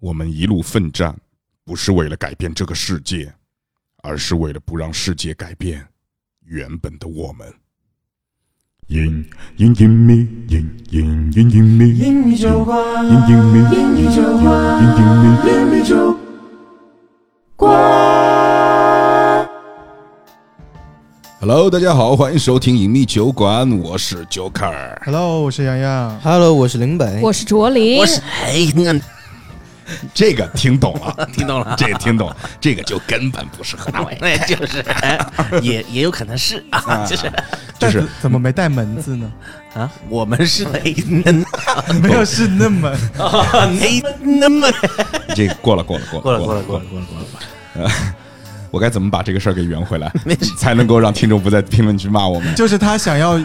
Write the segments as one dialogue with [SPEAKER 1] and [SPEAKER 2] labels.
[SPEAKER 1] 我们一路奋战，不是为了改变这个世界，而是为了不让世界改变原本的我们。
[SPEAKER 2] 隐隐隐秘，隐隐隐隐秘，
[SPEAKER 3] 英语酒馆，
[SPEAKER 2] 隐隐秘，隐
[SPEAKER 3] 英语酒馆，
[SPEAKER 2] 隐秘。
[SPEAKER 3] 英语酒馆。
[SPEAKER 1] Hello，大家好，欢迎收听隐秘酒馆，我是 Joker。
[SPEAKER 4] Hello，我是洋洋。
[SPEAKER 5] Hello，我是林
[SPEAKER 6] 哎
[SPEAKER 5] 北。
[SPEAKER 7] 我是卓林，
[SPEAKER 8] 哎
[SPEAKER 1] 这个听懂 了，听懂了，这个听懂了，这个就根本不是河南卫，
[SPEAKER 8] 对，就是， 哎也也有可能是啊，就是
[SPEAKER 1] 就是
[SPEAKER 4] 但怎么没带门字呢？
[SPEAKER 8] 啊，我们是 A 那
[SPEAKER 4] 没有是那么
[SPEAKER 8] A 那么
[SPEAKER 1] 这个过了，过了，过了，
[SPEAKER 8] 过了过了过了过了过了，
[SPEAKER 1] 我该怎么把这个事儿给圆回来
[SPEAKER 8] 没事，
[SPEAKER 1] 才能够让听众不在评论区骂我们？
[SPEAKER 4] 就是他想要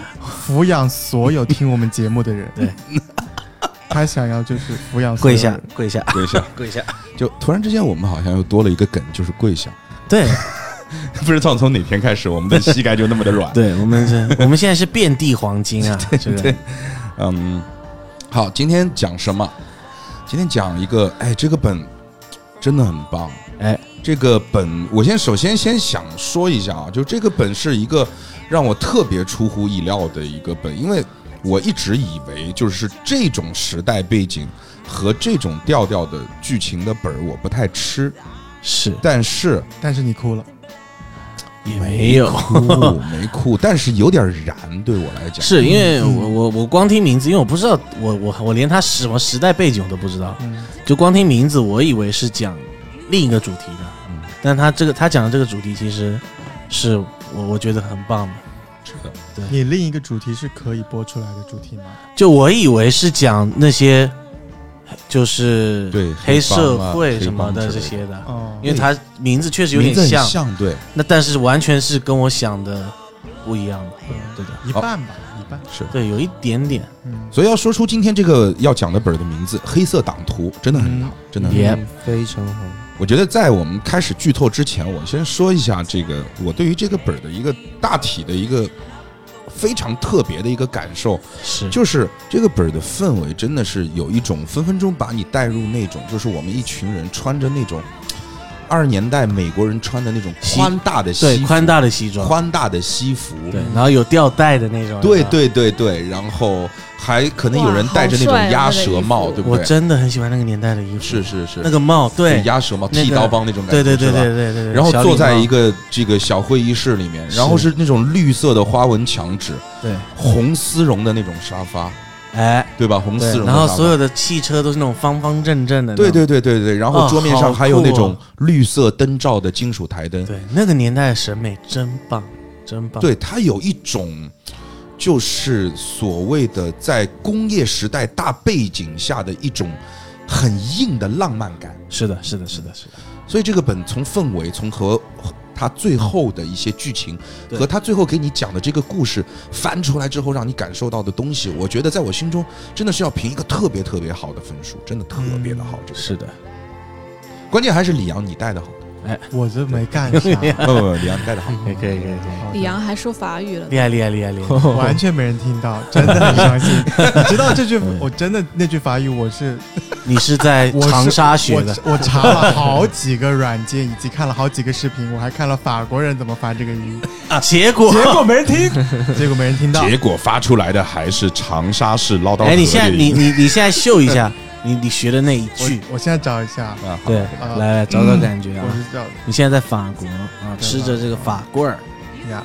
[SPEAKER 4] 抚养所有听我们节目的人。
[SPEAKER 8] 对，
[SPEAKER 4] 他想要就是抚养所有
[SPEAKER 8] 跪
[SPEAKER 4] 人
[SPEAKER 8] 下跪下
[SPEAKER 1] 跪 下，
[SPEAKER 8] 跪呃下，
[SPEAKER 1] 就突然之间，我们好像又多了一个梗，就是跪 下。
[SPEAKER 8] 对
[SPEAKER 1] 不知道从哪天开始，我们的膝盖就那么的 软。
[SPEAKER 8] 对，我们是，我们现在是遍地黄金 啊，是不是？
[SPEAKER 1] 嗯，好，今天讲什么？今天讲一个，哎，这个本真的很棒。
[SPEAKER 8] 哎，
[SPEAKER 1] 这个本，我先首先先想说一下啊，就这个本是一个让我特别出乎意料的一个本，因为我一直以为就是这种时代背景和这种调调的剧情的本儿我不太吃，
[SPEAKER 8] 是
[SPEAKER 1] 但是
[SPEAKER 4] 但是你哭了，
[SPEAKER 8] 也没有，
[SPEAKER 1] 哭没哭，但是有点燃，对我来讲
[SPEAKER 8] 是因为我我我光听名字，因为我不知道，我我我连他什么时代背景我都不知道，
[SPEAKER 4] 嗯，
[SPEAKER 8] 就光听名字，我以为是讲另一个主题的，但他这个他讲的这个主题其实是我我觉得很棒的。
[SPEAKER 4] 你另一个主题是可以播出来的主题吗？
[SPEAKER 8] 就我以为是讲那些，就是
[SPEAKER 1] 对
[SPEAKER 8] 黑社
[SPEAKER 1] 黑帮啊
[SPEAKER 8] 会什么
[SPEAKER 1] 黑
[SPEAKER 8] 的
[SPEAKER 1] 帮之
[SPEAKER 8] 这
[SPEAKER 1] 类的嗯
[SPEAKER 8] 些的，
[SPEAKER 4] 哦，
[SPEAKER 8] 因为他名字确实有
[SPEAKER 1] 名
[SPEAKER 8] 点
[SPEAKER 1] 字很
[SPEAKER 8] 像，
[SPEAKER 1] 像对。
[SPEAKER 8] 那但是完全是跟我想的不一样的，
[SPEAKER 1] 哎
[SPEAKER 4] 嗯
[SPEAKER 8] 对的，
[SPEAKER 4] 一半吧，一半。
[SPEAKER 8] 对，有一点点，
[SPEAKER 4] 嗯，
[SPEAKER 1] 所以要说出今天这个要讲的本儿的名字，《黑色党徒》真的很好，
[SPEAKER 4] 嗯
[SPEAKER 1] 真的很好。
[SPEAKER 8] Yeah
[SPEAKER 5] 嗯非常好。
[SPEAKER 1] 我觉得在我们开始剧透之前，我先说一下这个我对于这个本儿的一个大体的一个非常特别的一个感受，
[SPEAKER 8] 是
[SPEAKER 1] 就是这个本儿的氛围真的是有一种分分钟把你带入那种，就是我们一群人穿着那种二十年代美国人穿的那种
[SPEAKER 8] 西
[SPEAKER 1] 宽大的西
[SPEAKER 8] 对
[SPEAKER 1] 服，
[SPEAKER 8] 宽大的西装，
[SPEAKER 1] 宽大的西服，嗯
[SPEAKER 8] 对，然后有吊带的那种，
[SPEAKER 1] 对
[SPEAKER 8] 你知道吗，
[SPEAKER 1] 对对对，然后还可能有人
[SPEAKER 7] 哇
[SPEAKER 1] 戴着那种
[SPEAKER 7] 好帅啊
[SPEAKER 1] 鸭
[SPEAKER 7] 那个
[SPEAKER 1] 舌
[SPEAKER 7] 衣服
[SPEAKER 1] 帽，对不
[SPEAKER 8] 我
[SPEAKER 1] 对？
[SPEAKER 8] 真的很喜欢那个年代的衣服，
[SPEAKER 1] 是是是，
[SPEAKER 8] 那个帽，对
[SPEAKER 1] 就，鸭舌帽、
[SPEAKER 8] 那个
[SPEAKER 1] 剃刀帮那种感
[SPEAKER 8] 对
[SPEAKER 1] 觉，
[SPEAKER 8] 对对对
[SPEAKER 1] 是吧
[SPEAKER 8] 对对对对，
[SPEAKER 1] 然后
[SPEAKER 8] 小礼
[SPEAKER 1] 坐在
[SPEAKER 8] 帽
[SPEAKER 1] 一个这个小会议室里面，
[SPEAKER 8] 是
[SPEAKER 1] 然后是那种绿色的花纹墙纸、
[SPEAKER 8] 对，
[SPEAKER 1] 红丝绒的那种沙发，
[SPEAKER 8] 哎，
[SPEAKER 1] 对吧？红丝
[SPEAKER 8] 对
[SPEAKER 1] 绒的
[SPEAKER 8] 然
[SPEAKER 1] 沙发，
[SPEAKER 8] 后所有的汽车都是那种方方正正的那种，
[SPEAKER 1] 对对对对对，然后
[SPEAKER 8] 哦
[SPEAKER 1] 桌面上还有
[SPEAKER 8] 好酷
[SPEAKER 1] 那
[SPEAKER 8] 哦
[SPEAKER 1] 种绿色灯罩的金属台灯，
[SPEAKER 8] 对，那个年代的审美真棒，真棒。
[SPEAKER 1] 对，它有一种就是所谓的在工业时代大背景下的一种很硬的浪漫感。
[SPEAKER 8] 是的，是的，是的，是的，
[SPEAKER 1] 所以这个本从氛围，从和他最后的一些剧情，
[SPEAKER 8] 对
[SPEAKER 1] 和他最后给你讲的这个故事翻出来之后，让你感受到的东西，我觉得在我心中真的是要评一个特别特别好的分数，真的特别的好。这个
[SPEAKER 8] 是的，
[SPEAKER 1] 关键还是李阳你 带的好，
[SPEAKER 4] 我就没干啥，
[SPEAKER 1] 不不不，李阳你带的好。
[SPEAKER 8] 可以，可以，可哦以，可以。
[SPEAKER 4] 好的
[SPEAKER 7] 李阳还说法语了呢，
[SPEAKER 8] 厉害，厉害，厉害，厉 害！
[SPEAKER 4] 完全没人听到，真的很 伤心。你知道这句，我真的那句法语我是
[SPEAKER 8] 你是在
[SPEAKER 4] 我是
[SPEAKER 8] 长沙学
[SPEAKER 4] 我
[SPEAKER 8] 的，
[SPEAKER 4] 我查了好几个软件，以及看了好几个视频，我还看了法国人怎么发这个音，
[SPEAKER 8] 啊结果
[SPEAKER 4] 结果没人听，结果没人听到。
[SPEAKER 1] 果发出来的还是长沙市唠叨
[SPEAKER 8] 哎，你现在你你你现在秀一下 你你学的那一句，
[SPEAKER 4] 我我现在找一下，
[SPEAKER 1] 啊，好
[SPEAKER 8] 对，
[SPEAKER 4] 啊
[SPEAKER 8] 来来找找感觉
[SPEAKER 4] 我
[SPEAKER 8] 啊！
[SPEAKER 4] 是叫
[SPEAKER 8] 你现在在法国啊，
[SPEAKER 4] 对
[SPEAKER 8] 吃着这个法棍儿，
[SPEAKER 4] 呀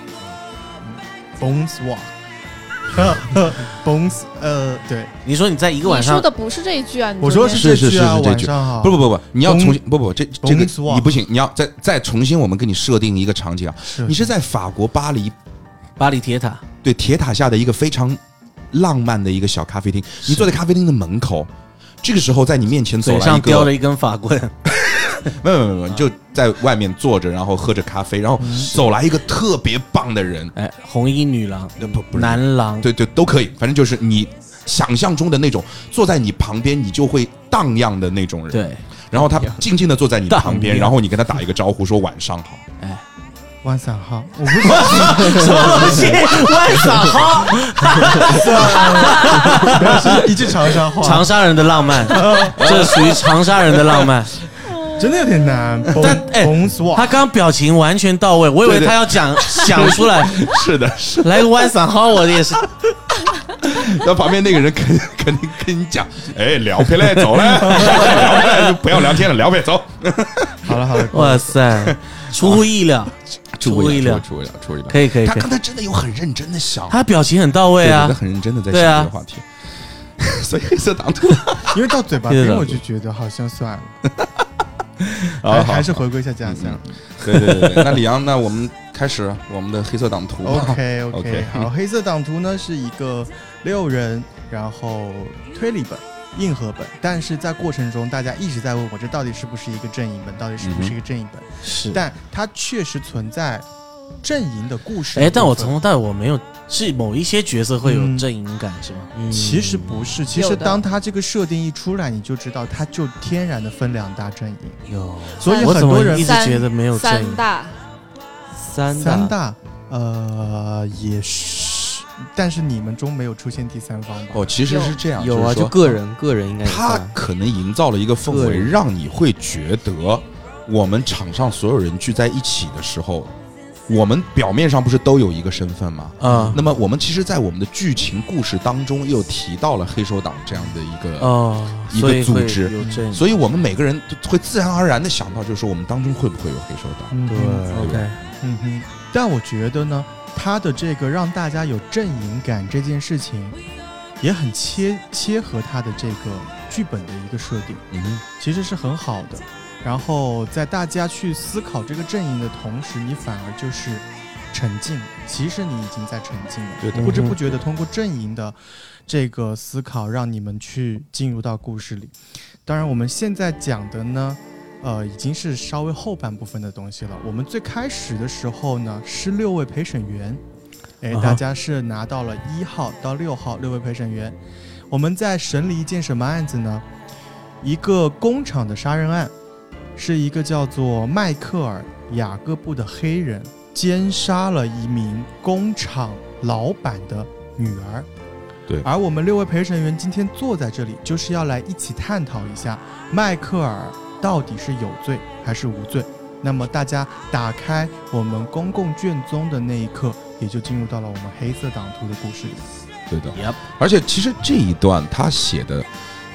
[SPEAKER 4] ，Bones Walk。Bones，呃，对，
[SPEAKER 8] 你说你在一个晚
[SPEAKER 7] 你说
[SPEAKER 8] 上
[SPEAKER 7] 的不是这一句啊？你
[SPEAKER 4] 我
[SPEAKER 7] 昨
[SPEAKER 4] 说
[SPEAKER 7] 天
[SPEAKER 1] 是
[SPEAKER 4] 这句啊，
[SPEAKER 1] 是是这
[SPEAKER 4] 晚
[SPEAKER 1] 句
[SPEAKER 4] 上好，
[SPEAKER 1] 不不不不，你要
[SPEAKER 4] 冯
[SPEAKER 1] 重新不不这这个
[SPEAKER 4] 冯
[SPEAKER 8] 啊
[SPEAKER 4] 斯旺
[SPEAKER 1] 你不行，你要再再重新我们给你设定一个场景啊，
[SPEAKER 4] 不
[SPEAKER 1] 你是在法国巴黎
[SPEAKER 8] 巴黎铁塔，
[SPEAKER 1] 对铁塔下的一个非常浪漫的一个小咖啡厅。你坐在咖啡厅的门口，这个时候在你面前走
[SPEAKER 8] 嘴
[SPEAKER 1] 来
[SPEAKER 8] 上
[SPEAKER 1] 一
[SPEAKER 8] 叼了
[SPEAKER 1] 个，
[SPEAKER 8] 一根法棍，
[SPEAKER 1] 没有没有没有，你就在外面坐着，然后喝着咖啡，然后
[SPEAKER 8] 嗯
[SPEAKER 1] 走来一个特别棒的人，
[SPEAKER 8] 哎，红衣女郎、
[SPEAKER 1] 那不不是，
[SPEAKER 8] 男郎，
[SPEAKER 1] 对对都可以，反正就是你想象中的那种坐在你旁边你就会荡漾的那种人。
[SPEAKER 8] 对，
[SPEAKER 1] 然后他静静的坐在你旁
[SPEAKER 8] 荡
[SPEAKER 1] 边，
[SPEAKER 8] 漾
[SPEAKER 1] 然后你跟他打一个招呼，说晚上好。
[SPEAKER 8] 哎，
[SPEAKER 4] 万伞号，我不是
[SPEAKER 8] 什么
[SPEAKER 7] 哦
[SPEAKER 8] 东西？万嫂号，
[SPEAKER 4] 一句长沙话，
[SPEAKER 8] 长沙人的浪 漫，这属于长沙人的浪漫。
[SPEAKER 4] 真的有点难。
[SPEAKER 8] 但哎
[SPEAKER 4] 红丝
[SPEAKER 8] 他
[SPEAKER 4] 袜，
[SPEAKER 8] 刚表情完全到位，我以为
[SPEAKER 1] 对对
[SPEAKER 8] 他要讲讲出来，
[SPEAKER 1] 是的，是
[SPEAKER 8] 来个万伞号，我也是。
[SPEAKER 1] 那旁边那个人肯肯定跟你讲，哎，聊呗嘞，走嘞，聊呗 嘞，就 不要聊天了，聊呗，走。
[SPEAKER 4] 好了好了，
[SPEAKER 8] 哇塞， 出乎意料，出乎意料，
[SPEAKER 1] 出乎意料，出乎意料。
[SPEAKER 8] 可以可以
[SPEAKER 1] 他
[SPEAKER 8] 可以
[SPEAKER 1] 刚，才真的有很认真的想，
[SPEAKER 8] 他表情很到位
[SPEAKER 1] 对
[SPEAKER 8] 啊
[SPEAKER 1] 他。很认真的在
[SPEAKER 8] 对啊
[SPEAKER 1] 想这个话题。 所以黑色党徒
[SPEAKER 4] 因为到嘴巴
[SPEAKER 8] 对
[SPEAKER 4] 边
[SPEAKER 8] 的
[SPEAKER 4] 我就觉得好像算了，
[SPEAKER 1] 啊
[SPEAKER 4] 还还是回归一下家乡。
[SPEAKER 1] 对对 对对，那李阳，那我们开始我们的黑色党徒吧。
[SPEAKER 4] OK
[SPEAKER 1] OK
[SPEAKER 4] OK，好，黑色党徒呢是一个六人，然后推理本、硬核本，但是在过程中大家一直在问我这到底是不是一个阵营本，到底是不是一个阵营本？
[SPEAKER 8] 是，
[SPEAKER 4] 但它确实存在阵营的故事的部分。
[SPEAKER 8] 哎，但我从头到尾我没有，是某一些角色会有
[SPEAKER 4] 嗯
[SPEAKER 8] 阵营感是吗？
[SPEAKER 4] 其实不
[SPEAKER 8] 嗯
[SPEAKER 4] 是，其
[SPEAKER 7] 有
[SPEAKER 4] 实
[SPEAKER 7] 的
[SPEAKER 4] 当它这个设定一出来，你就知道它就天然的分两大阵营，
[SPEAKER 8] 有，
[SPEAKER 4] 所以
[SPEAKER 8] 我
[SPEAKER 4] 很
[SPEAKER 8] 怎
[SPEAKER 4] 多
[SPEAKER 8] 么
[SPEAKER 4] 人
[SPEAKER 8] 一直
[SPEAKER 7] 三
[SPEAKER 8] 觉得没有阵
[SPEAKER 7] 三
[SPEAKER 8] 营？
[SPEAKER 7] 大
[SPEAKER 8] 三
[SPEAKER 4] 三大呃也是，但是你们中没有出现第三方吧？
[SPEAKER 1] 哦，其实是这样，
[SPEAKER 5] 有
[SPEAKER 1] 是
[SPEAKER 5] 啊，
[SPEAKER 1] 说
[SPEAKER 5] 就个人个人应该也
[SPEAKER 1] 他
[SPEAKER 5] 算
[SPEAKER 1] 可能营造了一个氛
[SPEAKER 5] 个
[SPEAKER 1] 围，
[SPEAKER 5] 人
[SPEAKER 1] 让你会觉得我们场上所有人聚在一起的时候，我们表面上不是都有一个身份吗？
[SPEAKER 8] 啊
[SPEAKER 1] 那么我们其实，在我们的剧情故事当中又提到了黑手党这样的一个，
[SPEAKER 8] 哦，
[SPEAKER 1] 一
[SPEAKER 8] 所
[SPEAKER 1] 个
[SPEAKER 8] 以
[SPEAKER 1] 组
[SPEAKER 8] 会
[SPEAKER 1] 织
[SPEAKER 8] 有阵营，
[SPEAKER 1] 所以我们每个人都会自然而然的想到，就是说我们当中会不会有黑手党？
[SPEAKER 4] 嗯
[SPEAKER 8] 对
[SPEAKER 4] 嗯
[SPEAKER 8] ，OK，
[SPEAKER 4] 嗯哼，但我觉得呢，他的这个让大家有阵营感这件事情，也很切切合他的这个剧本的一个设定，
[SPEAKER 1] 嗯，
[SPEAKER 4] 其实是很好的。然后在大家去思考这个阵营的同时，你反而就是沉浸，其实你已经在沉浸了，
[SPEAKER 1] 对的嗯
[SPEAKER 4] 不知不觉的通过阵营的这个思考，让你们去进入到故事里。当然，我们现在讲的呢，呃，已经是稍微后半部分的东西了。我们最开始的时候呢，是六位陪审员，哎
[SPEAKER 8] 啊，哈
[SPEAKER 4] 大家是拿到了一号到六号六位陪审员。我们在审理一件什么案子呢？一个工厂的杀人案，是一个叫做迈克尔·雅各布的黑人奸杀了一名工厂老板的女儿。
[SPEAKER 1] 对
[SPEAKER 4] 而我们六位陪审员今天坐在这里，就是要来一起探讨一下迈克尔到底是有罪还是无罪。那么大家打开我们公共卷宗的那一刻，也就进入到了我们黑色党徒的故事里。
[SPEAKER 1] 对的。
[SPEAKER 8] Yep
[SPEAKER 1] 而且其实这一段他写的，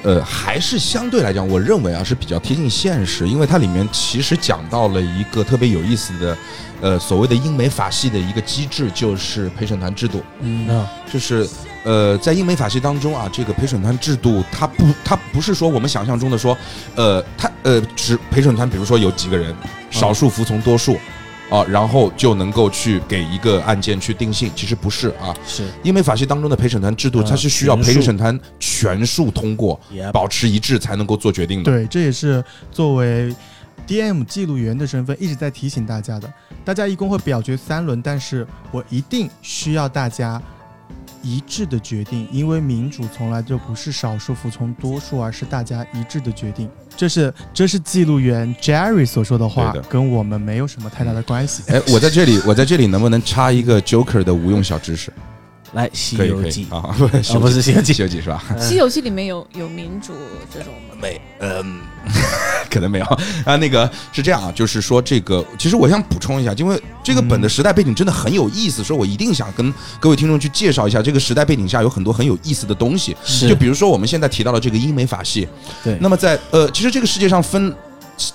[SPEAKER 1] 呃，还是相对来讲，我认为啊是比较贴近现实，因为它里面其实讲到了一个特别有意思的，呃，所谓的英美法系的一个机制，就是陪审团制度。
[SPEAKER 8] 嗯，
[SPEAKER 1] 就是呃，在英美法系当中啊，这个陪审团制度，它不，它不是说我们想象中的说，呃，它呃，只陪审团，比如说有几个人，
[SPEAKER 8] 嗯
[SPEAKER 1] 少数服从多数。啊，然后就能够去给一个案件去定性，其实不是啊。
[SPEAKER 8] 是
[SPEAKER 1] 英美法系当中的陪审团制度，
[SPEAKER 8] 嗯
[SPEAKER 1] 它是需要
[SPEAKER 8] 全数
[SPEAKER 1] 陪审团全数通过，
[SPEAKER 8] 也
[SPEAKER 1] 保持一致才能够做决定的。
[SPEAKER 4] 对，这也是作为 DM 记录员的身份一直在提醒大家的。大家一共会表决三轮，但是我一定需要大家一致的决定，因为民主从来就不是少数服从多数，而是大家一致的决定。这是这是记录员 Jerry 所说的话
[SPEAKER 1] 对的，
[SPEAKER 4] 跟我们没有什么太大的关系。
[SPEAKER 1] 哎，我在这里，我在这里能不能插一个 Joker 的无用小知识？
[SPEAKER 8] 来《西
[SPEAKER 1] 可以，
[SPEAKER 8] 游
[SPEAKER 1] 可以
[SPEAKER 8] 记》
[SPEAKER 1] 啊，不是
[SPEAKER 8] 啊，不是《西游记》
[SPEAKER 1] 西游记是吧？
[SPEAKER 7] 《西游记》里面有有民主这种吗？
[SPEAKER 1] 没，嗯， 可能没有啊。那个是这样啊，就是说这个，其实我想补充一下，因为这个本的时代背景真的很有意思，所以我一定想跟各位听众去介绍一下这个时代背景下有很多很有意思的东西。
[SPEAKER 8] 是
[SPEAKER 1] 就比如说我们现在提到的这个英美法系，
[SPEAKER 8] 对
[SPEAKER 1] 那么在呃，其实这个世界上分。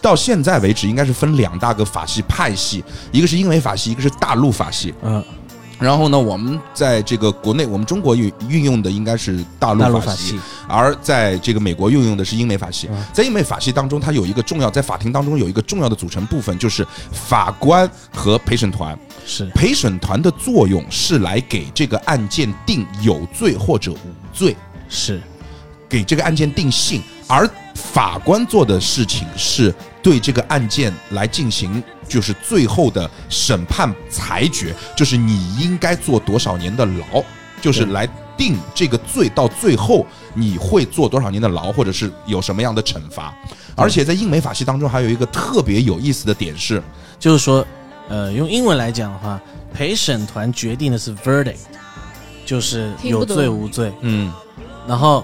[SPEAKER 1] 到现在为止，应该是分两大个法系派系，一个是英美法系，一个是大陆法系。
[SPEAKER 8] 嗯，
[SPEAKER 1] 然后呢，我们在这个国内，我们中国运运用的应该是大陆
[SPEAKER 8] 大陆
[SPEAKER 1] 法
[SPEAKER 8] 法
[SPEAKER 1] 系
[SPEAKER 8] 系，
[SPEAKER 1] 而在这个美国运用的是英美法系
[SPEAKER 8] 嗯，
[SPEAKER 1] 在英美法系当中，它有一个重要，在法庭当中有一个重要的组成部分，就是法官和陪审团。
[SPEAKER 8] 是
[SPEAKER 1] 陪审团的作用是来给这个案件定有罪或者无罪，
[SPEAKER 8] 是
[SPEAKER 1] 给这个案件定性，而法官做的事情是对这个案件来进行就是最后的审判裁决，就是你应该坐多少年的牢，就是
[SPEAKER 8] 对
[SPEAKER 1] 来定这个罪到最后你会坐多少年的牢，或者是有什么样的惩罚。而且在英美法系当中还有一个特别有意思的点是，
[SPEAKER 8] 就是说，呃，用英文来讲的话，陪审团决定的是 verdict，就是
[SPEAKER 7] 听
[SPEAKER 8] 有罪
[SPEAKER 7] 不懂
[SPEAKER 8] 无罪，
[SPEAKER 1] 嗯
[SPEAKER 8] 然后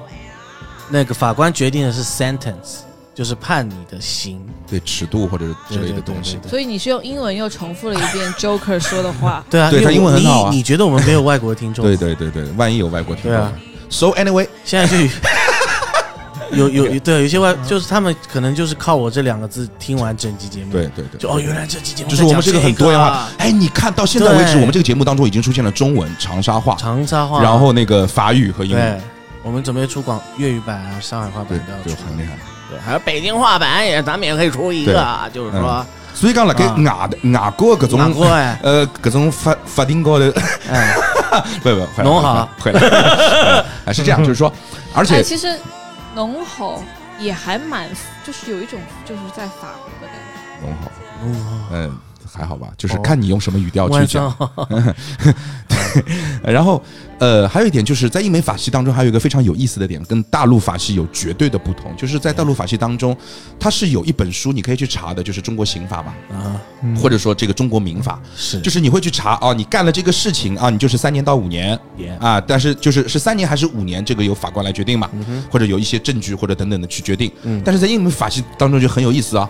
[SPEAKER 8] 那个法官决定的是 sentence，就是判你的刑
[SPEAKER 1] 对尺度或者是之类的东西
[SPEAKER 8] 对对对对。对，
[SPEAKER 7] 所以你是用英文又重复了一遍 Joker 说的话
[SPEAKER 8] 对啊，
[SPEAKER 1] 对
[SPEAKER 8] 因为
[SPEAKER 1] 他英文很
[SPEAKER 8] 你
[SPEAKER 1] 好啊
[SPEAKER 8] 你觉得我们没有外国听众？
[SPEAKER 1] 对，对对对，万一有外国听
[SPEAKER 8] 对啊
[SPEAKER 1] 众。So anyway，
[SPEAKER 8] 现在就有有有对，有些外就是他们可能就是靠我这两个字听完整集节目，
[SPEAKER 1] 对对对，
[SPEAKER 8] 就哦，原来这期节目
[SPEAKER 1] 就是我们
[SPEAKER 8] 在
[SPEAKER 1] 这
[SPEAKER 8] 讲这
[SPEAKER 1] 个很多元化
[SPEAKER 8] 啊。
[SPEAKER 1] 哎，你看到现在为止，
[SPEAKER 8] 对
[SPEAKER 1] 我们这个节目当中已经出现了中文、长沙话，
[SPEAKER 8] 长沙话，
[SPEAKER 1] 然后那个法语和英
[SPEAKER 8] 对
[SPEAKER 1] 语，，
[SPEAKER 8] 我们准备出广粤语版啊、上海话
[SPEAKER 1] 对
[SPEAKER 8] 版都要
[SPEAKER 1] 对，
[SPEAKER 8] 出，
[SPEAKER 1] 很厉害。
[SPEAKER 8] 对，还有北京话版也，咱们也可以出一个啊，就是说
[SPEAKER 1] 所以讲了，给外的外国嗯各
[SPEAKER 8] 哪
[SPEAKER 1] 种
[SPEAKER 8] 个哎
[SPEAKER 1] 呃各种法法定高的，
[SPEAKER 8] 哎，
[SPEAKER 1] 不不，回来
[SPEAKER 8] 侬好，
[SPEAKER 1] 回来回来，哎是这样，就是说，而
[SPEAKER 7] 哎，
[SPEAKER 1] 且
[SPEAKER 7] 其实浓吼也还蛮，就是有一种就是在法国的感觉。
[SPEAKER 1] 侬好，
[SPEAKER 8] 嗯
[SPEAKER 1] 嗯，还好吧，就是看你用什么语调去
[SPEAKER 8] 晚
[SPEAKER 1] 讲。
[SPEAKER 8] 上
[SPEAKER 1] 然后，呃，还有一点就是在英美法系当中，还有一个非常有意思的点，跟大陆法系有绝对的不同，就是在大陆法系当中，它是有一本书你可以去查的，就是中国刑法嘛，
[SPEAKER 8] 啊
[SPEAKER 1] 或者说这个中国民法，
[SPEAKER 8] 是
[SPEAKER 1] 就是你会去查啊，你干了这个事情啊，你就是三年到五年
[SPEAKER 8] Yeah
[SPEAKER 1] 啊，但是就是是三年还是五年，这个由法官来决定嘛，
[SPEAKER 8] 嗯
[SPEAKER 1] 或者有一些证据或者等等的去决定。但是在英美法系当中就很有意思啊，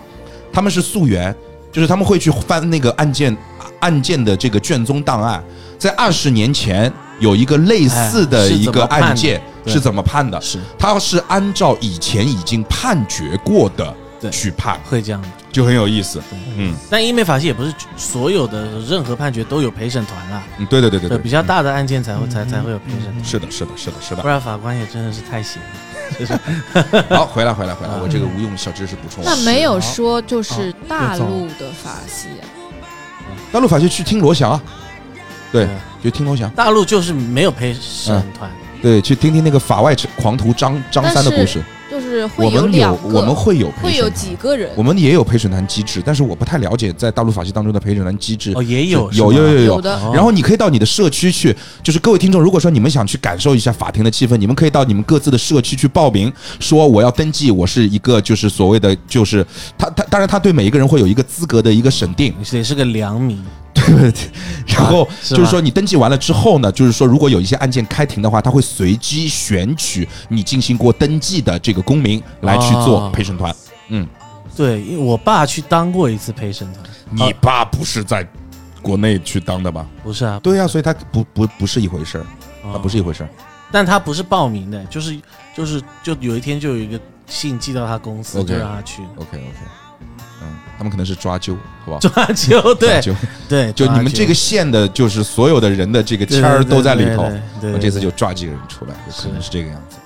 [SPEAKER 1] 他们是溯源，就是他们会去翻那个案件案件的这个卷宗档案，在二十年前有一个类似
[SPEAKER 8] 哎
[SPEAKER 1] 的
[SPEAKER 8] 是怎么
[SPEAKER 1] 一个
[SPEAKER 8] 判的
[SPEAKER 1] 案件
[SPEAKER 8] 对
[SPEAKER 1] 是怎么判的？
[SPEAKER 8] 是
[SPEAKER 1] 他是按照以前已经判决过的
[SPEAKER 8] 对
[SPEAKER 1] 去判，
[SPEAKER 8] 会这样的。
[SPEAKER 1] 就很有意思。嗯
[SPEAKER 8] 但英美法系也不是所有的任何判决都有陪审团啦，
[SPEAKER 1] 嗯，对对对对
[SPEAKER 8] 对，比较大的案件才会才才会有陪审团，
[SPEAKER 1] 是的，是的，是的，是的
[SPEAKER 8] 不。然法官也真的是太闲了。
[SPEAKER 1] 好，回来回来回来，
[SPEAKER 8] 啊
[SPEAKER 1] 我这个无用小知识补充完啊
[SPEAKER 7] 那
[SPEAKER 1] 了。
[SPEAKER 7] 没有说就是
[SPEAKER 4] 啊
[SPEAKER 7] 大
[SPEAKER 4] 又走了
[SPEAKER 7] 陆的法系啊，
[SPEAKER 1] 大陆法系去听罗翔啊，对，就听罗翔，
[SPEAKER 8] 呃大陆就是没有陪审团，
[SPEAKER 1] 对，去听听那个法外狂徒张张三的故事。
[SPEAKER 7] 就是会
[SPEAKER 1] 我们
[SPEAKER 7] 两
[SPEAKER 1] 有
[SPEAKER 7] 个，
[SPEAKER 1] 我们会有陪
[SPEAKER 7] 会有
[SPEAKER 1] 审团，
[SPEAKER 7] 几个人
[SPEAKER 1] 我们也有陪审团机制，但是我不太了解在大陆法系当中的陪审团机制
[SPEAKER 8] 哦，。也有
[SPEAKER 1] 有有有
[SPEAKER 7] 有的
[SPEAKER 8] 哦
[SPEAKER 1] 然后你可以到你的社区去，就是各位听众，如果说你们想去感受一下法庭的气氛，你们可以到你们各自的社区去报名，说我要登记，我是一个就是所谓的就是他他，当然他对每一个人会有一个资格的一个审定，
[SPEAKER 8] 你得是个良民，
[SPEAKER 1] 然后
[SPEAKER 8] 啊是
[SPEAKER 1] 就是
[SPEAKER 8] 吧
[SPEAKER 1] 说，你登记完了之后呢，就是说，如果有一些案件开庭的话，他会随机选取你进行过登记的这个公民来去做
[SPEAKER 8] 哦
[SPEAKER 1] 陪审团。
[SPEAKER 8] 对，因为我爸去当过一次陪审团，
[SPEAKER 1] 你爸不是在国内去当的吧？
[SPEAKER 8] 不是啊，
[SPEAKER 1] 对呀、所以他不不不是一回事儿，
[SPEAKER 8] 啊
[SPEAKER 1] 他不是一回事儿。
[SPEAKER 8] 但他不是报名的，就是就是就有一天就有一个信寄到他公司
[SPEAKER 1] OK
[SPEAKER 8] 就让他去
[SPEAKER 1] OK OK，嗯，他们可能是抓阄，好不好？
[SPEAKER 8] 抓阄，啊对
[SPEAKER 1] 就
[SPEAKER 8] 对，
[SPEAKER 1] 就
[SPEAKER 8] 抓
[SPEAKER 1] 你们
[SPEAKER 8] 阄
[SPEAKER 1] 这个县的，就是所有的人的这个签儿都在里头。，
[SPEAKER 8] 对对对对对对
[SPEAKER 1] 我
[SPEAKER 8] 对
[SPEAKER 1] 这次就抓几个人出来，就可能是这个样子。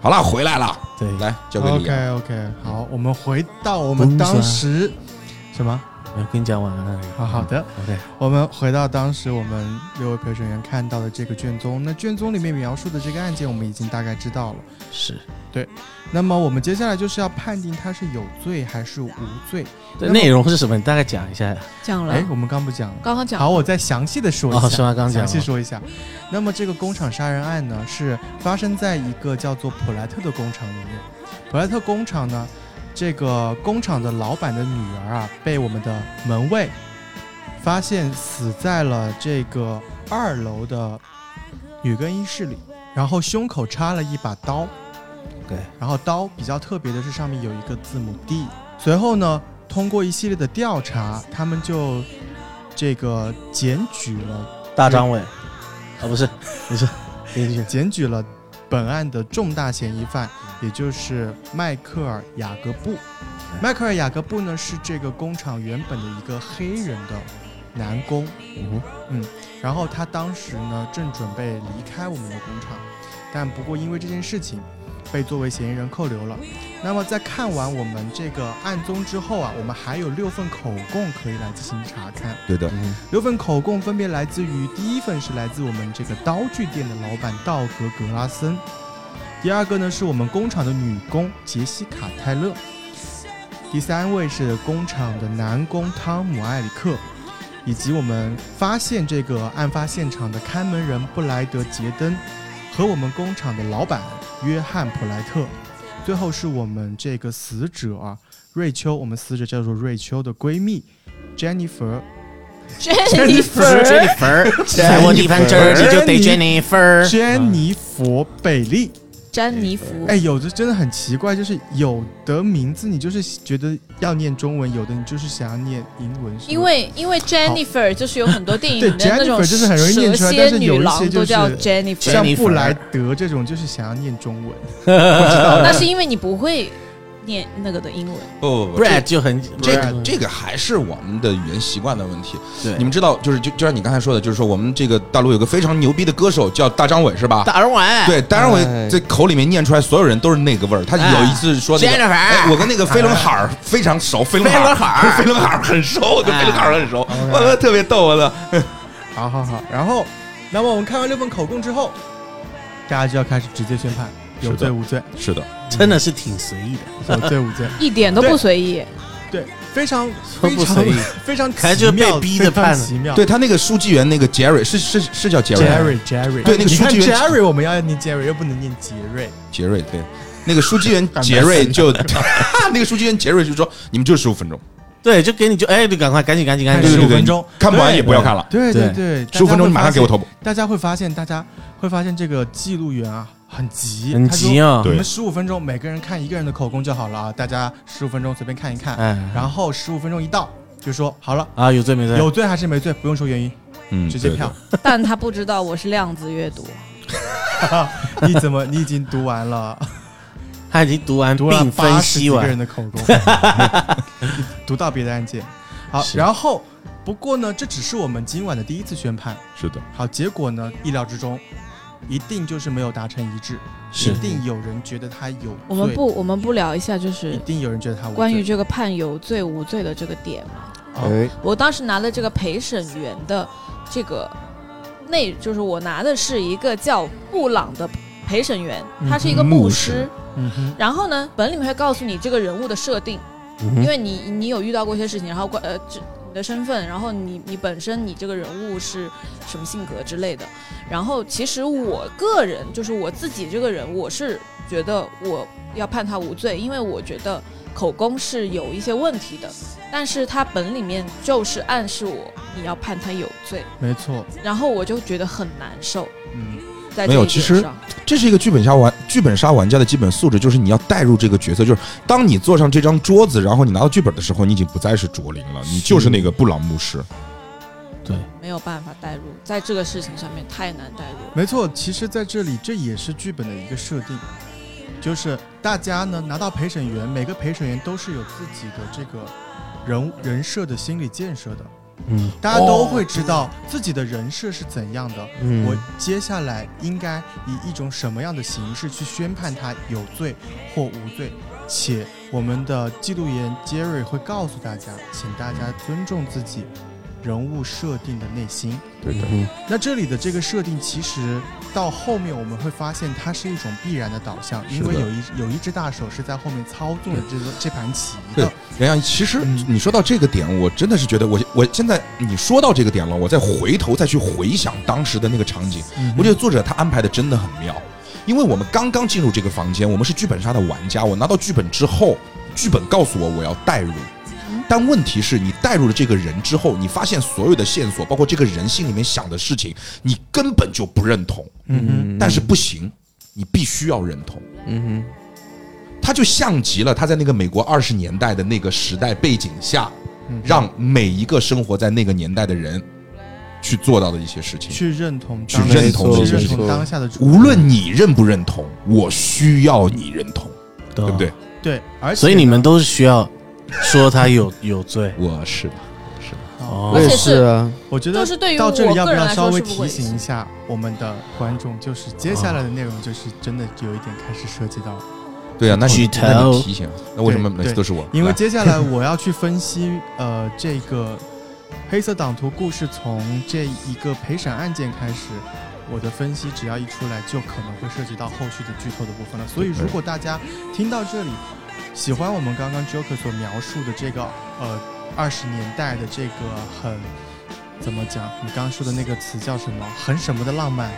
[SPEAKER 1] 好了，回来了，
[SPEAKER 8] 对，
[SPEAKER 1] 来交给你。啊
[SPEAKER 4] OK OK，好，我们回到我们当时什么？
[SPEAKER 8] 我嗯跟你讲晚安嗯
[SPEAKER 4] 好好的，
[SPEAKER 8] ，OK，
[SPEAKER 4] 我们回到当时我们六位陪审员看到的这个卷宗。那卷宗里面描述的这个案件，我们已经大概知道了。
[SPEAKER 8] 是，
[SPEAKER 4] 那么我们接下来就是要判定他是有罪还是无罪。
[SPEAKER 8] 对
[SPEAKER 4] 那么
[SPEAKER 8] 内容是什么？你大概讲一下呀。
[SPEAKER 7] 讲了
[SPEAKER 4] 哎，，我们刚不讲了。
[SPEAKER 7] 刚刚讲
[SPEAKER 4] 好，我再详细的说一下。
[SPEAKER 8] 哦，是吗？刚刚讲
[SPEAKER 4] 详细
[SPEAKER 8] 了
[SPEAKER 4] 说一下，那么这个工厂杀人案呢，是发生在一个叫做普莱特的工厂里面。普莱特工厂呢，这个工厂的老板的女儿啊，被我们的门卫发现死在了这个二楼的女更衣室里，然后胸口插了一把刀。
[SPEAKER 8] 对，
[SPEAKER 4] 然后刀比较特别的是上面有一个字母 D。随后呢，通过一系列的调查，他们就这个检举了
[SPEAKER 8] 大张伟，啊，不是，你是，你是
[SPEAKER 4] 检举了本案的重大嫌疑犯，也就是迈克尔·雅各布。迈克尔·雅各布呢是这个工厂原本的一个黑人的男工，
[SPEAKER 8] 嗯
[SPEAKER 4] 然后他当时呢正准备离开我们的工厂，但不过因为这件事情被作为嫌疑人扣留了。那么在看完我们这个案宗之后啊，我们还有六份口供可以来进行查看。
[SPEAKER 1] 对的，
[SPEAKER 8] 嗯
[SPEAKER 4] 六份口供分别来自于：第一份是来自我们这个刀具店的老板道格·格拉森；第二个呢是我们工厂的女工杰西卡·泰勒；第三位是工厂的男工汤姆·埃里克，以及我们发现这个案发现场的看门人布莱德·杰登和我们工厂的老板约翰·普莱特。最后是我们这个死者啊，瑞秋，我们死者叫做瑞秋的闺蜜 Jennifer
[SPEAKER 7] Jennifer，
[SPEAKER 8] 踩啊我地盘汁儿，你就得 Jennifer。
[SPEAKER 4] 珍妮佛贝利。
[SPEAKER 7] 詹妮弗
[SPEAKER 4] 哎，，有的真的很奇怪，就是有的名字你就是觉得要念中文，有的你就是想要念英文。是吗
[SPEAKER 7] 因为因为 Jennifer 就是有很多电影里面
[SPEAKER 4] 嗯对
[SPEAKER 7] 那种
[SPEAKER 4] Jennifer 就是很容易念出来
[SPEAKER 7] 蛇
[SPEAKER 4] 但
[SPEAKER 7] 蝎
[SPEAKER 4] 是
[SPEAKER 7] 女
[SPEAKER 4] 有一
[SPEAKER 7] 郎
[SPEAKER 4] 些
[SPEAKER 7] 都
[SPEAKER 4] 就是
[SPEAKER 7] 叫
[SPEAKER 4] 像
[SPEAKER 7] Jennifer，
[SPEAKER 4] 布莱德这种就是想要念中文，
[SPEAKER 7] 那是因为你不会念那个的英文。
[SPEAKER 1] 不不不，
[SPEAKER 8] Brad 就很
[SPEAKER 1] 这这
[SPEAKER 8] Brad
[SPEAKER 1] 个这个还是我们的语言习惯的问题。
[SPEAKER 8] 对
[SPEAKER 1] 你们知道，就是就就像你刚才说的，就是说我们这个大陆有个非常牛逼的歌手叫大张伟，是吧？
[SPEAKER 8] 大耳碗
[SPEAKER 1] 对，大张伟
[SPEAKER 5] 哎
[SPEAKER 1] 这口里面念出来，所有人都是那个味儿。他
[SPEAKER 8] 哎
[SPEAKER 1] 有一次说那个，
[SPEAKER 8] Jennifer
[SPEAKER 1] 哎我跟那个飞轮海儿非常熟，飞轮海
[SPEAKER 8] 飞轮海
[SPEAKER 1] 儿，
[SPEAKER 8] 儿
[SPEAKER 1] 飞轮海儿很熟，我跟
[SPEAKER 8] 哎
[SPEAKER 1] 飞轮海儿很熟，我特别逗我啊的。
[SPEAKER 4] 好好好，
[SPEAKER 5] 然后，那么我们看完这份口供之后，
[SPEAKER 4] 大家就要开始直接宣判，有
[SPEAKER 1] 是的
[SPEAKER 4] 罪无罪，
[SPEAKER 1] 是的，
[SPEAKER 8] 真的是挺随意 的，
[SPEAKER 4] 有罪无罪。
[SPEAKER 7] 一点都不随意，
[SPEAKER 4] 对，非常
[SPEAKER 8] 说
[SPEAKER 4] 非
[SPEAKER 8] 不
[SPEAKER 4] 常
[SPEAKER 8] 随意
[SPEAKER 4] 非常
[SPEAKER 8] 可能就
[SPEAKER 4] 奇
[SPEAKER 8] 是被
[SPEAKER 4] 妙，
[SPEAKER 8] 逼着
[SPEAKER 4] 非常
[SPEAKER 8] 判的
[SPEAKER 4] 奇妙。
[SPEAKER 1] 对他那个书记员那个杰瑞是是是叫杰瑞吗，
[SPEAKER 4] Jerry Jerry，
[SPEAKER 1] 对那个
[SPEAKER 4] 你看
[SPEAKER 1] 书记员
[SPEAKER 4] Jerry，我们要念 Jerry，又不能念杰瑞。
[SPEAKER 1] 杰瑞对。那个书记 员杰瑞就， 那个书记员杰瑞就说：“你们就十五分钟，
[SPEAKER 8] 对，就给你就哎，就赶快赶紧赶紧赶
[SPEAKER 4] 看
[SPEAKER 1] 对
[SPEAKER 8] 紧
[SPEAKER 1] 对
[SPEAKER 4] 15
[SPEAKER 1] 对，
[SPEAKER 4] 分钟
[SPEAKER 1] 看不完也不要看了，
[SPEAKER 4] 对
[SPEAKER 8] 对
[SPEAKER 4] 对，
[SPEAKER 1] 十五分钟你马上给我
[SPEAKER 4] 投。
[SPEAKER 1] 投。
[SPEAKER 4] 大家会发现，大家会发现这个记录员啊很急，
[SPEAKER 8] 很
[SPEAKER 4] 他说
[SPEAKER 8] 急啊
[SPEAKER 1] 对
[SPEAKER 4] 你们十五分钟，每个人看一个人的口供就好了啊，大家十五分钟随便看一看，
[SPEAKER 8] 哎
[SPEAKER 4] 然后十五分钟一到就说好了，
[SPEAKER 8] 啊，有罪没罪？
[SPEAKER 4] 有罪还是没罪，不用说原因，
[SPEAKER 1] 嗯，
[SPEAKER 4] 直接票。
[SPEAKER 7] 但他不知道我是量子阅读。
[SPEAKER 4] 你怎么你已经读完 了，
[SPEAKER 8] 他已经读完
[SPEAKER 4] 读了
[SPEAKER 8] 并
[SPEAKER 4] 八十
[SPEAKER 8] 分析
[SPEAKER 4] 几个人
[SPEAKER 8] 完，
[SPEAKER 4] 的口 供，读到别的案件。好，
[SPEAKER 8] 是
[SPEAKER 4] 然后不过呢，这只是我们今晚的第一次宣判。
[SPEAKER 1] 是的，
[SPEAKER 4] 好，结果呢，意料之中，一定就是没有达成一致，
[SPEAKER 8] 是
[SPEAKER 4] 一定有人觉得他有罪，
[SPEAKER 7] 我们不，我们不聊一下就
[SPEAKER 4] 一
[SPEAKER 7] 是
[SPEAKER 4] 定有人觉得他无罪
[SPEAKER 7] 关于这个判有罪无罪的这个点吗？
[SPEAKER 4] 哦
[SPEAKER 5] 哎，
[SPEAKER 7] 我当时拿了这个陪审员的这个内，就是我拿的是一个叫布朗的陪审员，他是一个
[SPEAKER 1] 嗯牧
[SPEAKER 7] 牧
[SPEAKER 1] 师
[SPEAKER 7] 师。
[SPEAKER 4] 嗯哼，
[SPEAKER 7] 然后呢，本里面会告诉你这个人物的设定，
[SPEAKER 1] 嗯
[SPEAKER 7] 因为你你有遇到过一些事情，然后关呃这你的身份，然后你你本身你这个人物是什么性格之类的。然后其实我个人就是我自己这个人，我是觉得我要判他无罪，因为我觉得口供是有一些问题的，但是他本里面就是暗示我你要判他有罪，
[SPEAKER 4] 没错，
[SPEAKER 7] 然后我就觉得很难受。
[SPEAKER 4] 嗯，
[SPEAKER 7] 在
[SPEAKER 1] 没
[SPEAKER 7] 这
[SPEAKER 1] 有
[SPEAKER 7] 一
[SPEAKER 1] 其
[SPEAKER 7] 点
[SPEAKER 1] 实
[SPEAKER 7] 上
[SPEAKER 1] 这是一个剧本杀玩剧本杀玩家的基本素质，就是你要带入这个角色，就是当你坐上这张桌子，然后你拿到剧本的时候，你已经不再是卓林了，你就是那个布朗牧师。
[SPEAKER 8] 对，
[SPEAKER 7] 没有办法代入，在这个事情上面太难代入了。
[SPEAKER 4] 没错。其实，在这里这也是剧本的一个设定，就是大家呢拿到陪审员，每个陪审员都是有自己的这个人人设的心理建设的，
[SPEAKER 8] 嗯
[SPEAKER 4] 大家都会知道自己的人设是怎样的。
[SPEAKER 8] 嗯，
[SPEAKER 4] 我接下来应该以一种什么样的形式去宣判他有罪或无罪？且我们的记录员 Jerry 会告诉大家，请大家尊重自己人物设定的内心。
[SPEAKER 5] 对的，
[SPEAKER 8] 嗯
[SPEAKER 4] 那这里的这个设定，其实到后面我们会发现，它是一种必然的导向，因为有一有一只大手是在后面操纵着这个这盘棋的。
[SPEAKER 1] 梁阳，哎其实
[SPEAKER 4] 嗯
[SPEAKER 1] 你说到这个点，我真的是觉得我我现在你说到这个点了，我再回头再去回想当时的那个场景，
[SPEAKER 4] 嗯
[SPEAKER 1] 我觉得作者他安排的真的很妙，因为我们刚刚进入这个房间，我们是剧本杀的玩家，我拿到剧本之后，剧本告诉我我要代入。但问题是你带入了这个人之后，你发现所有的线索，包括这个人心里面想的事情，你根本就不认同。
[SPEAKER 4] 嗯
[SPEAKER 1] 但是不行，你必须要认同。
[SPEAKER 5] 嗯
[SPEAKER 1] 他就像极了他在那个美国二十年代的那个时代背景下，
[SPEAKER 4] 嗯
[SPEAKER 1] 让每一个生活在那个年代的人去做到的一些事情。
[SPEAKER 4] 去认同
[SPEAKER 1] 去
[SPEAKER 4] 当下，
[SPEAKER 1] 认同
[SPEAKER 4] 去认
[SPEAKER 5] 没
[SPEAKER 4] 同
[SPEAKER 5] 错
[SPEAKER 4] 当下的主
[SPEAKER 1] 无论你认不认同，我需要你认同，
[SPEAKER 8] 对
[SPEAKER 1] 对不对？？
[SPEAKER 4] 对，而且
[SPEAKER 8] 所以你们都是需要说他有有罪
[SPEAKER 1] 我是是
[SPEAKER 5] 哼，
[SPEAKER 8] 哦
[SPEAKER 5] 我也
[SPEAKER 7] 而且是
[SPEAKER 5] 是啊，
[SPEAKER 4] 我觉得
[SPEAKER 7] 就是对于
[SPEAKER 4] 到这里
[SPEAKER 7] 我
[SPEAKER 4] 要不
[SPEAKER 7] 个人
[SPEAKER 4] 要
[SPEAKER 7] 来
[SPEAKER 4] 稍
[SPEAKER 7] 说
[SPEAKER 4] 微
[SPEAKER 7] 是不
[SPEAKER 4] 提
[SPEAKER 7] 会
[SPEAKER 4] 醒一下我们的观众，就是接下来的内容就是真的有一点开始涉及到，
[SPEAKER 1] 对啊，那
[SPEAKER 8] 举
[SPEAKER 1] 你
[SPEAKER 8] 头
[SPEAKER 1] 那你提醒，啊那为什么每次都是我？
[SPEAKER 4] 因为
[SPEAKER 1] 来
[SPEAKER 4] 接下来我要去分析呃这个黑色党徒故事从这一个陪审案件开始。我的分析只要一出来，就可能会涉及到后续的剧透的部分了。所以，如果大家听到这里，喜欢我们刚刚 Joker 所描述的这个呃二十年代的这个很怎么讲？你刚刚说的那个词叫什么？很什么的浪漫？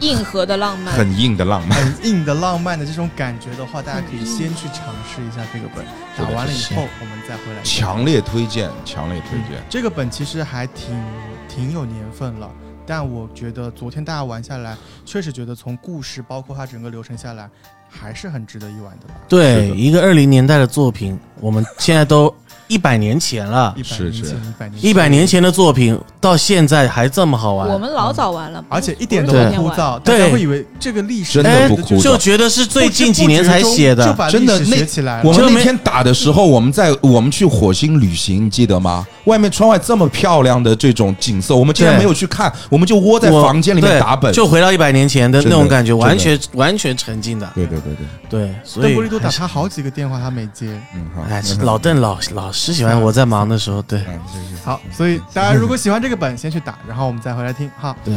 [SPEAKER 7] 硬核的浪漫，
[SPEAKER 1] 很硬的浪漫。
[SPEAKER 4] 很硬的浪漫的这种感觉的话，大家可以先去尝试一下这个本，打完了以后我们再回 来。
[SPEAKER 1] 强烈推荐，强烈推荐。
[SPEAKER 4] 这个本其实还挺挺有年份了，但我觉得昨天大家玩下来，确实觉得从故事包括它整个流程下来，还是很值得一玩的吧。
[SPEAKER 8] 对
[SPEAKER 1] 是的
[SPEAKER 8] 一个二零年代的作品，我们现 在都一百年前了，
[SPEAKER 4] 一百
[SPEAKER 1] 是
[SPEAKER 4] 年
[SPEAKER 1] 是
[SPEAKER 4] 前，一百年
[SPEAKER 8] 一百年前的作品到现在还这么好玩，
[SPEAKER 7] 我们老早玩了，
[SPEAKER 4] 而且一点都
[SPEAKER 7] 不是
[SPEAKER 4] 不
[SPEAKER 7] 昨天
[SPEAKER 4] 枯
[SPEAKER 7] 玩
[SPEAKER 4] 燥，大
[SPEAKER 8] 对
[SPEAKER 4] 家会以为这个历
[SPEAKER 1] 真
[SPEAKER 4] 史
[SPEAKER 1] 的不枯燥
[SPEAKER 8] 哎就觉得是最近几年才写
[SPEAKER 4] 就
[SPEAKER 8] 的。
[SPEAKER 4] 把
[SPEAKER 1] 真
[SPEAKER 4] 历
[SPEAKER 1] 的
[SPEAKER 4] 史
[SPEAKER 1] 那
[SPEAKER 4] 学起来
[SPEAKER 1] 我
[SPEAKER 4] 了。
[SPEAKER 1] 们
[SPEAKER 8] 就
[SPEAKER 1] 那
[SPEAKER 8] 没
[SPEAKER 1] 天打的时候，我们在我们去火星旅行，你记得吗？外面窗外这么漂亮的这种景色，我们竟然
[SPEAKER 8] 对
[SPEAKER 1] 没有去看，我们就窝在
[SPEAKER 8] 我
[SPEAKER 1] 房间里面
[SPEAKER 8] 对
[SPEAKER 1] 打本。
[SPEAKER 8] 就回到一百年前的那
[SPEAKER 1] 真
[SPEAKER 8] 种
[SPEAKER 1] 的
[SPEAKER 8] 感觉，
[SPEAKER 1] 真的
[SPEAKER 8] 完全完全沉浸的。
[SPEAKER 1] 对对对对，
[SPEAKER 8] 对，所
[SPEAKER 4] 邓
[SPEAKER 8] 以
[SPEAKER 4] 布利多打
[SPEAKER 8] 还是
[SPEAKER 4] 他好几个电话，他没接。
[SPEAKER 1] 嗯好。
[SPEAKER 8] 哎，这老邓老老是喜欢我在忙的时 候，对
[SPEAKER 1] 嗯就是
[SPEAKER 4] 好，所以大家如果喜欢这个本，先去打，然后我们再回来听。好，
[SPEAKER 8] 对。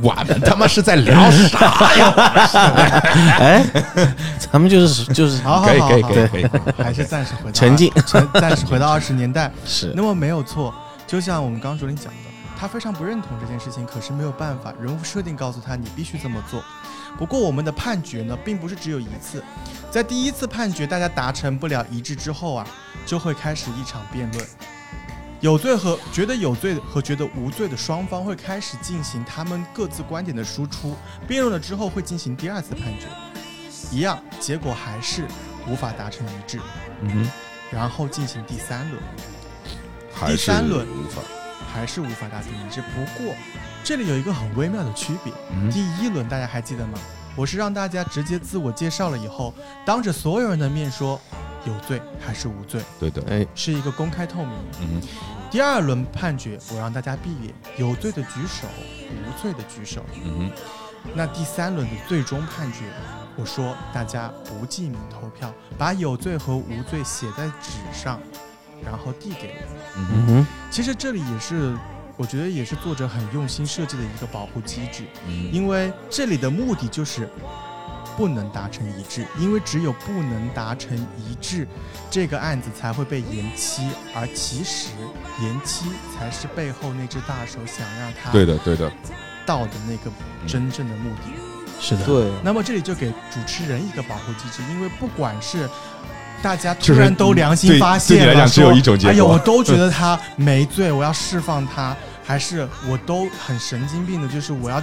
[SPEAKER 1] 我们他妈是在聊啥呀？
[SPEAKER 8] 哎，咱们就是就是
[SPEAKER 4] 好好
[SPEAKER 1] 可以
[SPEAKER 4] 好，
[SPEAKER 1] 可以
[SPEAKER 4] 好
[SPEAKER 1] 可以可以，
[SPEAKER 4] 还是暂时回到
[SPEAKER 8] 沉浸，
[SPEAKER 4] 沉暂时回到二十年代。
[SPEAKER 8] 是
[SPEAKER 4] 那么没有错，就像我们刚刚主理讲的，他非常不认同这件事情，可是没有办法，人物设定告诉他你必须这么做。不过我们的判决呢，并不是只有一次，在第一次判决大家达成不了一致之后啊，就会开始一场辩论。有罪和觉得有罪和觉得无罪的双方会开始进行他们各自观点的输出，辩论了之后会进行第二次判决，一样结果还是无法达成一致，
[SPEAKER 1] 嗯
[SPEAKER 4] 然后进行第三轮。
[SPEAKER 1] 哼
[SPEAKER 4] 第三轮
[SPEAKER 1] 无法。
[SPEAKER 4] 还是无法达成一致。不过，这里有一个很微妙的区别。
[SPEAKER 1] 嗯
[SPEAKER 4] 第一轮大家还记得吗？我是让大家直接自我介绍了以后，当着所有人的面说有罪还是无罪，
[SPEAKER 1] 对的，
[SPEAKER 8] 哎，
[SPEAKER 4] 是一个公开透明。
[SPEAKER 1] 嗯
[SPEAKER 4] 第二轮判决，我让大家闭眼，有罪的举手，无罪的举手。
[SPEAKER 1] 哼嗯
[SPEAKER 4] 那第三轮的最终判决，我说大家不记名投票，把有罪和无罪写在纸上，然后递给我。
[SPEAKER 1] 哼嗯哼
[SPEAKER 8] 嗯哼，
[SPEAKER 4] 其实这里也是，我觉得也是作者很用心设计的一个保护机制，
[SPEAKER 1] 嗯
[SPEAKER 4] 因为这里的目的就是不能达成一致，因为只有不能达成一致，这个案子才会被延期，而其实延期才是背后那只大手想让他
[SPEAKER 1] 对的对的，
[SPEAKER 4] 到的那个真正的目的。
[SPEAKER 1] 嗯
[SPEAKER 8] 是的，
[SPEAKER 5] 对，
[SPEAKER 4] 那么这里就给主持人一个保护机制，因为不管是大家突
[SPEAKER 1] 就是
[SPEAKER 4] 然都良心
[SPEAKER 1] 对
[SPEAKER 4] 发现了，
[SPEAKER 1] 对你来讲只有
[SPEAKER 4] 说
[SPEAKER 1] 一种结果
[SPEAKER 4] 哎呦，我都觉得他没罪，我要释放他，还是我都很神经病的，就是我要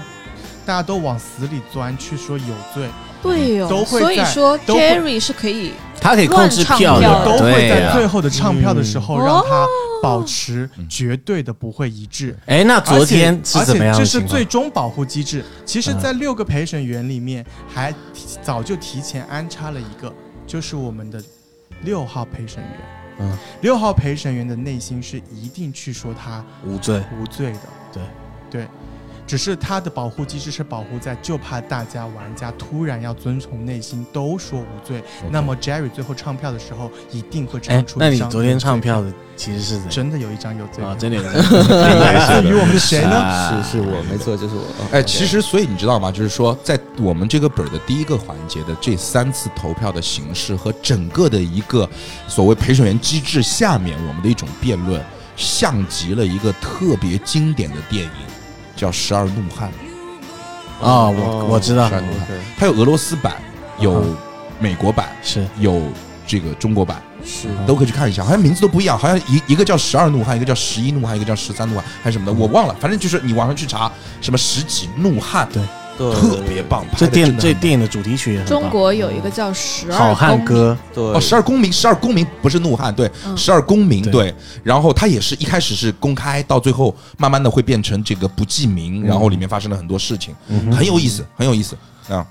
[SPEAKER 4] 大家都往死里钻去说有罪，
[SPEAKER 7] 对哟、
[SPEAKER 4] 都会
[SPEAKER 7] 所以
[SPEAKER 4] 在
[SPEAKER 7] 说
[SPEAKER 4] 都会
[SPEAKER 7] Jerry 是可以
[SPEAKER 8] 他可以控制
[SPEAKER 4] 我
[SPEAKER 7] 乱唱票
[SPEAKER 8] 票的，
[SPEAKER 4] 都会
[SPEAKER 8] 对啊
[SPEAKER 4] 在
[SPEAKER 8] 呀
[SPEAKER 4] 最。后的唱票的时候
[SPEAKER 7] 嗯
[SPEAKER 4] 让
[SPEAKER 8] 哦
[SPEAKER 4] 他保持绝对的不会一致。
[SPEAKER 8] 哎，那昨天是
[SPEAKER 4] 而且
[SPEAKER 8] 怎么样
[SPEAKER 4] 这
[SPEAKER 8] 的
[SPEAKER 4] 是
[SPEAKER 8] 情况
[SPEAKER 4] 最？终保护机制。其实，
[SPEAKER 8] 嗯
[SPEAKER 4] 在六个陪审员里面，还提早就提前安插了一个，就是我们的六号陪审员。
[SPEAKER 8] 嗯，
[SPEAKER 4] 六号陪审员的内心是一定去说他
[SPEAKER 8] 无罪，
[SPEAKER 4] 无罪的。
[SPEAKER 8] 对，
[SPEAKER 4] 对，只是他的保护机制是保护在，就怕大家玩家突然要遵从内心都说无罪，那么 Jerry 最后唱票的时候一定会唱
[SPEAKER 8] 哎，
[SPEAKER 4] 出一张
[SPEAKER 8] 那
[SPEAKER 4] 有
[SPEAKER 8] 你
[SPEAKER 4] 罪。
[SPEAKER 8] 昨天唱票的其实是谁？
[SPEAKER 4] 真的有一张有罪
[SPEAKER 8] 啊，
[SPEAKER 4] 票？
[SPEAKER 8] 真的有人，
[SPEAKER 4] 来自于我们的谁呢？
[SPEAKER 8] 啊
[SPEAKER 5] 是是我没错，就是我。
[SPEAKER 1] 哎，其实所以你知道吗？就是说，在我们这个本儿的第一个环节的这三次投票的形式和整个的一个所谓陪审员机制下面，我们的一种辩论，像极了一个特别经典的电影，叫《十二怒汉》。
[SPEAKER 8] 啊，我我知道
[SPEAKER 1] 十，二怒汉，它有俄罗斯版，有
[SPEAKER 8] 嗯
[SPEAKER 1] 美国版，
[SPEAKER 8] 是
[SPEAKER 1] 有这个中国版，
[SPEAKER 5] 是
[SPEAKER 1] 都可以去看一下。好像名字都不一样，好像一一个叫《十二怒汉》，一个叫《十一怒汉》，一个叫《十三怒汉》，还是什么的，我忘了。反正就是你网上去查什么十几怒汉，
[SPEAKER 8] 对
[SPEAKER 1] 特别棒。
[SPEAKER 8] 这
[SPEAKER 1] 拍得
[SPEAKER 8] 电
[SPEAKER 1] 真的
[SPEAKER 8] 这
[SPEAKER 1] 很棒
[SPEAKER 8] 电影的主题曲也很棒
[SPEAKER 7] 中国有一个叫十二
[SPEAKER 8] 好汉歌，
[SPEAKER 5] 对
[SPEAKER 1] 哦，十二公民，十二公民不是怒汉，对，
[SPEAKER 7] 嗯
[SPEAKER 1] 十二公民，
[SPEAKER 8] 对
[SPEAKER 1] 对。然后他也是一开始是公开，到最后慢慢的会变成这个不记
[SPEAKER 5] 嗯
[SPEAKER 1] 名，然后里面发生了很多事情，很有意思，很有意思啊。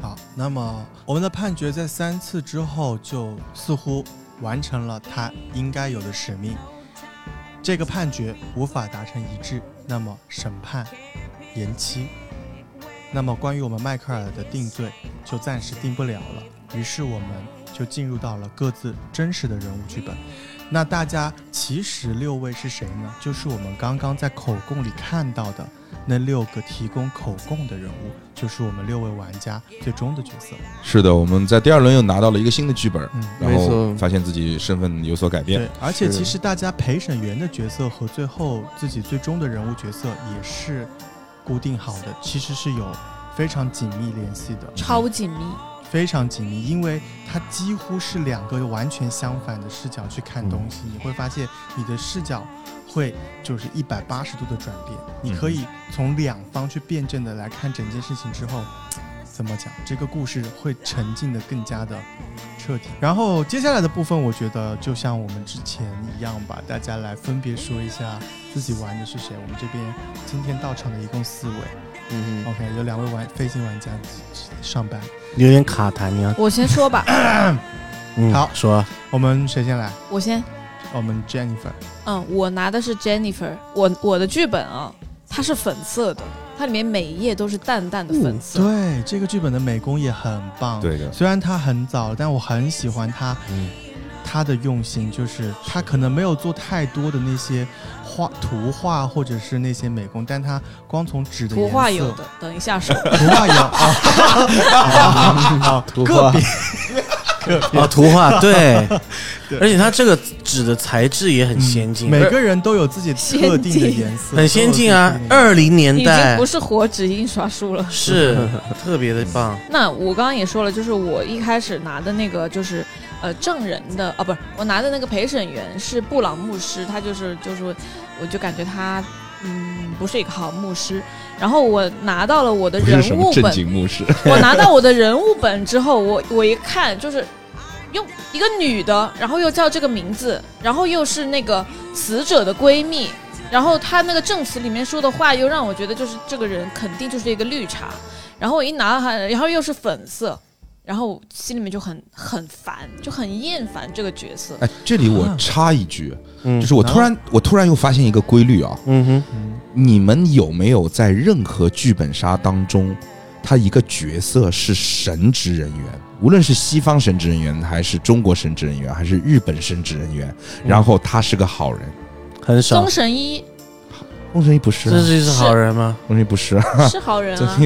[SPEAKER 4] 好，那么我们的判决在三次之后就似乎完成了他应该有的使命。这个判决无法达成一致，那么审判延期。那么关于我们迈克尔的定罪就暂时定不了了，于是我们就进入到了各自真实的人物剧本。那大家其实六位是谁呢？就是我们刚刚在口供里看到的那六个提供口供的人物，就是我们六位玩家最终的角色。
[SPEAKER 1] 是的，我们在第二轮又拿到了一个新的剧本，
[SPEAKER 4] 嗯，
[SPEAKER 1] 然
[SPEAKER 5] 没
[SPEAKER 1] 后
[SPEAKER 5] 错
[SPEAKER 1] 发现自己身份有所改变。
[SPEAKER 4] 对，而且
[SPEAKER 5] 是
[SPEAKER 4] 其实大家陪审员的角色和最后自己最终的人物角色也是固定好的，其实是有非常紧密联系的，
[SPEAKER 7] 超紧密，
[SPEAKER 4] 非常紧密，因为它几乎是两个完全相反的视角去看东西，你会发现你的视角会就是一百八十度的转变，你可以从两方去辩证的来看整件事情之后，怎么讲这个故事会沉浸的更加的彻底。然后接下来的部分，我觉得就像我们之前一样吧，大家来分别说一下自己玩的是谁。我们这边今天到场的一共四位
[SPEAKER 8] 嗯哼，
[SPEAKER 4] ，OK，有两位玩飞行玩家上班。
[SPEAKER 8] 有点卡痰，你要
[SPEAKER 7] 我先说吧，
[SPEAKER 8] 嗯
[SPEAKER 4] 好
[SPEAKER 8] 说
[SPEAKER 4] 我们谁先来？
[SPEAKER 7] 我先，
[SPEAKER 4] 我们 Jennifer，
[SPEAKER 7] 嗯，我拿的是 Jennifer，我我的剧本啊，它是粉色的，它里面每一页都是淡淡的粉色，
[SPEAKER 4] 哦对这个剧本的美工也很棒。，
[SPEAKER 1] 对的，
[SPEAKER 4] 虽然它很早，但我很喜欢它。
[SPEAKER 8] 嗯
[SPEAKER 4] 它的用心就是，它可能没有做太多的那些画、图画或者是那些美工，但它光从纸的
[SPEAKER 7] 图画
[SPEAKER 4] 颜色
[SPEAKER 7] 有的，等 一下说，
[SPEAKER 4] 图画有啊，
[SPEAKER 8] 图
[SPEAKER 4] 个
[SPEAKER 8] 画
[SPEAKER 4] 别
[SPEAKER 8] 啊，图画对，而且它这个纸的材质也很先进，
[SPEAKER 4] 嗯每个人都有自己特定的
[SPEAKER 7] 先进
[SPEAKER 4] 颜色，
[SPEAKER 8] 很先进啊
[SPEAKER 4] 都有自己，的颜色
[SPEAKER 8] 二零年
[SPEAKER 7] 已经
[SPEAKER 8] 代
[SPEAKER 7] 不是活纸印刷术了。
[SPEAKER 8] 是特别的棒，
[SPEAKER 7] 那我刚刚也说了，就是我一开始拿的那个就是呃证人的啊，不是我拿的那个陪审员是布朗牧师，他就是就是我就感觉他嗯不是一个好牧师。然后我拿到了我的
[SPEAKER 1] 不是
[SPEAKER 7] 人
[SPEAKER 1] 什么
[SPEAKER 7] 物
[SPEAKER 1] 正
[SPEAKER 7] 本，
[SPEAKER 1] 经牧师，
[SPEAKER 7] 我拿到我的人物本之后，我我一看就是。又一个女的，然后又叫这个名字，然后又是那个死者的闺蜜，然后她那个证词里面说的话，又让我觉得就是这个人肯定就是一个绿茶。然后我一拿到她，然后又是粉色，然后心里面就很很烦，就很厌烦这个角色。
[SPEAKER 1] 哎，这里我插一句，
[SPEAKER 8] 嗯
[SPEAKER 1] 就是我突然我突然又发现一个规律啊，
[SPEAKER 8] 嗯哼，
[SPEAKER 1] 你们有没有在任何剧本杀当中，他一个角色是神职人员，无论是西方神职人员，还是中国神职人员，还是日本神职人员，然后他是个好人，
[SPEAKER 8] 很少
[SPEAKER 7] 宗，神一
[SPEAKER 1] 翁神一不是啊，
[SPEAKER 8] 这是一只好人吗？
[SPEAKER 1] 翁神一不 是啊，
[SPEAKER 7] 是好人
[SPEAKER 1] 这
[SPEAKER 7] 啊，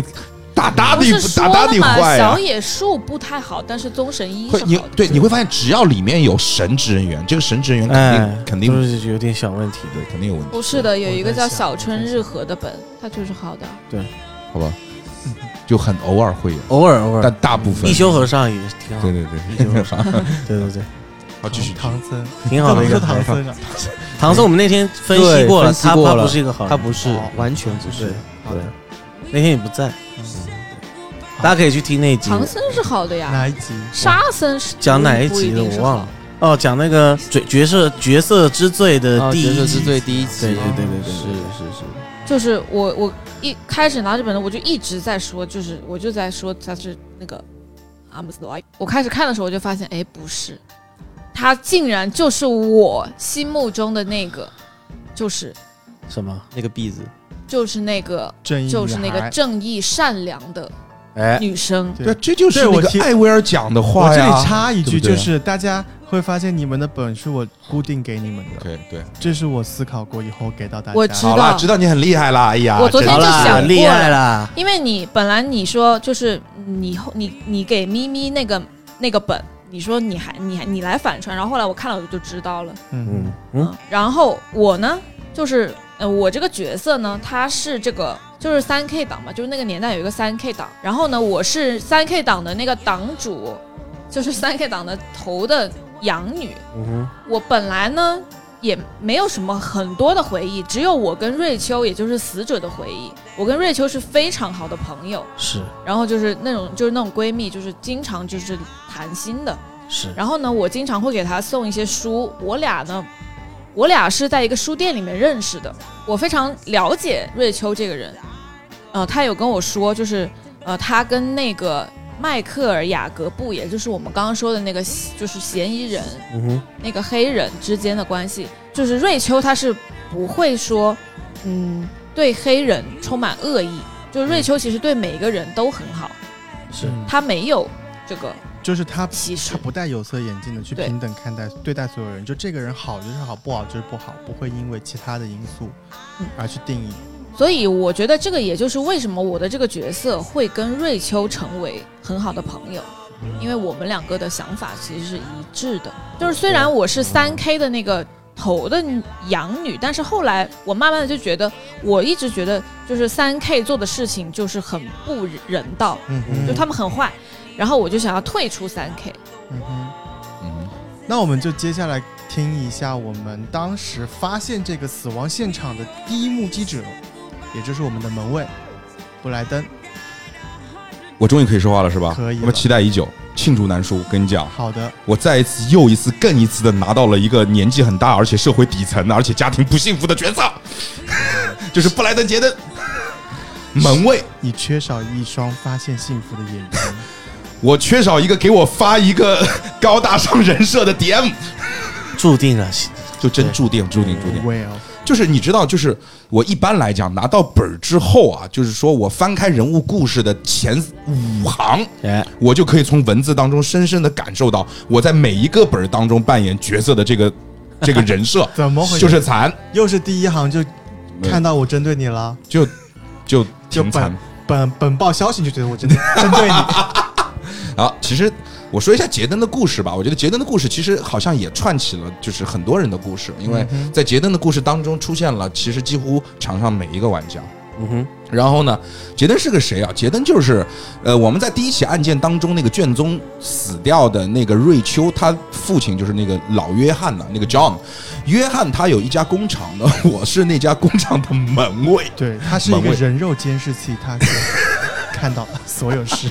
[SPEAKER 1] 大大
[SPEAKER 7] 不
[SPEAKER 1] 的
[SPEAKER 7] 是说
[SPEAKER 1] 大大
[SPEAKER 7] 了
[SPEAKER 1] 的
[SPEAKER 7] 嘛，
[SPEAKER 1] 坏呀、
[SPEAKER 7] 小野树不太好，但是宗神一
[SPEAKER 1] 会
[SPEAKER 7] 是
[SPEAKER 1] 你
[SPEAKER 7] 好的。
[SPEAKER 1] 对你会发现，只要里面有神职人员，这个神职人员肯定、
[SPEAKER 8] 哎，
[SPEAKER 1] 肯
[SPEAKER 8] 都
[SPEAKER 1] 定
[SPEAKER 8] 是有点小问题
[SPEAKER 1] 对肯定有问题，
[SPEAKER 7] 不是的，有
[SPEAKER 4] 我
[SPEAKER 7] 一个
[SPEAKER 4] 在
[SPEAKER 7] 叫
[SPEAKER 4] 想
[SPEAKER 7] 小
[SPEAKER 4] 我在
[SPEAKER 7] 春
[SPEAKER 4] 想
[SPEAKER 7] 日和的本，它就是好的。
[SPEAKER 1] 好吧？就很偶尔会有，
[SPEAKER 8] 的，偶尔偶
[SPEAKER 1] 但
[SPEAKER 8] 尔，
[SPEAKER 1] 大部分
[SPEAKER 8] 一休和尚也是挺好
[SPEAKER 1] 对
[SPEAKER 8] 的，
[SPEAKER 1] 对
[SPEAKER 8] 一
[SPEAKER 1] 对，
[SPEAKER 8] 休和尚，对对对，
[SPEAKER 1] 好继续。
[SPEAKER 4] 唐僧，
[SPEAKER 8] 挺嗯好的一 个
[SPEAKER 4] 怎么说唐僧啊，
[SPEAKER 8] 唐僧，我们那天分析
[SPEAKER 6] 对
[SPEAKER 8] 过了，
[SPEAKER 6] 分析
[SPEAKER 8] 他
[SPEAKER 6] 过
[SPEAKER 8] 他
[SPEAKER 6] 了
[SPEAKER 8] 不是一个好人，
[SPEAKER 6] 他不是
[SPEAKER 4] 哦，
[SPEAKER 6] 完全不是。嗯好的，
[SPEAKER 8] 那天也不在，大家可以去听那一集。
[SPEAKER 7] 唐僧是好的呀，
[SPEAKER 4] 哪一集？
[SPEAKER 7] 沙僧是
[SPEAKER 8] 讲哪一集的我忘了。哦，讲那个角角色角色之最的
[SPEAKER 6] 哦
[SPEAKER 8] 呃第
[SPEAKER 6] 角
[SPEAKER 8] 一
[SPEAKER 6] 色
[SPEAKER 8] 集
[SPEAKER 6] 之，最第一集，
[SPEAKER 8] 对对对对对
[SPEAKER 6] 是是是，
[SPEAKER 7] 就是我我一开始拿这本的，我就一直在说，就是我就在说他是那个阿姆斯特莱。我开始看的时候，我就发现，哎，不是，他竟然就是我心目中的那个，就是
[SPEAKER 8] 什么？
[SPEAKER 6] 那个篦子，
[SPEAKER 7] 就是那个
[SPEAKER 4] 正义
[SPEAKER 7] 就是那
[SPEAKER 4] 女
[SPEAKER 7] 个
[SPEAKER 4] 孩
[SPEAKER 7] 正义善良的
[SPEAKER 8] 哎，
[SPEAKER 7] 女生。
[SPEAKER 1] 对，这就是
[SPEAKER 4] 对
[SPEAKER 1] 那
[SPEAKER 4] 我
[SPEAKER 1] 个
[SPEAKER 4] 听
[SPEAKER 1] 艾薇儿讲的
[SPEAKER 4] 我
[SPEAKER 1] 话
[SPEAKER 4] 这
[SPEAKER 1] 呀。
[SPEAKER 4] 里插一
[SPEAKER 1] 对
[SPEAKER 4] 句，
[SPEAKER 1] 不对
[SPEAKER 4] 就是大家会发现你们的本是我固定给你们的，
[SPEAKER 1] 对对，
[SPEAKER 4] 这是我思考过以后给到大家。
[SPEAKER 7] 我知
[SPEAKER 1] 好啦，知道你很厉害啦。哎呀，
[SPEAKER 7] 我昨天
[SPEAKER 8] 好
[SPEAKER 7] 就想
[SPEAKER 8] 啦，
[SPEAKER 7] 过了
[SPEAKER 8] 厉害啦，
[SPEAKER 7] 因为你本来你说就是你后你你给咪咪那个那个本，你说你还你还你来反串，然后后来我看了我就知道了。
[SPEAKER 4] 嗯
[SPEAKER 8] 嗯，嗯，
[SPEAKER 7] 嗯，然后我呢，就是呃，我这个角色呢，他是这个就是三 K 党嘛，就是那个年代有一个三 K 党，然后呢，我是三 K 党的那个党主，就是三 K 党的头的养女。
[SPEAKER 8] 嗯哼，
[SPEAKER 7] 我本来呢也没有什么很多的回忆，只有我跟瑞秋，也就是死者的回忆。我跟瑞秋是非常好的朋友，
[SPEAKER 8] 是
[SPEAKER 7] 然后就是那种就是那种闺蜜，就是经常就是谈心的。
[SPEAKER 8] 是，
[SPEAKER 7] 然后呢，我经常会给他送一些书。我俩呢，我俩是在一个书店里面认识的。我非常了解瑞秋这个人，呃，他有跟我说，就是呃，他跟那个迈克尔·雅各布，也就是我们刚刚说的那个就是嫌疑人
[SPEAKER 8] 嗯哼，
[SPEAKER 7] 那个黑人之间的关系，就是瑞秋他是不会说，嗯，对黑人充满恶意。就是瑞秋其实对每一个人都很好，
[SPEAKER 8] 是
[SPEAKER 4] 嗯
[SPEAKER 7] 他没有这个
[SPEAKER 4] 就是他
[SPEAKER 7] 歧视
[SPEAKER 4] 他。不戴有色眼镜的去
[SPEAKER 7] 对
[SPEAKER 4] 平等看待对待所有人，就这个人好就是好，不好就是不好，不会因为其他的因素
[SPEAKER 7] 嗯
[SPEAKER 4] 而去定义。
[SPEAKER 7] 所以我觉得这个也就是为什么我的这个角色会跟瑞秋成为很好的朋友，因为我们两个的想法其实是一致的。就是虽然我是三 K 的那个头的养女，但是后来我慢慢的就觉得，我一直觉得就是三 K 做的事情就是很不人道，
[SPEAKER 4] 嗯哼
[SPEAKER 7] 就他们很坏，然后我就想要退出三 K。
[SPEAKER 4] 嗯哼，
[SPEAKER 1] 嗯
[SPEAKER 4] 那我们就接下来听一下我们当时发现这个死亡现场的第一目击者，也就是我们的门卫布莱登。
[SPEAKER 1] 哼，我终于可以说话了是吧？
[SPEAKER 4] 可以
[SPEAKER 1] 我
[SPEAKER 4] 了
[SPEAKER 1] 们期待已久，罄竹难书。跟你讲，
[SPEAKER 4] 好的，
[SPEAKER 1] 我再一次又一次更一次的拿到了一个年纪很大，而且社会底层，而且家庭不幸福的角色， 就是布莱登·杰登，门卫。
[SPEAKER 4] 你缺少一双发现幸福的眼睛。
[SPEAKER 1] 我缺少一个给我发一个高大上人设的 DM，
[SPEAKER 8] 注定了
[SPEAKER 1] 就真注定注定注定。
[SPEAKER 4] Well，，
[SPEAKER 1] 就是你知道，就是我一般来讲拿到本儿之后啊，就是说我翻开人物故事的前五行，
[SPEAKER 8] 哎，
[SPEAKER 1] 我就可以从文字当中深深的感受到我在每一个本儿当中扮演角色的这个 这个人设
[SPEAKER 4] 怎么回事？
[SPEAKER 1] 就是残，
[SPEAKER 4] 又是第一行就看到我针对你了，
[SPEAKER 1] 就就
[SPEAKER 4] 就
[SPEAKER 1] 挺惨
[SPEAKER 4] 本。本本报消息你就觉得我针对针对你，
[SPEAKER 1] 好，啊其实我说一下杰登的故事吧。我觉得杰登的故事其实好像也串起了，就是很多人的故事，因为在杰登的故事当中出现了，其实几乎场上每一个玩家。
[SPEAKER 8] 嗯哼，
[SPEAKER 1] 然后呢，杰登是个谁啊？杰登就是，呃，我们在第一起案件当中那个卷宗死掉的那个瑞秋，他父亲就是那个老约翰呐、那个 John。约翰他有一家工厂的， 我是那家工厂的门卫。
[SPEAKER 4] 对他是一
[SPEAKER 1] 门
[SPEAKER 4] 个
[SPEAKER 1] 卫
[SPEAKER 4] 人肉监视器，他可以看到所有事，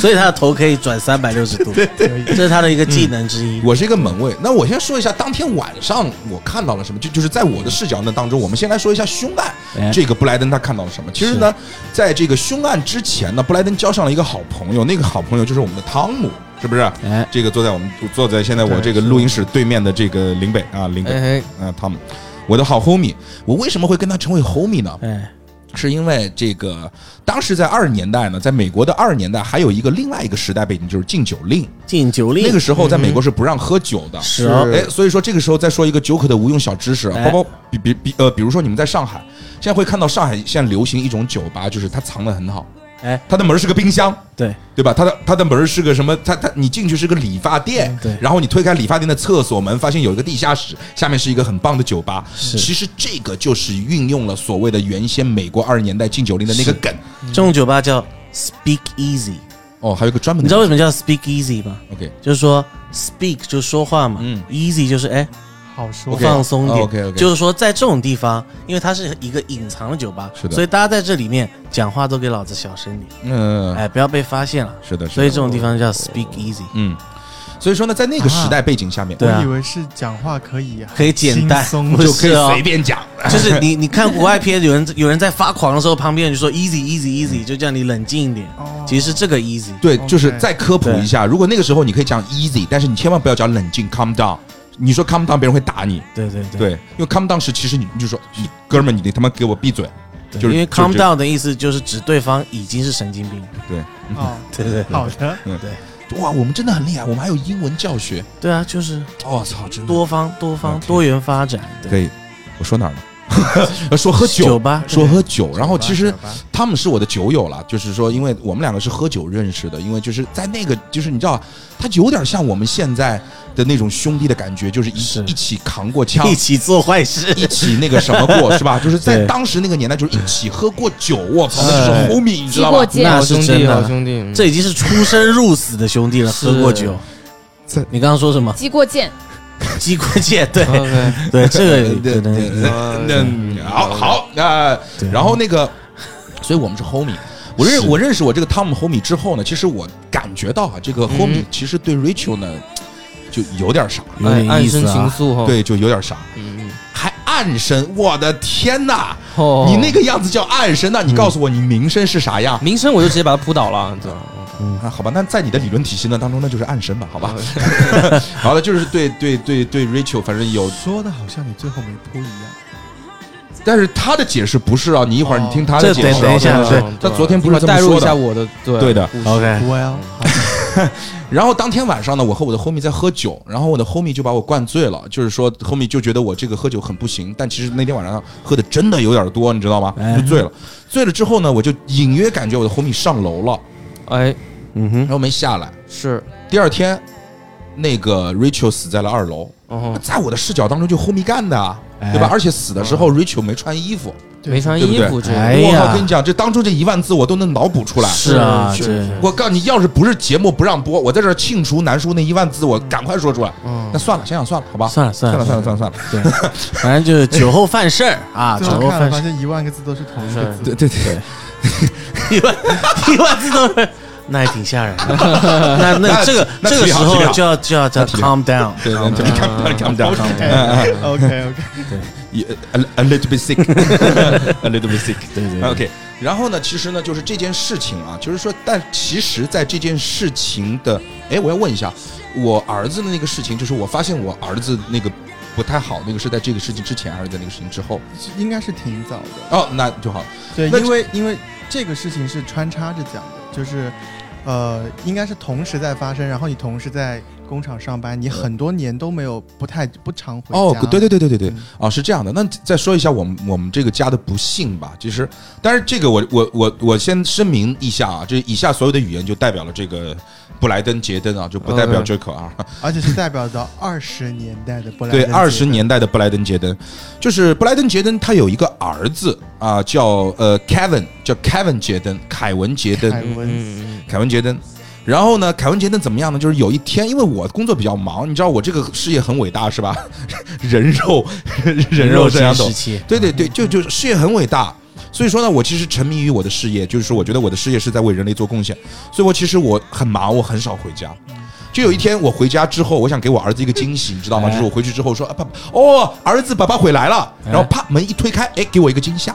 [SPEAKER 8] 所以他的头可以转三百六十度，
[SPEAKER 4] 可以
[SPEAKER 8] 这是他的一个技能之一。
[SPEAKER 1] 我是一个门卫。那我先说一下当天晚上我看到了什么，就就是在我的视角那当中，我们先来说一下凶案。
[SPEAKER 8] 哎
[SPEAKER 1] 这个布莱登他看到了什么？其实呢，在这个凶案之前呢，布莱登交上了一个好朋友，那个好朋友就是我们的汤姆，是不是？
[SPEAKER 8] 哎，
[SPEAKER 1] 这个坐在我们坐在现在我这个录音室对面的这个林北啊，林北啊、
[SPEAKER 6] 哎，
[SPEAKER 1] 汤姆，我的好 homie。我为什么会跟他成为 homie 呢？
[SPEAKER 8] 哎，
[SPEAKER 1] 是因为这个当时在二十年代呢，在美国的二十年代还有一个另外一个时代背景，就是禁酒令。
[SPEAKER 8] 禁酒令嗯
[SPEAKER 1] 那个时候在美国是不让喝酒的，
[SPEAKER 8] 是哦
[SPEAKER 1] 哎，所以说这个时候再说一个酒可的无用小知识啊，
[SPEAKER 8] 哎
[SPEAKER 1] 包括比比比呃，比如说你们在上海，现在会看到上海现在流行一种酒吧，就是它藏的很好，
[SPEAKER 8] 哎，
[SPEAKER 1] 它的门儿是个冰箱，
[SPEAKER 8] 对
[SPEAKER 1] 对吧？它的它的门儿是个什么？它它你进去是个理发店，
[SPEAKER 8] 嗯对
[SPEAKER 1] 然后你推开理发店的厕所门，发现有一个地下室，下面是一个很棒的酒吧。
[SPEAKER 8] 是
[SPEAKER 1] 其实这个就是运用了所谓的原先美国二十年代禁酒令的那个梗。
[SPEAKER 8] 这种酒吧叫 Speak Easy，
[SPEAKER 1] 哦，还有一个专门的，
[SPEAKER 8] 你知道为什么叫 Speak Easy 吗？
[SPEAKER 1] OK
[SPEAKER 8] 就是说 Speak 就说话嘛、
[SPEAKER 1] 嗯
[SPEAKER 8] e a s y 就是哎
[SPEAKER 4] 好说。
[SPEAKER 8] 放松点。
[SPEAKER 1] OK OK，
[SPEAKER 8] 就是说，在这种地方，因为它是一个隐藏的酒吧，
[SPEAKER 1] 是的
[SPEAKER 8] 所以大家在这里面讲话都给老子小声点，
[SPEAKER 1] 嗯、
[SPEAKER 8] 哎，不要被发现了。
[SPEAKER 1] 是的，是的哦
[SPEAKER 8] 所以这种地方叫 Speak Easy，
[SPEAKER 1] 嗯，所以说呢，在那个时代背景下面，
[SPEAKER 8] 对啊
[SPEAKER 4] 我以为是讲话可以啊，
[SPEAKER 8] 可以简单
[SPEAKER 4] 轻松
[SPEAKER 8] 不
[SPEAKER 1] 哦就是啊可以
[SPEAKER 8] 哦
[SPEAKER 1] 随便讲。
[SPEAKER 8] 就是你你看国外片，有人有人在发狂的时候，旁边人就说 Easy Easy
[SPEAKER 1] 嗯
[SPEAKER 8] Easy，就叫你冷静一点。
[SPEAKER 4] 哦
[SPEAKER 8] 其实是这个 Easy，
[SPEAKER 1] 对，
[SPEAKER 4] OK
[SPEAKER 1] 就是再科普一下，如果那个时候你可以讲 easy，但是你千万不要讲冷静 calm down。你说 calm down，别人会打你。
[SPEAKER 8] 对对对
[SPEAKER 1] 对，因为 calm down 时，其实你你就说你哥们儿，你得他妈给我闭嘴。
[SPEAKER 8] 对
[SPEAKER 1] 就是
[SPEAKER 8] 因为
[SPEAKER 1] 就是
[SPEAKER 8] calm down 的意思就是指对方已经是神经病。
[SPEAKER 1] 对，嗯
[SPEAKER 4] 哦，
[SPEAKER 8] 对对
[SPEAKER 4] 好的，
[SPEAKER 1] 哇，我们真的很厉害，我们还有英文教学。
[SPEAKER 8] 对啊，就是
[SPEAKER 1] 我、操，真的
[SPEAKER 8] 多方多
[SPEAKER 1] 嗯
[SPEAKER 8] 方
[SPEAKER 1] OK
[SPEAKER 8] 多元发展。对
[SPEAKER 1] 可以。我说哪儿了？ 说喝酒，
[SPEAKER 8] 酒吧
[SPEAKER 1] 说喝酒。然后其实
[SPEAKER 4] 好吧
[SPEAKER 1] 他们是我的酒友了，就是说，因为我们两个是喝酒认识的，因为就是在那个，就是你知道，他有点像我们现在的那种兄弟的感觉，就是一
[SPEAKER 8] 是
[SPEAKER 1] 一起扛过枪，
[SPEAKER 8] 一起做坏事。
[SPEAKER 1] 一起那个什么过是吧？就是在
[SPEAKER 8] 对
[SPEAKER 1] 当时那个年代，就是一起喝过酒，我操，那就是 homie，你知
[SPEAKER 7] 击
[SPEAKER 1] 道
[SPEAKER 7] 过
[SPEAKER 1] 吧？
[SPEAKER 7] 街，
[SPEAKER 8] 那
[SPEAKER 6] 好
[SPEAKER 8] 是
[SPEAKER 6] 兄
[SPEAKER 8] 真
[SPEAKER 6] 弟，
[SPEAKER 8] 的
[SPEAKER 6] 好兄弟，嗯
[SPEAKER 8] 这已经是出生入死的兄弟了，
[SPEAKER 6] 是
[SPEAKER 8] 喝过酒。你刚刚说 什么？
[SPEAKER 7] 击过剑，
[SPEAKER 8] 鸡过界？对
[SPEAKER 6] OK，
[SPEAKER 8] 对，这
[SPEAKER 1] 嗯
[SPEAKER 8] 个对对
[SPEAKER 1] 对那好嗯好那
[SPEAKER 8] 对
[SPEAKER 1] 然后那个，所以我们是 homie。我认
[SPEAKER 8] 是
[SPEAKER 1] 我认识我这个汤姆 homie 之后呢，其实我感觉到啊，这个
[SPEAKER 8] 嗯
[SPEAKER 1] homie 其实对 Rachel 呢就有点啥，
[SPEAKER 8] 有点
[SPEAKER 6] 哎暗
[SPEAKER 8] 意思
[SPEAKER 6] 生情
[SPEAKER 8] 啊。
[SPEAKER 6] 愫哈，
[SPEAKER 1] 对，就有点啥，
[SPEAKER 6] 嗯，嗯
[SPEAKER 1] 还暗深，我的天呐，
[SPEAKER 6] 哦，
[SPEAKER 1] 你那个样子叫暗深，那你告诉我你明深是啥样？
[SPEAKER 6] 名声我就直接把他扑倒了，你知道吗？
[SPEAKER 1] 啊，好吧，那在你的理论体系呢当中，那就是暗深吧，好吧。好了，就是对对对对 Rachel，反正有，
[SPEAKER 4] 说的好像你最后没扑一样。
[SPEAKER 1] 但是他的解释不是啊，你一会儿你听他的
[SPEAKER 8] 这
[SPEAKER 1] 解释
[SPEAKER 8] 等一
[SPEAKER 1] 啊。
[SPEAKER 8] 下
[SPEAKER 6] 对
[SPEAKER 8] 对
[SPEAKER 6] 吧
[SPEAKER 1] 他昨天不是这么
[SPEAKER 6] 代入一
[SPEAKER 1] 说的
[SPEAKER 6] 下我的，对
[SPEAKER 1] 对的
[SPEAKER 6] 故事
[SPEAKER 8] OK，
[SPEAKER 4] Well，好
[SPEAKER 1] 然后当天晚上呢，我和我的 homie 在喝酒，然后我的 homie 就把我灌醉了，就是说 homie 就觉得我这个喝酒很不行，但其实那天晚上喝的真的有点多，你知道吗？就醉了，醉了之后呢，我就隐约感觉我的 homie 上楼了，
[SPEAKER 6] 哎，
[SPEAKER 1] 然
[SPEAKER 8] 嗯哼，
[SPEAKER 1] 后没下来。
[SPEAKER 6] 是
[SPEAKER 1] 第二天，那个 Rachel 死在了二楼，
[SPEAKER 6] 哦，
[SPEAKER 1] 在我的视角当中就后密干的啊，
[SPEAKER 8] 哎
[SPEAKER 1] 对吧？而且死的时候 Rachel 没穿衣服，
[SPEAKER 6] 没穿衣服这，
[SPEAKER 8] 哎
[SPEAKER 1] 我
[SPEAKER 8] 呀
[SPEAKER 1] 靠，跟你讲，这当初这一万字我都能脑补出来。
[SPEAKER 8] 是啊，
[SPEAKER 1] 嗯
[SPEAKER 6] 是
[SPEAKER 8] 这
[SPEAKER 1] 我告诉你，要是不是节目不让播，我在这儿罄竹难书那一万字，我赶快说出来。
[SPEAKER 6] 嗯
[SPEAKER 1] 那，算了，想想算了，好吧，
[SPEAKER 8] 算了算
[SPEAKER 1] 算
[SPEAKER 8] 了
[SPEAKER 1] 了，算了，算了，算了。
[SPEAKER 8] 对，反正就是酒后犯事儿啊，
[SPEAKER 4] 最
[SPEAKER 8] 酒
[SPEAKER 4] 后
[SPEAKER 8] 后
[SPEAKER 4] 看了
[SPEAKER 8] 犯事
[SPEAKER 4] 发
[SPEAKER 8] 儿，
[SPEAKER 4] 现一万个字都是同一个
[SPEAKER 1] 对
[SPEAKER 4] 字，
[SPEAKER 1] 对对，
[SPEAKER 8] 一万 一万字都是，那也挺吓人的。那那
[SPEAKER 1] 那
[SPEAKER 8] 这个
[SPEAKER 1] 那
[SPEAKER 8] 这个
[SPEAKER 1] 体
[SPEAKER 8] 时
[SPEAKER 1] 谅
[SPEAKER 8] 候
[SPEAKER 1] 体谅
[SPEAKER 8] 就要就要就要
[SPEAKER 1] 体谅
[SPEAKER 8] calm down，
[SPEAKER 1] 对对对，看不到，看不到
[SPEAKER 4] OK OK OK，
[SPEAKER 1] ，a a little bit sick，a little bit sick。
[SPEAKER 8] 对对对
[SPEAKER 1] OK，然后呢，其实呢，就是这件事情啊，就是说，但其实在这件事情的，哎，我要问一下，我儿子的那个事情，就是我发现我儿子那个不太好，那个是在这个事情之前，还是在那个事情之后？
[SPEAKER 4] 应该是挺早的。
[SPEAKER 1] 哦，那就好了。
[SPEAKER 4] 对，
[SPEAKER 1] 那
[SPEAKER 4] 因为因为这个事情是穿插着讲的，就是，呃，应该是同时在发生，然后你同时在工厂上班，你很多年都没有不太不常回家。
[SPEAKER 1] 哦，对对对对对对
[SPEAKER 4] 嗯，
[SPEAKER 1] 哦，是这样的。那再说一下我们我们这个家的不幸吧。其实，但是这个我我我我先声明一下啊，就是以下所有的语言就代表了这个布莱登杰登啊，就不代
[SPEAKER 4] 呃
[SPEAKER 1] 表 Jaco 啊。
[SPEAKER 4] 而且是代表着二十年代的布莱
[SPEAKER 1] 对，
[SPEAKER 4] 登
[SPEAKER 1] 二
[SPEAKER 4] 阶
[SPEAKER 1] 十
[SPEAKER 4] 段
[SPEAKER 1] 年代的布莱登杰登，就是布莱登杰登他有一个儿子啊，叫呃 Kevin，叫 Kevin 杰登，凯文杰登，
[SPEAKER 4] 凯文
[SPEAKER 6] 嗯
[SPEAKER 1] 凯文杰登。然后呢，凯文杰登怎么样呢？就是有一天，因为我工作比较忙，你知道我这个事业很伟大是吧？ 人肉 人肉摄像头
[SPEAKER 8] 时，期，
[SPEAKER 1] 对对对，就就是事业很伟大。所以说呢，我其实沉迷于我的事业，就是说，我觉得我的事业是在为人类做贡献。所以我其实我很忙，我很少回家。就有一天我回家之后，我想给我儿子一个惊喜，你知道吗？
[SPEAKER 8] 哎
[SPEAKER 1] 就是我回去之后说，啊、爸爸，哦，儿子，爸爸回来了。
[SPEAKER 8] 哎
[SPEAKER 1] 然后啪门一推开，哎，给我一个惊吓。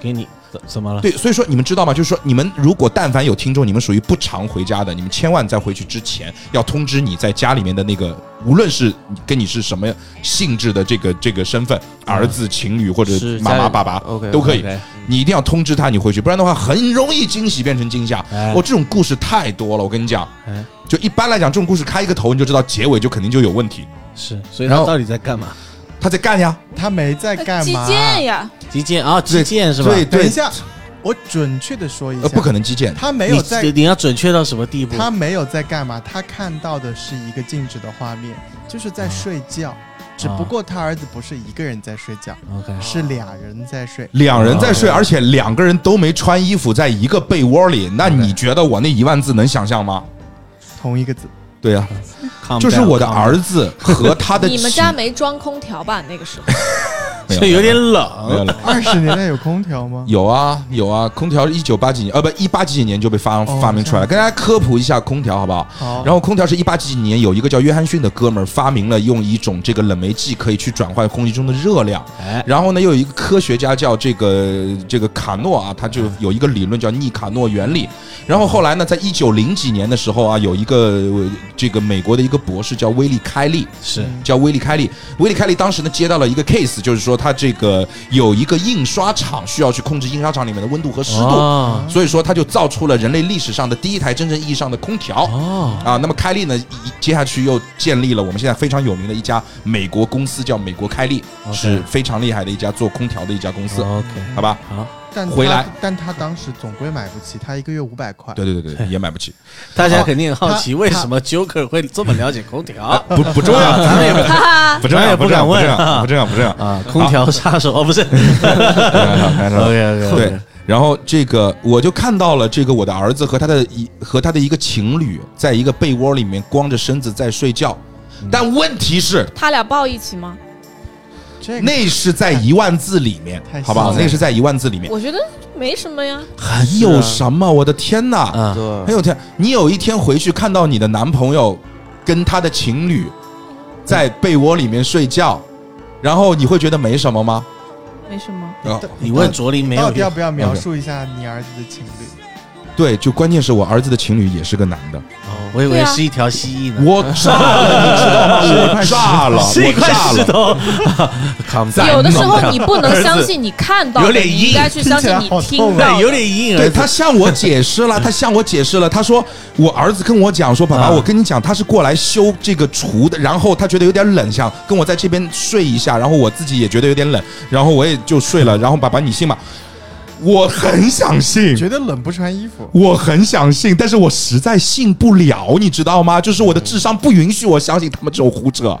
[SPEAKER 8] 给你怎怎么了？
[SPEAKER 1] 对，所以说你们知道吗？就是说，你们如果但凡有听众，你们属于不常回家的，你们千万在回去之前要通知你在家里面的那个，无论是跟你是什么性质的这个这个身份，儿子、情侣或者
[SPEAKER 6] 是
[SPEAKER 1] 妈
[SPEAKER 6] 家
[SPEAKER 1] 妈、
[SPEAKER 6] 里
[SPEAKER 1] 爸爸，
[SPEAKER 6] ，OK，
[SPEAKER 1] 都可以你一定要通知他你回去，不然的话很容易惊喜变成惊吓。哦
[SPEAKER 8] 哎
[SPEAKER 1] 我这种故事太多了，我跟你讲
[SPEAKER 8] 哎，
[SPEAKER 1] 就一般来讲，这种故事开一个头你就知道结尾就肯定就有问题。
[SPEAKER 8] 是，所以
[SPEAKER 1] 然
[SPEAKER 8] 他
[SPEAKER 1] 后
[SPEAKER 8] 到底在干嘛？
[SPEAKER 1] 他在干呀，
[SPEAKER 4] 他没在干
[SPEAKER 7] 击
[SPEAKER 4] 嘛？
[SPEAKER 7] 哎剑呀，
[SPEAKER 8] 击剑啊，击剑是吧？
[SPEAKER 1] 对
[SPEAKER 4] 等一
[SPEAKER 1] 对，
[SPEAKER 4] 下，我准确的说一下，
[SPEAKER 1] 呃，不可能击剑，
[SPEAKER 4] 他没
[SPEAKER 8] 你
[SPEAKER 4] 有在，
[SPEAKER 8] 你要准确到什么地步？
[SPEAKER 4] 他没有在干嘛？他看到的是一个静止的画面，就是在睡觉，
[SPEAKER 1] 啊
[SPEAKER 4] 只不过他儿子不是一个人在睡觉，
[SPEAKER 8] OK，
[SPEAKER 4] 是俩人在睡。
[SPEAKER 1] 两人在睡，
[SPEAKER 8] 哦
[SPEAKER 1] 而且两个人都没穿衣服，在一个被窝里，那你觉得我那一万字能想象吗？
[SPEAKER 4] 同一个字，
[SPEAKER 1] 对呀、
[SPEAKER 8] Calm
[SPEAKER 1] 就是
[SPEAKER 8] down，
[SPEAKER 1] 我的
[SPEAKER 8] calm
[SPEAKER 1] 儿子和他 的
[SPEAKER 7] 你们
[SPEAKER 1] 妻
[SPEAKER 7] 家没装空调吧？那 个时候
[SPEAKER 1] 没
[SPEAKER 8] down
[SPEAKER 1] 有
[SPEAKER 8] 这有点
[SPEAKER 1] 没有
[SPEAKER 8] 冷，
[SPEAKER 1] 了。
[SPEAKER 4] 二十年代有空 调吗？
[SPEAKER 1] 有啊有啊，空调一九八几年，呃不一八几几年就被发
[SPEAKER 4] 哦
[SPEAKER 1] 发明出来了。
[SPEAKER 4] 这
[SPEAKER 1] 跟大家科普一下空调好不好？
[SPEAKER 4] 好，
[SPEAKER 1] 然后空调是一八几几年有一个叫约翰逊的哥们儿发明了用一种这个冷媒剂可以去转换空气中的热量。
[SPEAKER 8] 哎，
[SPEAKER 1] 然后呢，又有一个科学家叫这个这个卡诺啊，他就有一个理论叫逆卡诺原理。然后后来呢，在一九零几年的时候啊，有一个呃这个美国的一个博士叫威利开利，
[SPEAKER 8] 是
[SPEAKER 4] 嗯
[SPEAKER 1] 叫威利开利。威利开利当时呢接到了一个 case，就是说他这个有一个印刷厂需要去控制印刷厂里面的温度和湿度，
[SPEAKER 8] 哦
[SPEAKER 1] 啊
[SPEAKER 4] 嗯
[SPEAKER 1] 所以说他就造出了人类历史上的第一台真正意义上的空调。
[SPEAKER 8] 哦，
[SPEAKER 1] 啊，那么开利呢，一一接下去又建立了我们现在非常有名的一家美国公司，叫美国开利
[SPEAKER 8] OK
[SPEAKER 1] 是非常厉害的一家做空调的一家公司，
[SPEAKER 8] 哦 OK，
[SPEAKER 1] 好吧？
[SPEAKER 8] 好，
[SPEAKER 4] 但他
[SPEAKER 1] 回来，
[SPEAKER 4] 但他当时总归买不起，他一个月五百块。
[SPEAKER 1] 对对对对，也买不起，
[SPEAKER 8] 大家肯定很好奇
[SPEAKER 4] 他
[SPEAKER 8] 为什么 Joker 会这么了解 空调啊
[SPEAKER 1] 不不重要，啊咱们也
[SPEAKER 7] 哈哈，
[SPEAKER 1] 不重
[SPEAKER 8] 咱
[SPEAKER 1] 要，
[SPEAKER 8] 也
[SPEAKER 1] 不
[SPEAKER 8] 不
[SPEAKER 1] 重要，
[SPEAKER 8] 敢
[SPEAKER 1] 不
[SPEAKER 8] 问
[SPEAKER 1] 重要，
[SPEAKER 8] 啊
[SPEAKER 1] 不重要，不重要，
[SPEAKER 8] 啊？空调杀手哦，不是
[SPEAKER 1] 开玩笑开玩笑
[SPEAKER 8] ，OK OK，
[SPEAKER 1] 对，然后这个我就看到了这个我的儿子和他的一和他的一个情侣，在一个被窝里面光着身子在睡觉，但问题是
[SPEAKER 7] 他俩抱一起吗？
[SPEAKER 4] 这个
[SPEAKER 1] 那是在一万字里面
[SPEAKER 4] 太，
[SPEAKER 1] 好不好
[SPEAKER 4] 细？了
[SPEAKER 1] 那是在一万字里面，
[SPEAKER 7] 我觉得没什么呀，
[SPEAKER 1] 很有什么？我的天哪！
[SPEAKER 8] 啊，
[SPEAKER 1] 很
[SPEAKER 6] 嗯对，
[SPEAKER 1] 有天，你有一天回去看到你的男朋友跟他的情侣在被窝里面睡觉，然后你会觉得没什么吗？
[SPEAKER 7] 没什么。
[SPEAKER 1] 啊，
[SPEAKER 8] 你问卓林没有
[SPEAKER 4] 到底要
[SPEAKER 8] 用？
[SPEAKER 4] 不要描述一下你儿子的情侣？
[SPEAKER 1] 对，就关键是我儿子的情侣也是个男的，
[SPEAKER 8] 哦我以
[SPEAKER 7] 对
[SPEAKER 8] 为
[SPEAKER 7] 啊
[SPEAKER 8] 是一条蜥蜴呢，
[SPEAKER 1] 我炸了，你知道吗？我炸了，
[SPEAKER 8] 是一
[SPEAKER 1] 我
[SPEAKER 8] 块
[SPEAKER 1] 炸
[SPEAKER 8] 石
[SPEAKER 1] 了。
[SPEAKER 8] 头。Calm down
[SPEAKER 7] 有的时候你不能相信你看到的，
[SPEAKER 8] 有点
[SPEAKER 7] 你应该 去相信
[SPEAKER 1] 啊
[SPEAKER 4] 听
[SPEAKER 7] 你
[SPEAKER 4] 起来好
[SPEAKER 7] 听
[SPEAKER 4] 痛
[SPEAKER 7] 到
[SPEAKER 1] 哎
[SPEAKER 8] 对，有
[SPEAKER 7] 的。
[SPEAKER 8] 点阴影。啊
[SPEAKER 1] 对他向我解释了，他向我解释了。他说，我儿子跟我讲说，爸爸，
[SPEAKER 8] 啊
[SPEAKER 1] 我跟你讲，他是过来修这个厨的，然后他觉得有点冷，想跟我在这边睡一下，然后我自己也觉得有点冷，然后我也就睡了。然后爸爸，你信吗？我很想信，
[SPEAKER 4] 觉得冷不穿衣服，
[SPEAKER 1] 我很想信，但是我实在信不了，你知道吗？就是我
[SPEAKER 8] 嗯
[SPEAKER 1] 的智商不允许我相信他们这种胡扯。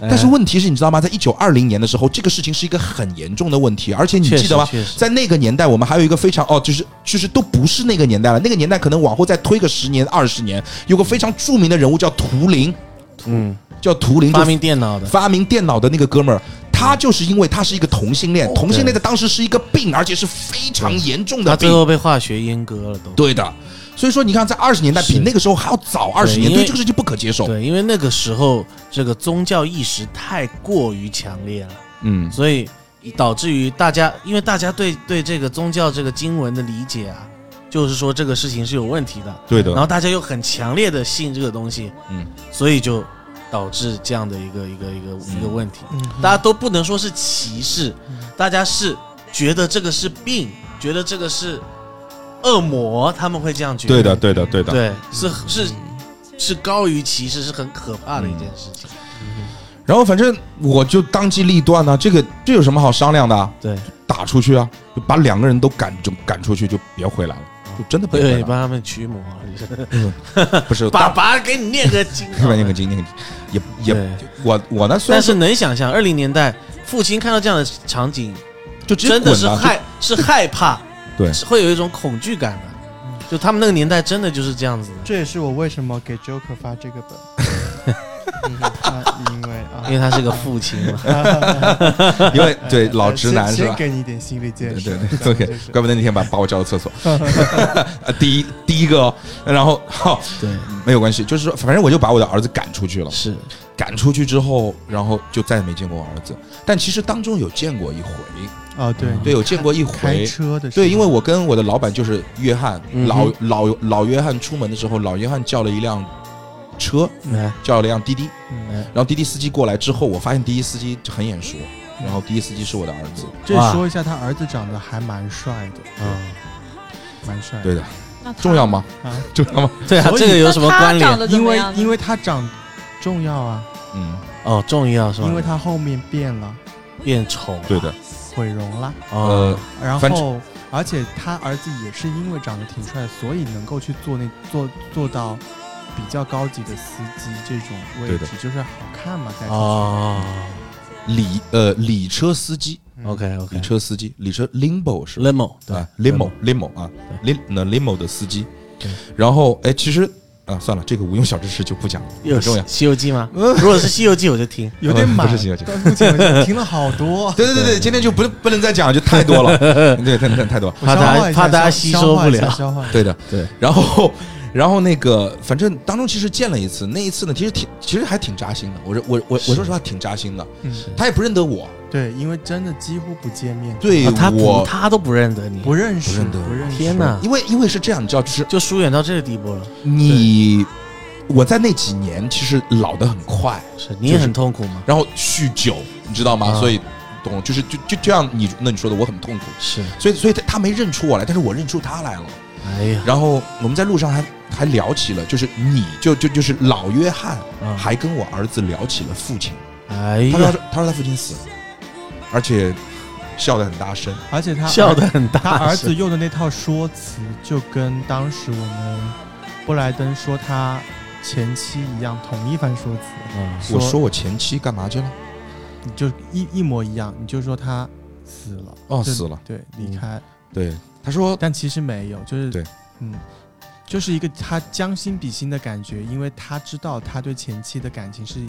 [SPEAKER 1] 但是问题是，你知道吗？在一九二零年的时候，这个事情是一个很严重的问题，而且你
[SPEAKER 8] 确实
[SPEAKER 1] 记得吗
[SPEAKER 8] 确？实
[SPEAKER 1] 在那个年代，我们还有一个非常哦，就是就是都不是那个年代了，那个年代可能往后再推个十年二十年，有个非常著名的人物叫图灵，
[SPEAKER 8] 嗯，
[SPEAKER 1] 叫图灵，就
[SPEAKER 8] 发明电脑的，
[SPEAKER 1] 发明电脑的那个哥们儿，他就是因为他是一个同性
[SPEAKER 8] 哦
[SPEAKER 1] 恋，同性恋在当时是一个病，而且是非常严重的
[SPEAKER 8] 他最
[SPEAKER 1] 病。
[SPEAKER 8] 后被化学阉割了都。
[SPEAKER 1] 对的，所以说你看，在二十年代比
[SPEAKER 8] 是
[SPEAKER 1] 那个时候还要早二十
[SPEAKER 8] 对
[SPEAKER 1] 年，
[SPEAKER 8] 因为
[SPEAKER 1] 对这个事情不可接受。
[SPEAKER 8] 对，因为那个时候这个宗教意识太过于强烈了，
[SPEAKER 1] 嗯，
[SPEAKER 8] 所以导致于大家，因为大家对对这个宗教这个经文的理解啊，就是说这个事情是有问题的，
[SPEAKER 1] 对
[SPEAKER 8] 然后，大家又很强烈的信这个东西，
[SPEAKER 1] 嗯，
[SPEAKER 8] 所以就导致这样的一个一个一个一个问题。
[SPEAKER 4] 嗯
[SPEAKER 8] 大家都不能说是歧视，
[SPEAKER 1] 嗯
[SPEAKER 8] 大家是觉得这个是病，觉得这个是恶魔，他们会这样觉得。
[SPEAKER 1] 对的，对的，对的。嗯
[SPEAKER 8] 对，是是是高于歧视，是很可怕的一件事情。
[SPEAKER 1] 嗯然后反正我就当机立断呢、这个这有什么好商量的啊、
[SPEAKER 8] 对，
[SPEAKER 1] 打出去啊，就把两个人都赶就赶出去，就别回来了，就真的别回
[SPEAKER 8] 啊对，
[SPEAKER 1] 来
[SPEAKER 8] 帮他们驱魔，
[SPEAKER 1] 了。不是，
[SPEAKER 8] 爸
[SPEAKER 1] 大，
[SPEAKER 8] 爸给你念个经
[SPEAKER 1] 念个经，念个经，也也
[SPEAKER 8] 对
[SPEAKER 1] 我我呢，虽
[SPEAKER 8] 但
[SPEAKER 1] 然
[SPEAKER 8] 是能想象，二零年代父亲看到这样的场景，
[SPEAKER 1] 就直接
[SPEAKER 8] 真的是
[SPEAKER 1] 滚了就
[SPEAKER 8] 害是害怕，
[SPEAKER 1] 对
[SPEAKER 8] 是会有一种恐惧感的。就他们那个年代，真的就是这样子的，
[SPEAKER 4] 这也是我为什么给 Joker 发这 个本，嗯那因为啊
[SPEAKER 8] 因为他是个父亲 嘛。
[SPEAKER 1] 因为对老
[SPEAKER 4] 呃
[SPEAKER 1] 直
[SPEAKER 4] 先
[SPEAKER 1] 男是
[SPEAKER 4] 先
[SPEAKER 1] 吧？
[SPEAKER 4] 给你一点心理建设
[SPEAKER 1] 对，对
[SPEAKER 4] 这
[SPEAKER 1] 对
[SPEAKER 4] 样就是
[SPEAKER 1] 怪不得那天把把我叫到厕所， 呃第一第一个哦，然后好
[SPEAKER 8] 对，
[SPEAKER 1] 没有关系，就是说反正我就把我的儿子赶出去了，
[SPEAKER 8] 是
[SPEAKER 1] 赶出去之后，然后就再也没见过我儿子，但其实当中有见过一回，
[SPEAKER 4] 啊，对
[SPEAKER 1] 嗯对，有见过一
[SPEAKER 4] 开
[SPEAKER 1] 回。
[SPEAKER 4] 车的时候，
[SPEAKER 1] 对，因为我跟我的老板就是约翰，
[SPEAKER 8] 嗯
[SPEAKER 1] 老老老约翰出门的时候，老约翰叫了一辆车，
[SPEAKER 8] 哎
[SPEAKER 1] 叫了辆滴滴，
[SPEAKER 8] 嗯
[SPEAKER 1] 然后滴滴司机过来之后，我发现滴滴司机很眼熟，然后滴滴司机是我的儿子，
[SPEAKER 4] 这
[SPEAKER 8] 哇
[SPEAKER 4] 说一下，他儿子长得还蛮帅的，
[SPEAKER 8] 啊
[SPEAKER 4] 蛮帅的。
[SPEAKER 1] 对的，
[SPEAKER 7] 那他
[SPEAKER 1] 重要吗？
[SPEAKER 4] 啊，
[SPEAKER 1] 重要吗？
[SPEAKER 8] 对啊，
[SPEAKER 4] 所以
[SPEAKER 8] 这个有什么
[SPEAKER 7] 那他
[SPEAKER 8] 关
[SPEAKER 7] 长
[SPEAKER 8] 联？
[SPEAKER 7] 得怎
[SPEAKER 4] 因
[SPEAKER 7] 么
[SPEAKER 4] 为
[SPEAKER 7] 样呢
[SPEAKER 4] 因为他长重要啊，
[SPEAKER 1] 嗯，
[SPEAKER 8] 哦，重要是吧？
[SPEAKER 4] 因为他后面变了，
[SPEAKER 8] 变丑，
[SPEAKER 1] 对的，
[SPEAKER 4] 毁容了，
[SPEAKER 8] 哦，
[SPEAKER 1] 呃
[SPEAKER 4] 然
[SPEAKER 1] 反
[SPEAKER 4] 后而且他儿子也是因为长得挺帅，所以能够去做那做做到比较高级的司机这种位
[SPEAKER 1] 对
[SPEAKER 4] 置，就是好看嘛，在
[SPEAKER 8] 哦
[SPEAKER 1] 礼呃礼车司机，
[SPEAKER 8] ，OK
[SPEAKER 1] 礼
[SPEAKER 8] OK，
[SPEAKER 1] 车司机，礼车 limbo 是吧？
[SPEAKER 8] limo 哎对
[SPEAKER 1] 嗯啊，limo limo 啊，lim 那 limo 的司机，然后哎，其实啊，算了，这个无用小知识就不讲了，
[SPEAKER 8] 有
[SPEAKER 1] 不重要
[SPEAKER 8] 《。西游记》吗？如果是《西游记》，我就听。
[SPEAKER 4] 有点满
[SPEAKER 1] 不是行行，行，
[SPEAKER 4] 到目前为止听了好多
[SPEAKER 1] 对对对对，今天就不不能再讲，就太多了，对，太太太多了。
[SPEAKER 4] 我
[SPEAKER 8] 怕大
[SPEAKER 4] 消化一下消
[SPEAKER 8] 家怕大家吸
[SPEAKER 4] 消
[SPEAKER 8] 收
[SPEAKER 4] 化
[SPEAKER 8] 不
[SPEAKER 4] 一下
[SPEAKER 8] 了
[SPEAKER 4] 消化一 下
[SPEAKER 1] 对的，
[SPEAKER 8] 对。
[SPEAKER 1] 然后， 然后那个，反正当中其实见了一次，那一次呢，其实挺，其实还挺扎心的。我说我我我说实话挺扎心的，
[SPEAKER 4] 嗯
[SPEAKER 1] 他也不认得我，
[SPEAKER 4] 对，因为真的几乎不见面，
[SPEAKER 1] 对
[SPEAKER 8] 啊他不，
[SPEAKER 1] 我
[SPEAKER 8] 他都不认得你。
[SPEAKER 4] 不认识，
[SPEAKER 1] 不认得
[SPEAKER 4] 不认识。
[SPEAKER 8] 天哪，
[SPEAKER 1] 因为因为是这样，你知道，就是
[SPEAKER 8] 就疏远到这个地步了，
[SPEAKER 1] 你，我在那几年其实老得很快，
[SPEAKER 8] 是你也很痛苦吗？
[SPEAKER 1] 然后酗酒，你知道吗？
[SPEAKER 8] 啊
[SPEAKER 1] 所以懂，就是就就就像你那你说的，我很痛苦。
[SPEAKER 8] 是，
[SPEAKER 1] 所以，所以他他没认出我来，但是我认出他来了。
[SPEAKER 8] 哎呀，
[SPEAKER 1] 然后我们在路上还还聊起了，就是你就就就是老约翰
[SPEAKER 8] 啊
[SPEAKER 1] 还跟我儿子聊起了父亲，
[SPEAKER 8] 哎
[SPEAKER 1] 他说他
[SPEAKER 8] 呀，
[SPEAKER 1] 说他说他父亲死了，而且笑得很大声。
[SPEAKER 4] 而且他儿
[SPEAKER 8] 笑得很大声。
[SPEAKER 4] 他儿子用的那套说辞，就跟当时我们布莱登说他前妻一样，同一番说辞，
[SPEAKER 8] 嗯，
[SPEAKER 1] 我说我前妻干嘛去了？
[SPEAKER 4] 你就一一模一样，你就说他死了，
[SPEAKER 1] 哦，
[SPEAKER 4] 就
[SPEAKER 1] 死了。
[SPEAKER 4] 对，离开，
[SPEAKER 1] 对，他说
[SPEAKER 4] 但其实没有，就是
[SPEAKER 1] 对，
[SPEAKER 4] 嗯，就是一个他将心比心的感觉，因为他知道他对前妻的感情是。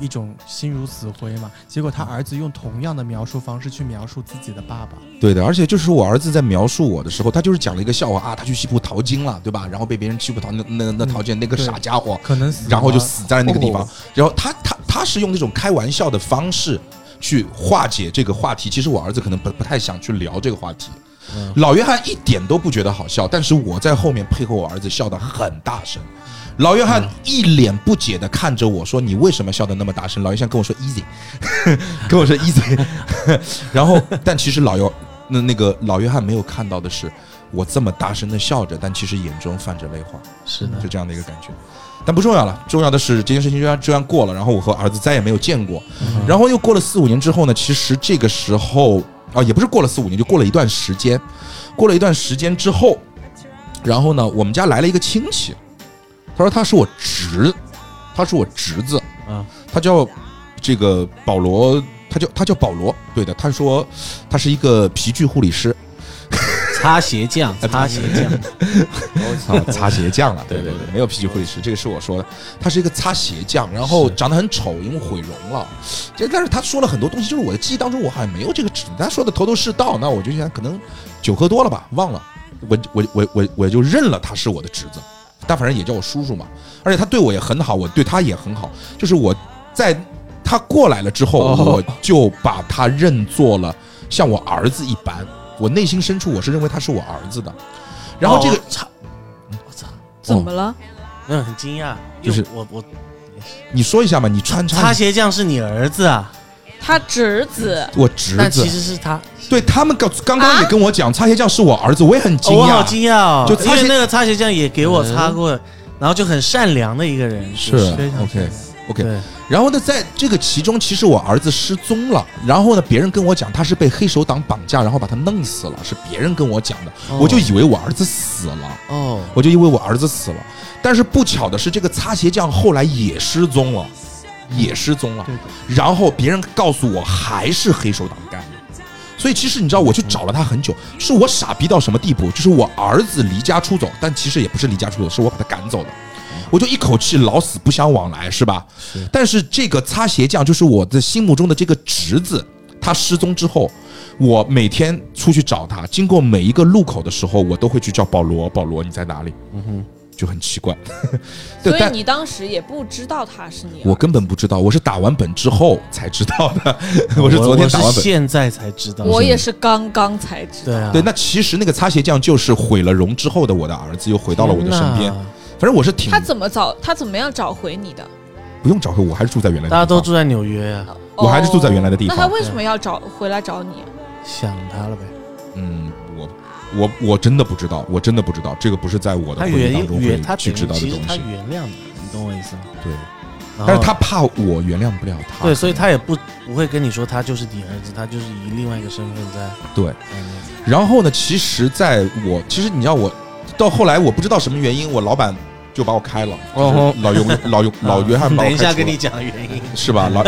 [SPEAKER 4] 一种心如死灰嘛，结果他儿子用同样的描述方式去描述自己的爸爸，
[SPEAKER 1] 对的，而且就是我儿子在描述我的时候，他就是讲了一个笑话啊，他去西部淘金了，对吧？然后被别人欺负淘那那那淘金那个
[SPEAKER 4] 对
[SPEAKER 1] 傻家伙，
[SPEAKER 4] 可能死了，
[SPEAKER 1] 然后就死在了那个地方
[SPEAKER 4] 哦。
[SPEAKER 1] 然后他他他是用这种开玩笑的方式去化解这个话题。其实我儿子可能不不太想去聊这个话题。
[SPEAKER 4] 嗯
[SPEAKER 1] 老约翰一点都不觉得好笑，但是我在后面配合我儿子笑得很大声。老约翰一脸不解的看着我说：“你为什么笑得那么大声？”老约翰跟我说：“easy，跟我说 easy。”然后，但其实老约那那个老约翰没有看到的是，我这么大声的笑着，但其实眼中泛着泪花。
[SPEAKER 8] 是的
[SPEAKER 1] 就，这样的一个感觉。但不重要了，重要的是这件事情就这样就这样过了，然后我和儿子再也没有见过。然后又过了四五年之后呢，其实这个时候啊，也不是过了四五年，就过了一段时间。过了一段时间之后，然后呢，我们家来了一个亲戚，他说他是我侄，他是我侄子
[SPEAKER 8] 啊，
[SPEAKER 1] 他叫这个保罗，他叫他叫保罗，对的，他说他是一个皮具护理师，
[SPEAKER 8] 擦鞋匠，
[SPEAKER 1] 哎
[SPEAKER 8] 擦鞋匠，
[SPEAKER 1] 哦啊，擦鞋匠了，对
[SPEAKER 8] 对
[SPEAKER 1] 对
[SPEAKER 8] 对
[SPEAKER 1] 对，没有皮具护理师，这个是我说的，他是一个擦鞋匠，然后长得很丑，因为毁容了，这但是他说了很多东西，就是我的记忆当中我好像没有这个指，他说的头头是道，那我就想可能酒喝多了吧，忘了，我我我我我就认了他是我的侄子，但反正也叫我叔叔嘛，而且他对我也很好，我对他也很好，就是我在他过来了之后，
[SPEAKER 6] 哦
[SPEAKER 1] 我就把他认作了像我儿子一般，我内心深处我是认为他是我儿子的，然后这个。
[SPEAKER 8] 哦擦，我操，
[SPEAKER 7] 怎么了？
[SPEAKER 4] 嗯
[SPEAKER 8] 没有很惊讶，
[SPEAKER 1] 嗯就是
[SPEAKER 8] 因为我我
[SPEAKER 1] 你说一下嘛，你穿插
[SPEAKER 8] 擦鞋匠是你儿子啊，
[SPEAKER 7] 他侄子
[SPEAKER 1] 我侄
[SPEAKER 8] 但
[SPEAKER 1] 子啊
[SPEAKER 8] 其，实啊是他，
[SPEAKER 1] 对他们刚刚刚也跟我讲，擦鞋匠是我儿子，我也很
[SPEAKER 8] 哦
[SPEAKER 1] 惊
[SPEAKER 8] 我好
[SPEAKER 1] 讶。
[SPEAKER 8] 惊讶哦，
[SPEAKER 1] 就擦
[SPEAKER 8] 因为
[SPEAKER 1] 鞋嗯
[SPEAKER 8] 那个擦鞋匠也给我擦过，然后就很善良的一个人，
[SPEAKER 1] 是
[SPEAKER 8] 就是
[SPEAKER 4] 非常
[SPEAKER 1] OK OK，
[SPEAKER 8] 对，
[SPEAKER 1] 然后呢，在这个其中，其实我儿子失踪了，然后呢，别人跟我讲他是被黑手党绑架，然后把他弄死了，是别人跟我讲的，我就以为我儿子死了，
[SPEAKER 8] 哦，
[SPEAKER 1] 我就以为我儿子死了，但是不巧的是，这个擦鞋匠后来也失踪了，也失踪了
[SPEAKER 4] 对的，
[SPEAKER 1] 然后别人告诉我还是黑手党干的，所以其实你知道，我去找了他很久，是我傻逼到什么地步？就是我儿子离家出走，但其实也不是离家出走，是我把他赶走的。我就一口气老死不相往来，是吧？但是这个擦鞋匠就是我的心目中的这个侄子，他失踪之后，我每天出去找他，经过每一个路口的时候，我都会去叫保罗，保罗你在哪里？嗯哼，就很奇怪。对
[SPEAKER 7] 所，以
[SPEAKER 1] 但
[SPEAKER 7] 你当时也不知道他是你儿子。啊
[SPEAKER 1] 我根本不知道，我是打完本之后才知道的。 我是昨
[SPEAKER 8] 我
[SPEAKER 1] 天打
[SPEAKER 8] 是
[SPEAKER 1] 完本。
[SPEAKER 8] 现在才知道，
[SPEAKER 7] 我也是刚刚才知道
[SPEAKER 8] 对。啊，
[SPEAKER 1] 对，那其实那个擦鞋匠就是毁了容之后的我的儿子，又回到了我的身边
[SPEAKER 8] 天。哪
[SPEAKER 1] 反正我是挺
[SPEAKER 7] 他怎么找？他怎么样找回你的？
[SPEAKER 1] 不用找回，我还是住在原来的地方。
[SPEAKER 8] 大家都住在纽约啊，
[SPEAKER 1] 我还是住在原来的地方
[SPEAKER 7] 哦那他为什么要找回来 找你？啊
[SPEAKER 8] 想他了呗。
[SPEAKER 1] 嗯，我我我真的不知道，我真的不知道，这个不是在我的
[SPEAKER 8] 他
[SPEAKER 1] 回忆当
[SPEAKER 8] 原
[SPEAKER 1] 中
[SPEAKER 8] 原他
[SPEAKER 1] 会去
[SPEAKER 8] 等于
[SPEAKER 1] 知道的
[SPEAKER 8] 其实
[SPEAKER 1] 东
[SPEAKER 8] 他
[SPEAKER 1] 西。
[SPEAKER 8] 原谅你，你懂我意思吗？
[SPEAKER 1] 对，
[SPEAKER 8] 然后
[SPEAKER 1] 但是他怕我原谅不了他。
[SPEAKER 8] 对，所以他也不不会跟你说他就是你儿子，他就是以另外一个身份在
[SPEAKER 1] 对。
[SPEAKER 8] 在那
[SPEAKER 1] 然后呢，其实在我其实你知道我到后来我不知道什么原因，我老板就把我开了。
[SPEAKER 6] 哦
[SPEAKER 1] 老尤老尤老约翰把我
[SPEAKER 8] 嗯
[SPEAKER 1] 开
[SPEAKER 8] 等一
[SPEAKER 1] 除
[SPEAKER 8] 下
[SPEAKER 1] 了。
[SPEAKER 8] 跟你讲原 因。
[SPEAKER 1] 是吧？老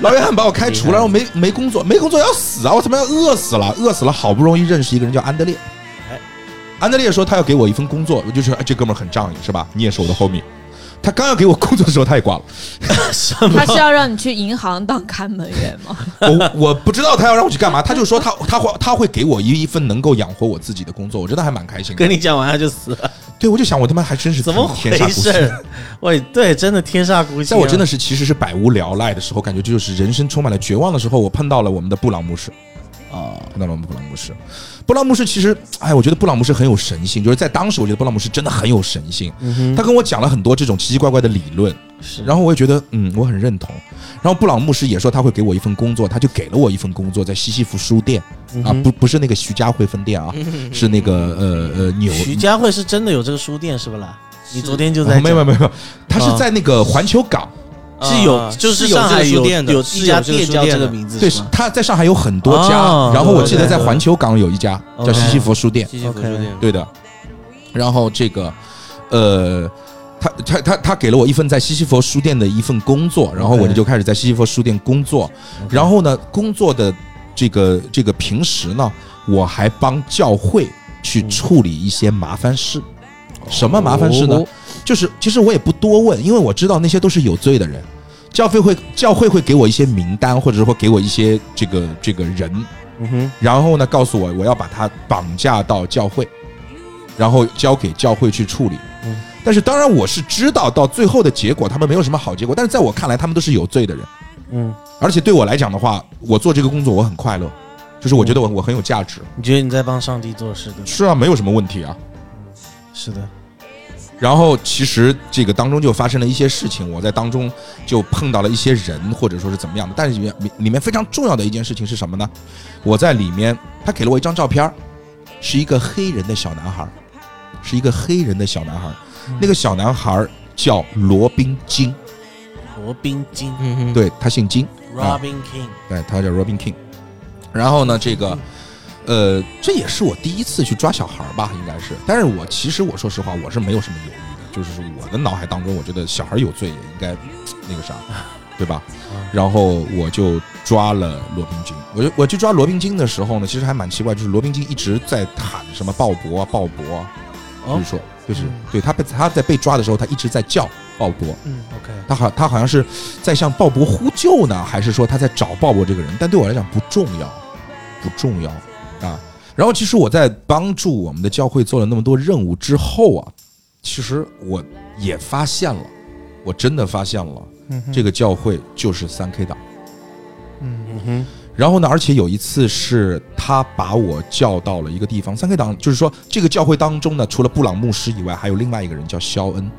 [SPEAKER 1] 老约翰把我开除了，然后没没工作，没工作要死啊！我他妈要饿死了，饿死了！好不容易认识一个人叫安德烈
[SPEAKER 8] 哎，
[SPEAKER 1] 安德烈说他要给我一份工作，我就说、哎、这哥们儿很仗义是吧？你也是我的 homie。他刚要给我工作的时候，他也挂了。
[SPEAKER 7] 他是要让你去银行当看门员吗？
[SPEAKER 1] 我我不知道他要让我去干嘛，他就说他他会他会给我一一份能够养活我自己的工作，我真的还蛮开心的
[SPEAKER 8] 跟。你讲完他就死了，
[SPEAKER 1] 对，我就想我他妈还真是
[SPEAKER 8] 怎么
[SPEAKER 1] 天
[SPEAKER 8] 回
[SPEAKER 1] 煞孤星。
[SPEAKER 8] 事？喂，对，真的天煞孤星啊。
[SPEAKER 1] 在我真的是其实是百无聊赖的时候，感觉就是人生充满了绝望的时候，我碰到了我们的布朗牧师。啊，碰到了我们布朗牧师。布朗牧师其实，哎，我觉得布朗牧师很有神性，就是在当时，我觉得布朗牧师真的很有神性。他跟我讲了很多这种奇奇怪怪的理论，
[SPEAKER 8] 嗯是，
[SPEAKER 1] 然后我也觉得，嗯，我很认同。然后布朗牧师也说他会给我一份工作，他就给了我一份工作，在西西弗书店
[SPEAKER 8] 嗯
[SPEAKER 1] 啊，不不是那个徐家汇分店啊，是那个呃呃纽
[SPEAKER 8] 徐家汇是真的有这个书店是不啦？你昨天就在
[SPEAKER 1] 哦没有没有
[SPEAKER 8] 讲
[SPEAKER 1] 没有没有，他是在那个环球港。
[SPEAKER 8] 是有，哦就是
[SPEAKER 6] 啊有
[SPEAKER 8] 上海
[SPEAKER 6] 这个
[SPEAKER 8] 有
[SPEAKER 6] 书店的，
[SPEAKER 8] 有
[SPEAKER 6] 是
[SPEAKER 8] 一家
[SPEAKER 6] 这个
[SPEAKER 8] 店
[SPEAKER 6] 书
[SPEAKER 8] 叫这
[SPEAKER 6] 店
[SPEAKER 8] 个
[SPEAKER 6] 的
[SPEAKER 8] 名字
[SPEAKER 1] 对
[SPEAKER 8] 是，吗？
[SPEAKER 1] 他在上海有很多家，
[SPEAKER 8] 哦
[SPEAKER 1] 然后我记得
[SPEAKER 8] 对
[SPEAKER 1] 在
[SPEAKER 8] 对
[SPEAKER 1] 环球港有一家叫
[SPEAKER 8] OK
[SPEAKER 1] 西西弗书店，
[SPEAKER 6] 西西弗书
[SPEAKER 8] OK
[SPEAKER 6] 店，
[SPEAKER 1] 对的。然后这个，呃，他他他他给了我一份在西西弗书店的一份工作，然后
[SPEAKER 8] OK
[SPEAKER 1] 我就开始在西西弗书店工作。然后呢，工作的这个这个平时呢，我还帮教会去处理一些麻烦事。什么麻烦事呢？
[SPEAKER 6] 哦
[SPEAKER 1] 就是其实我也不多问，因为我知道那些都是有罪的人。教会会教会会给我一些名单，或者说给我一些这个这个人，
[SPEAKER 8] 嗯哼，
[SPEAKER 1] 然后呢告诉我我要把他绑架到教会，然后交给教会去处理。但是当然我是知道到最后的结果他们没有什么好结果，但是在我看来他们都是有罪的人。
[SPEAKER 8] 嗯，
[SPEAKER 1] 而且对我来讲的话，我做这个工作我很快乐，就是我觉得我我很有价值。
[SPEAKER 8] 你觉得你在帮上帝做事对吧？
[SPEAKER 1] 是啊，没有什么问题啊。
[SPEAKER 8] 是的，
[SPEAKER 1] 然后其实这个当中就发生了一些事情，我在当中就碰到了一些人，或者说是怎么样的。但是里面里面非常重要的一件事情是什么呢？我在里面，他给了我一张照片儿，是一个黑人的小男孩儿，是一个黑人的小男孩儿。那个小男孩儿叫罗宾金，
[SPEAKER 8] 罗宾金
[SPEAKER 6] 嗯哼，
[SPEAKER 1] 对他姓金，啊
[SPEAKER 8] （Robin King）
[SPEAKER 1] 对他叫 Robin King。然后呢，这个，呃，这也是我第一次去抓小孩儿吧，应该是。但是我其实我说实话，我是没有什么犹豫的，就是说我的脑海当中，我觉得小孩儿有罪也应
[SPEAKER 8] 嗯
[SPEAKER 1] 该那 个啥，对吧？然后我就抓了罗宾金。我就我去抓罗宾金的时候呢，其实还蛮奇怪，就是罗宾金一直在喊什么鲍勃啊，鲍勃啊，
[SPEAKER 8] 哦
[SPEAKER 1] 比如说就是对他被他在被抓的时候，他一直在叫鲍勃，
[SPEAKER 8] 嗯，OK，
[SPEAKER 1] 他好他好像是在向鲍勃呼救呢，还是说他在找鲍勃这个人？但对我来讲不重要，不重要啊。然后其实我在帮助我们的教会做了那么多任务之后啊，其实我也发现了，我真的发现了这
[SPEAKER 8] 嗯
[SPEAKER 4] 个，
[SPEAKER 1] 个教会就是三 K 党。
[SPEAKER 4] 嗯
[SPEAKER 8] 嗯哼，
[SPEAKER 1] 然后呢，而且有一次是他把我叫到了一个地方，三 K 党就是说这个教会当中呢，除了布朗牧师以外，还有另外一个人叫肖恩。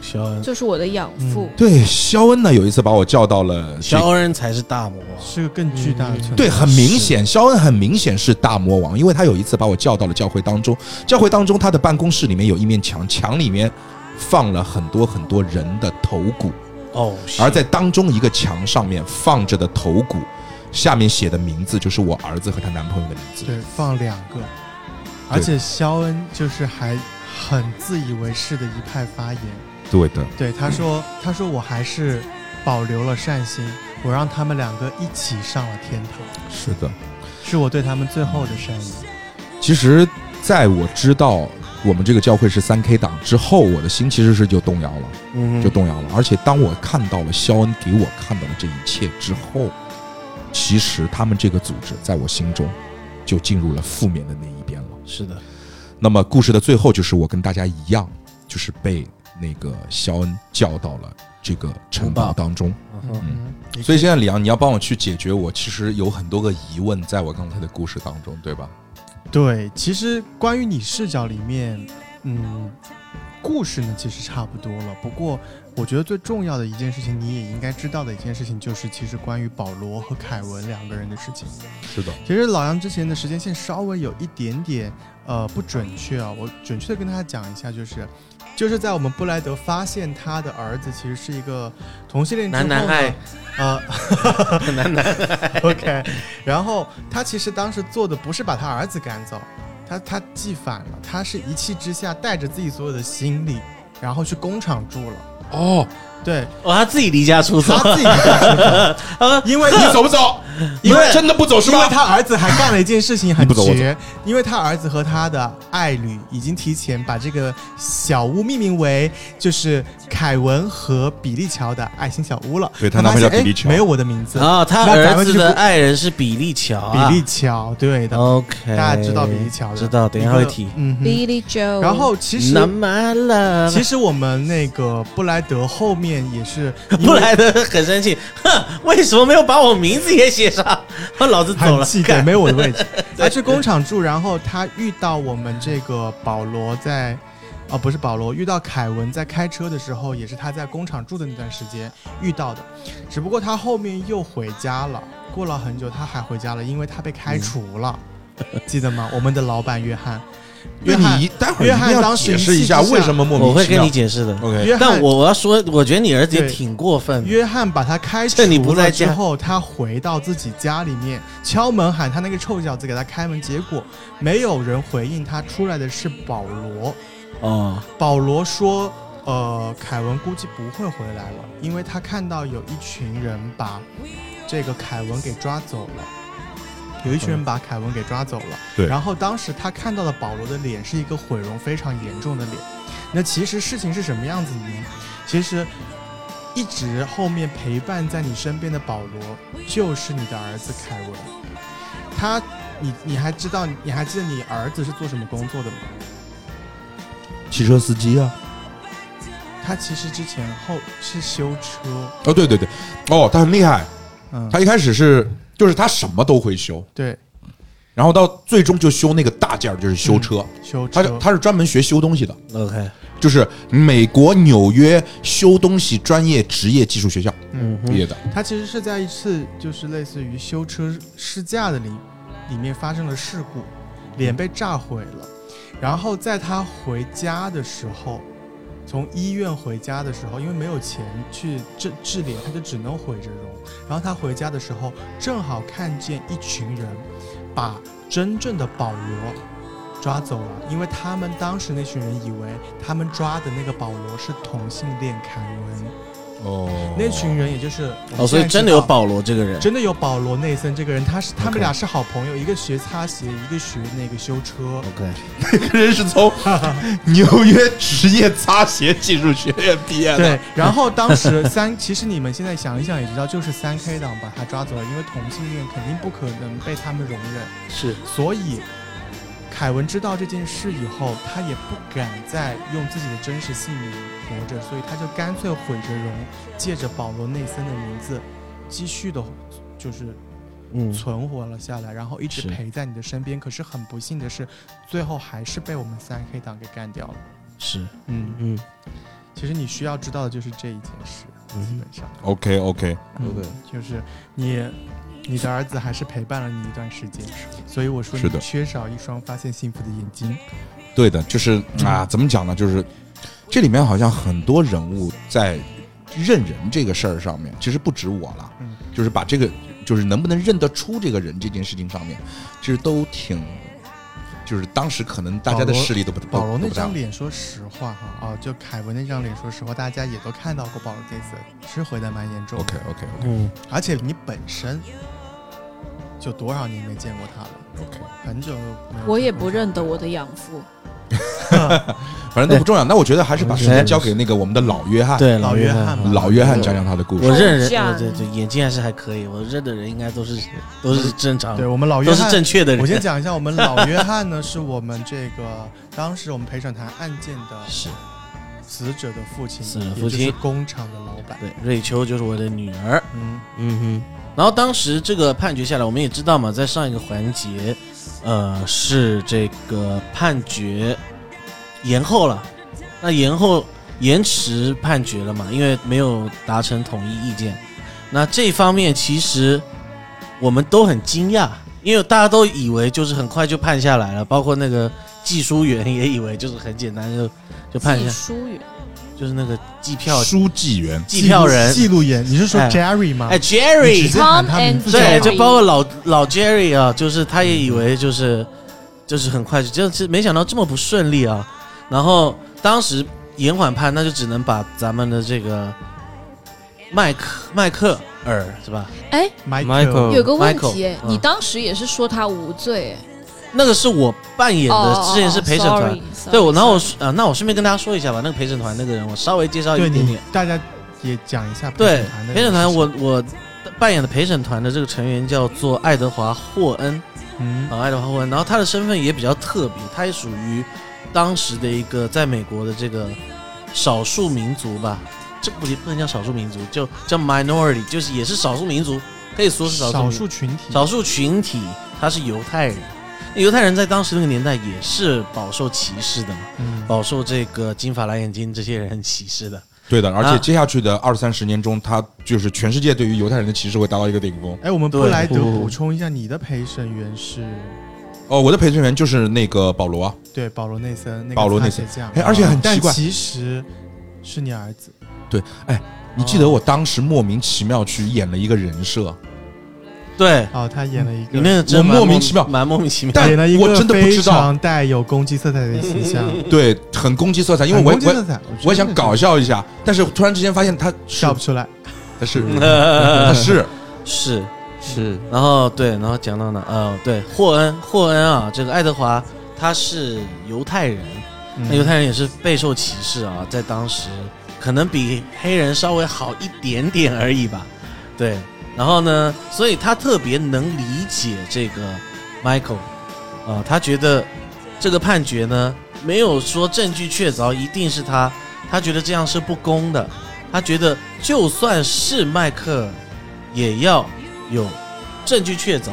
[SPEAKER 8] 肖恩，
[SPEAKER 7] 就是我的养父。
[SPEAKER 1] 对，肖恩呢有一次把我叫到了这个
[SPEAKER 8] 肖恩才是大魔王，
[SPEAKER 4] 是个更巨大的存在。
[SPEAKER 1] 对，很明显，肖恩很明显是大魔王，因为他有一次把我叫到了教会当中。教会当中，他的办公室里面有一面墙，墙里面放了很多很多人的头骨，
[SPEAKER 8] 哦，
[SPEAKER 1] 而在当中一个墙上面放着的头骨，下面写的名字就是我儿子和她男朋友的名字。
[SPEAKER 4] 对，放两个，而且肖恩就是还很自以为是的一派发言。
[SPEAKER 1] 对的，
[SPEAKER 4] 对，他说，他说我还是保留了善心，我让他们两个一起上了天堂，
[SPEAKER 1] 是的。
[SPEAKER 4] 是我对他们最后的善意。
[SPEAKER 1] 其实，在我知道我们这个教会是三 K 党之后，我的心其实是就动摇了。
[SPEAKER 8] 嗯
[SPEAKER 1] 就动摇了。而且当我看到了肖恩给我看到的这一切之后，其实他们这个组织在我心中就进入了负面的那一边了。
[SPEAKER 8] 是的，
[SPEAKER 1] 那么故事的最后，就是我跟大家一样，就是被那个肖恩叫到了这个城堡当中。
[SPEAKER 8] 嗯哼
[SPEAKER 4] 嗯，
[SPEAKER 1] 所以现在李阳，你要帮我去解决我其实有很多个疑问，在我刚才的故事当中，对吧？
[SPEAKER 4] 对，其实关于你视角里面，嗯，故事呢其实差不多了。不过，我觉得最重要的一件事情，你也应该知道的一件事情，就是其实关于保罗和凯文两个人的事情。
[SPEAKER 1] 是的，
[SPEAKER 4] 其实老杨之前的时间线稍微有一点点呃不准确啊，我准确的跟大家讲一下，就是就是在我们布莱德发现他的儿子其实是一个同性恋之后
[SPEAKER 8] 男
[SPEAKER 4] 呢
[SPEAKER 8] 男爱，
[SPEAKER 4] 呃
[SPEAKER 8] 男男，
[SPEAKER 4] ，OK，然后他其实当时做的不是把他儿子赶走，他他记反了，他是一气之下带着自己所有的行李，然后去工厂住了，
[SPEAKER 1] 哦，
[SPEAKER 4] 对
[SPEAKER 8] 哦，他自己离家出走，
[SPEAKER 4] 他自己 干的事
[SPEAKER 8] 啊
[SPEAKER 4] 情，因为
[SPEAKER 1] 呃你走不走？
[SPEAKER 4] 因为
[SPEAKER 1] 真的不走是
[SPEAKER 4] 因为
[SPEAKER 1] 吧？
[SPEAKER 4] 他儿子还干了一件事情很
[SPEAKER 1] 你不走我走
[SPEAKER 4] 绝，因为他儿子和他的爱侣已经提前把这个小屋命名为就是凯文和比利乔的爱心小屋了。
[SPEAKER 1] 对他
[SPEAKER 4] 发
[SPEAKER 1] 男朋友
[SPEAKER 4] 现
[SPEAKER 1] 叫比利
[SPEAKER 4] 哎
[SPEAKER 1] 乔
[SPEAKER 4] 没有我的名字，
[SPEAKER 8] 啊，他
[SPEAKER 4] 那咱
[SPEAKER 8] 儿
[SPEAKER 4] 们
[SPEAKER 8] 子
[SPEAKER 4] 就
[SPEAKER 8] 的
[SPEAKER 4] 不
[SPEAKER 8] 爱人是比利乔啊，
[SPEAKER 4] 比利乔，对的，
[SPEAKER 8] ，OK，
[SPEAKER 4] 大家知道比啊利乔的，
[SPEAKER 8] 哎知道，等一下会提
[SPEAKER 4] 个。嗯哼
[SPEAKER 7] Lily Joe，
[SPEAKER 4] 然后其实
[SPEAKER 8] Not my love，
[SPEAKER 4] 其实我们那个布莱德后面也是 因
[SPEAKER 8] 布
[SPEAKER 4] 为
[SPEAKER 8] 莱德很生气，哼，为什么没有把我名字也写上？ 老子走
[SPEAKER 4] 很
[SPEAKER 8] 了，
[SPEAKER 4] 气对，
[SPEAKER 8] 干
[SPEAKER 4] 没有我的 位置。他去工厂住，然后他遇到我们这个保罗在，哦，不是保罗，遇到凯文在开车的时候，也是他在工厂住的那段时间遇到的。只不过他后面又回家了，过了很久他还回家了，因为他被开除了，
[SPEAKER 8] 嗯
[SPEAKER 4] 记得吗？我们的老板约翰，约
[SPEAKER 1] 对
[SPEAKER 4] 翰
[SPEAKER 1] 你一，待会儿一
[SPEAKER 4] 约翰
[SPEAKER 1] 定要
[SPEAKER 4] 当时
[SPEAKER 1] 解释一
[SPEAKER 4] 一
[SPEAKER 1] 下
[SPEAKER 4] 气之下
[SPEAKER 1] 为什么莫
[SPEAKER 8] 我
[SPEAKER 1] 名
[SPEAKER 8] 会
[SPEAKER 1] 其
[SPEAKER 8] 跟
[SPEAKER 1] 妙
[SPEAKER 8] 你。解释的。
[SPEAKER 1] OK，
[SPEAKER 4] 约翰
[SPEAKER 8] 但我我要说，我觉得你儿子也
[SPEAKER 4] 对
[SPEAKER 8] 挺过分的。
[SPEAKER 4] 约翰把他开除
[SPEAKER 8] 趁你不在
[SPEAKER 4] 了
[SPEAKER 8] 家
[SPEAKER 4] 之后，他回到自己家里面敲门喊他那个臭小子给他开门，结果没有人回应他，出来的是保罗。
[SPEAKER 8] 哦，
[SPEAKER 4] 保罗说：“呃，凯文估计不会回来了，因为他看到有一群人把这个凯文给抓走了，有一群人把凯文给抓走了。
[SPEAKER 1] 对
[SPEAKER 4] 然后当时他看到的保罗的脸是一个毁容非常严重的脸。那其实事情是什么样子呢？其实一直后面陪伴在你身边的保罗，就是你的儿子凯文。他，你你还知道，你还记得你儿子是做什么工作的吗？
[SPEAKER 1] 汽车司机啊。
[SPEAKER 4] 他其实之前后是修车，
[SPEAKER 1] 哦，对对对，哦，他很厉害，
[SPEAKER 4] 嗯，
[SPEAKER 1] 他一开始是就是他什么都会修，
[SPEAKER 4] 对，
[SPEAKER 1] 然后到最终就修那个大件儿，就是修车。
[SPEAKER 4] 嗯修
[SPEAKER 1] 他
[SPEAKER 4] 车，
[SPEAKER 1] 是他是专门学修东西的，
[SPEAKER 8] OK，
[SPEAKER 1] 就是美国纽约修东西专业职业技术学校
[SPEAKER 4] 嗯，
[SPEAKER 1] 毕业的。
[SPEAKER 4] 他其实是在一次就是类似于修车试驾的里里面发生了事故，脸被炸毁了，然后在他回家的时候，从医院回家的时候，因为没有钱去治治理，他就只能毁着容。然后他回家的时候，正好看见一群人把真正的保罗抓走了，因为他们当时那群人以为他们抓的那个保罗是同性恋凯文，
[SPEAKER 1] 哦，
[SPEAKER 4] 那群人也就是我们
[SPEAKER 8] 哦，所以
[SPEAKER 4] 现在
[SPEAKER 8] 真的
[SPEAKER 4] 知
[SPEAKER 8] 有
[SPEAKER 4] 道
[SPEAKER 8] 保罗这个人，
[SPEAKER 4] 真的有保罗内森这个人，他是他
[SPEAKER 8] OK
[SPEAKER 4] 们俩是好朋友，一个学擦鞋，一个学那个修车。
[SPEAKER 8] OK，
[SPEAKER 1] 人是 从纽约职业擦鞋技术学院毕业的。
[SPEAKER 4] 对，然后当时三，其实你们现在想一想也知道，就是三 K 党把他抓走了，因为同性恋肯定不可能被他们容忍，
[SPEAKER 8] 是
[SPEAKER 4] 所以凯文知道这件事以后，他也不敢再用自己的真实姓名活着，所以他就干脆毁着容，借着保罗内森的名字，继续的，就是
[SPEAKER 8] 嗯，
[SPEAKER 4] 存活了下来，然后一直
[SPEAKER 8] 是
[SPEAKER 4] 陪在你的身边。可是很不幸的是，最后还是被我们三黑党给干掉了。
[SPEAKER 8] 是
[SPEAKER 4] 嗯，
[SPEAKER 8] 嗯
[SPEAKER 4] 其实你需要知道的就是这一件事，
[SPEAKER 8] 嗯
[SPEAKER 4] 基本上
[SPEAKER 1] OK OK，
[SPEAKER 6] OK
[SPEAKER 4] 嗯就是你。你的儿子还是陪伴了你一段时间，所以我说
[SPEAKER 1] 是
[SPEAKER 4] 你
[SPEAKER 1] 的
[SPEAKER 4] 缺少一双发现幸福的眼睛。
[SPEAKER 1] 对的，就是
[SPEAKER 8] 嗯
[SPEAKER 1] 啊，怎么讲呢？就是这里面好像很多人物在认人这个事儿上面，其实不止我了，
[SPEAKER 4] 嗯
[SPEAKER 1] 就是把这个，就是能不能认得出这个人这件事情上面，其实都挺，就是当时可能大家的
[SPEAKER 4] 保罗
[SPEAKER 1] 势力都不
[SPEAKER 4] 保罗
[SPEAKER 1] 都
[SPEAKER 4] 那
[SPEAKER 1] 不大
[SPEAKER 4] 张脸，说实话哈，哦，就凯文那张脸，说实话，大家也都看到过保罗这次是回的蛮严重的
[SPEAKER 1] OK OK
[SPEAKER 8] 嗯
[SPEAKER 4] 而且你本身就多少年没见过他了，
[SPEAKER 1] OK，
[SPEAKER 4] 很久没有见过
[SPEAKER 7] 我也
[SPEAKER 4] 他
[SPEAKER 7] 不
[SPEAKER 4] 了
[SPEAKER 7] 认得我的养父，
[SPEAKER 1] 反正都不重要。那我觉得还是把时
[SPEAKER 8] 哎
[SPEAKER 1] 间交给那个我们的老约翰，
[SPEAKER 8] 对
[SPEAKER 4] 老约
[SPEAKER 8] 约
[SPEAKER 4] 翰嘛
[SPEAKER 1] 老约翰讲讲他的故事
[SPEAKER 8] 我。认人，
[SPEAKER 7] 这样
[SPEAKER 8] 我对对，眼睛还是还可以，我认的人应该都是都是正常
[SPEAKER 4] 对
[SPEAKER 8] 的，
[SPEAKER 4] 我们老约
[SPEAKER 8] 都是
[SPEAKER 4] 翰，
[SPEAKER 8] 正确的人。
[SPEAKER 4] 我先讲一下，我们老约翰呢，是我们这个当时我们陪审团案件的
[SPEAKER 8] 是
[SPEAKER 4] 死者的父亲，
[SPEAKER 8] 死者
[SPEAKER 4] 也
[SPEAKER 8] 父亲
[SPEAKER 4] 就是工厂的老板。
[SPEAKER 8] 对瑞秋就是我的女儿，
[SPEAKER 4] 嗯，
[SPEAKER 8] 嗯哼。然后当时这个判决下来，我们也知道嘛，在上一个环节，呃，是这个判决延后了，那延后延迟判决了嘛，因为没有达成统一意见。那这方面其实我们都很惊讶，因为大家都以为就是很快就判下来了，包括那个技书员也以为就是很简单就就判
[SPEAKER 7] 季
[SPEAKER 8] 下，
[SPEAKER 7] 疏远，
[SPEAKER 8] 就是那个计票
[SPEAKER 1] 书记员，
[SPEAKER 8] 计票人，
[SPEAKER 4] 记录员，你是说
[SPEAKER 8] 哎
[SPEAKER 4] Jerry 吗？
[SPEAKER 8] 哎
[SPEAKER 4] 你直
[SPEAKER 8] ，Jerry，
[SPEAKER 4] 接喊他
[SPEAKER 7] Tom
[SPEAKER 4] 名
[SPEAKER 7] and
[SPEAKER 4] 字
[SPEAKER 8] 对，
[SPEAKER 4] 好
[SPEAKER 8] 就
[SPEAKER 4] 吗
[SPEAKER 7] Jerry
[SPEAKER 8] 包括老老 Jerry 啊，就是他也以为就是就是很快就，就是没想到这么不顺利啊。然后当时延缓判，那就只能把咱们的这个麦克麦克尔是吧？
[SPEAKER 7] 哎，
[SPEAKER 6] Michael
[SPEAKER 7] 有个问题
[SPEAKER 8] Michael，
[SPEAKER 7] 哎，
[SPEAKER 8] 嗯
[SPEAKER 7] 你当时也是说他无罪哦哎，
[SPEAKER 8] 那个是我扮演的，之前是陪审团。对，我然后我
[SPEAKER 7] 是
[SPEAKER 8] 啊，那我顺便跟大家说一下吧，那个陪审团那个人，我稍微介绍
[SPEAKER 4] 对
[SPEAKER 8] 一点
[SPEAKER 4] 你
[SPEAKER 8] 点。，
[SPEAKER 4] 大家也讲一下
[SPEAKER 8] 对
[SPEAKER 4] 团的，
[SPEAKER 8] 陪审团
[SPEAKER 4] 人是
[SPEAKER 8] 我我扮演的陪审团的这个成员叫做爱德华霍恩，
[SPEAKER 4] 谁嗯
[SPEAKER 8] 啊，爱德华霍恩，然后他的身份也比较特别，他也属于当时的一个在美国的这个少数民族吧，这不不能叫少数民族，就叫 minority，就是也是少数民族，可以说是少数
[SPEAKER 4] 少
[SPEAKER 8] 民
[SPEAKER 4] 数群体，
[SPEAKER 8] 少数群体，他是犹太人。那犹太人在当时那个年代也是饱受歧视的嘛，
[SPEAKER 4] 嗯
[SPEAKER 8] 饱受这个金发蓝眼睛这些人歧视的。
[SPEAKER 1] 对的，而
[SPEAKER 8] 啊
[SPEAKER 1] 且接下去的二三十年中，他就是全世界对于犹太人的歧视会达到一个顶峰。
[SPEAKER 4] 哎，我们布
[SPEAKER 8] 对
[SPEAKER 4] 莱德
[SPEAKER 6] 不
[SPEAKER 4] 补充一下，你的陪审员是
[SPEAKER 1] 哦，我的陪审员就是那个保罗啊，
[SPEAKER 4] 对保罗内森，那个
[SPEAKER 1] 保罗内森
[SPEAKER 4] 这样，
[SPEAKER 1] 哎，而且很
[SPEAKER 4] 但
[SPEAKER 1] 奇怪，哎
[SPEAKER 4] 其实是你儿子。嗯
[SPEAKER 1] 你记得我当时莫名其妙去演了一个人设，
[SPEAKER 8] 对，
[SPEAKER 4] 哦，他演了一个，
[SPEAKER 8] 你那个真
[SPEAKER 1] 我
[SPEAKER 8] 蛮
[SPEAKER 1] 莫名其妙
[SPEAKER 8] 蛮莫名其妙。
[SPEAKER 1] 但
[SPEAKER 4] 演了一个
[SPEAKER 1] 我真的不知道
[SPEAKER 4] 非常带有攻击色彩的形象，
[SPEAKER 1] 对，很攻击色彩，因为
[SPEAKER 4] 很
[SPEAKER 1] 我
[SPEAKER 4] 攻击色
[SPEAKER 1] 我
[SPEAKER 4] 彩
[SPEAKER 1] 我也想搞
[SPEAKER 4] 一下，
[SPEAKER 1] 笑一下，但是突然之间发现他是
[SPEAKER 4] 笑不出来。
[SPEAKER 1] 他是他
[SPEAKER 8] 呃
[SPEAKER 1] 是
[SPEAKER 8] 是，
[SPEAKER 6] 是
[SPEAKER 8] 然后对，然后讲到哪？呃，对，霍恩，霍恩啊，这个爱德华他是犹太人，
[SPEAKER 4] 嗯哎
[SPEAKER 8] 那犹太人也是备受歧视啊，在当时可能比黑人稍微好一点点而已吧。对，然后呢，所以他特别能理解这个 Michael，啊，他觉得这个判决呢没有说证据确凿一定是他，他觉得这样是不公的，他觉得就算是迈克尔也要有证据确凿，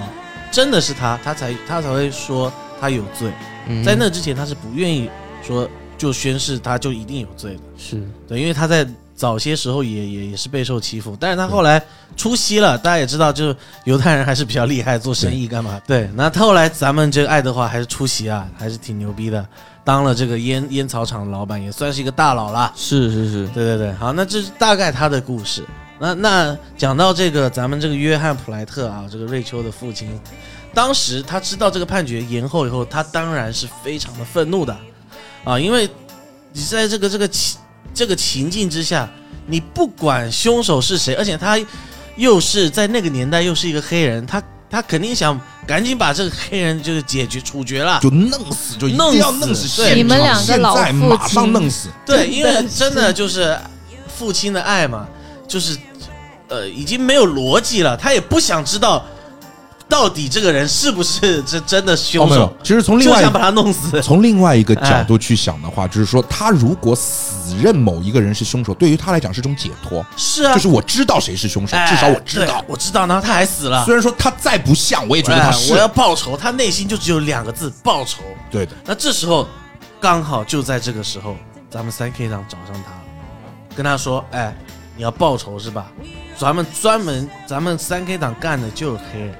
[SPEAKER 8] 真的是他，他才他才会说他有罪。
[SPEAKER 6] 嗯
[SPEAKER 8] 在那之前，他是不愿意说就宣誓他就一定有罪的，
[SPEAKER 6] 是
[SPEAKER 8] 对，因为他在早些时候也也也是备受欺负，但是他后来出息了，大家也知道，就是犹太人还是比较厉害，做生意干嘛？对，那后来咱们这个爱德华还是出息啊，还是挺牛逼的。当了这个烟烟草厂的老板，也算是一个大佬啦。
[SPEAKER 6] 是是是，
[SPEAKER 8] 对对对，好，那这是大概他的故事。那那讲到这个，咱们这个约翰普莱特啊，这个瑞秋的父亲，当时他知道这个判决延后以后，他当然是非常的愤怒的啊，因为你在这个这个情这个情境之下，你不管凶手是谁，而且他又是在那个年代又是一个黑人，他他肯定想赶紧把这个黑人就是解决处决了，
[SPEAKER 1] 就弄死，就一
[SPEAKER 8] 弄
[SPEAKER 1] 定要
[SPEAKER 8] 死
[SPEAKER 1] 弄死
[SPEAKER 8] 对
[SPEAKER 1] 现
[SPEAKER 7] 你们
[SPEAKER 1] 场
[SPEAKER 7] 两个
[SPEAKER 1] 现
[SPEAKER 7] 老
[SPEAKER 1] 在
[SPEAKER 7] 父
[SPEAKER 1] 马上
[SPEAKER 7] 亲
[SPEAKER 1] 弄死，
[SPEAKER 8] 对，因为真的就是父亲的爱嘛，就是呃，已经没有逻辑了，他也不想知道到底这个人是不是这真的
[SPEAKER 1] 哦
[SPEAKER 8] 凶
[SPEAKER 1] 没
[SPEAKER 8] 手，
[SPEAKER 1] 有其实从另
[SPEAKER 8] 就
[SPEAKER 1] 外一
[SPEAKER 8] 想把他弄死。
[SPEAKER 1] 从另外一个角度去想的话，就是说，他如果死认某一个人是凶手，对于他来讲是种解脱，
[SPEAKER 8] 是啊，
[SPEAKER 1] 就是我知道谁是凶手，
[SPEAKER 8] 哎
[SPEAKER 1] 至少我知道
[SPEAKER 8] 对。我知道，然后他还死了。
[SPEAKER 1] 虽然说他再不像，我也觉得他
[SPEAKER 8] 哎
[SPEAKER 1] 是
[SPEAKER 8] 我要报仇，他内心就只有两个字：报仇。
[SPEAKER 1] 对的。
[SPEAKER 8] 那这时候刚好就在这个时候，咱们三 K 党找上他了，跟他说：“哎，你要报仇是吧？咱们专门咱们三 K 党干的就是黑人，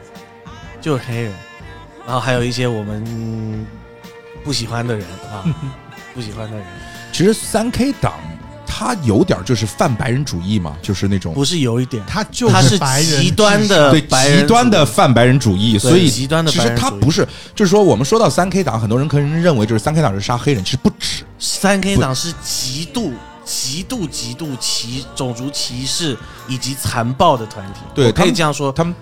[SPEAKER 8] 就是黑人，然后还有一些我们嗯不喜欢的人啊，不喜欢的人，
[SPEAKER 1] 其实三 K 党他有点就是泛白人主义嘛，就是那种
[SPEAKER 8] 不是有一点，
[SPEAKER 4] 他就
[SPEAKER 8] 他是
[SPEAKER 4] 白人
[SPEAKER 8] 极端
[SPEAKER 4] 至上
[SPEAKER 8] 的
[SPEAKER 1] 对
[SPEAKER 8] 白人
[SPEAKER 1] 极端的泛白人主义，所以
[SPEAKER 8] 极端的
[SPEAKER 1] 其
[SPEAKER 8] 白
[SPEAKER 1] 实
[SPEAKER 8] 人
[SPEAKER 1] 他
[SPEAKER 8] 主义
[SPEAKER 1] 不是，就是说我们说到三 K 党，很多人可能认为就是三 K 党是杀黑人，其实不止，
[SPEAKER 8] 三 K 党是极度。”极度极度歧种族歧视以及残暴的团体，
[SPEAKER 1] 对
[SPEAKER 8] 我可
[SPEAKER 1] 他
[SPEAKER 8] 以
[SPEAKER 1] 们
[SPEAKER 8] 这样说，
[SPEAKER 1] 他们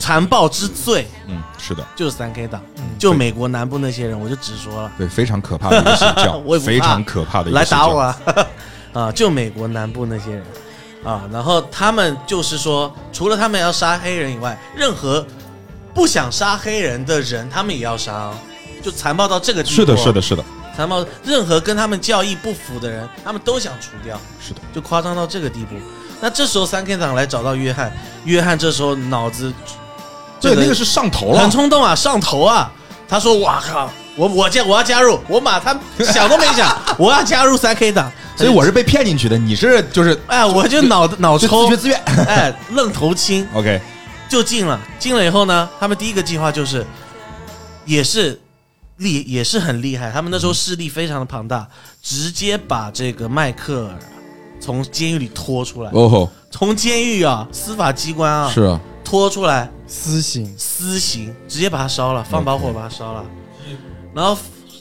[SPEAKER 8] 残暴之最
[SPEAKER 1] 嗯是的，
[SPEAKER 8] 就是三 K 党，就美国南部那些人，我就直说了，
[SPEAKER 1] 对非常可怕的一个邪 教，
[SPEAKER 8] 我也不怕
[SPEAKER 1] 非常可怕的一个
[SPEAKER 8] 来
[SPEAKER 1] 邪教
[SPEAKER 8] 打我啊！ 啊，就美国南部那些人啊，然后他们就是说，除了他们要杀黑人以外，任何不想杀黑人的人，他们也要杀、哦，就残暴到这个地步、哦
[SPEAKER 1] 是的，是的，，是的，
[SPEAKER 8] 残暴，任何跟他们教义不符的人，他们都想除掉，
[SPEAKER 1] 是的，
[SPEAKER 8] 就夸张到这个地步。那这时候三 K 党来找到约翰，约翰这时候脑子
[SPEAKER 1] 对，那个是上头了
[SPEAKER 8] 很，冲动啊，上头啊！他说：“我靠，我我加我要加入，我马他想都没想， 我要加入三 K 党。”
[SPEAKER 1] 所以我是被骗进去的，你是就是
[SPEAKER 8] 哎，我就脑脑
[SPEAKER 1] 就
[SPEAKER 8] 抽
[SPEAKER 1] 自觉，自愿。
[SPEAKER 8] 哎，愣头青
[SPEAKER 1] OK，
[SPEAKER 8] 就进了。进了以后呢，他们第一个计划就是，也是厉，也是很厉害。他们那时候势力非常的庞大，直接把这个迈克尔从监狱里拖出来，
[SPEAKER 1] 哦吼，
[SPEAKER 8] 从监狱啊，司法机关啊，
[SPEAKER 1] 是啊，
[SPEAKER 8] 拖出来，
[SPEAKER 4] 私刑，
[SPEAKER 8] 私刑，直接把他烧了，放把火把他烧了。然后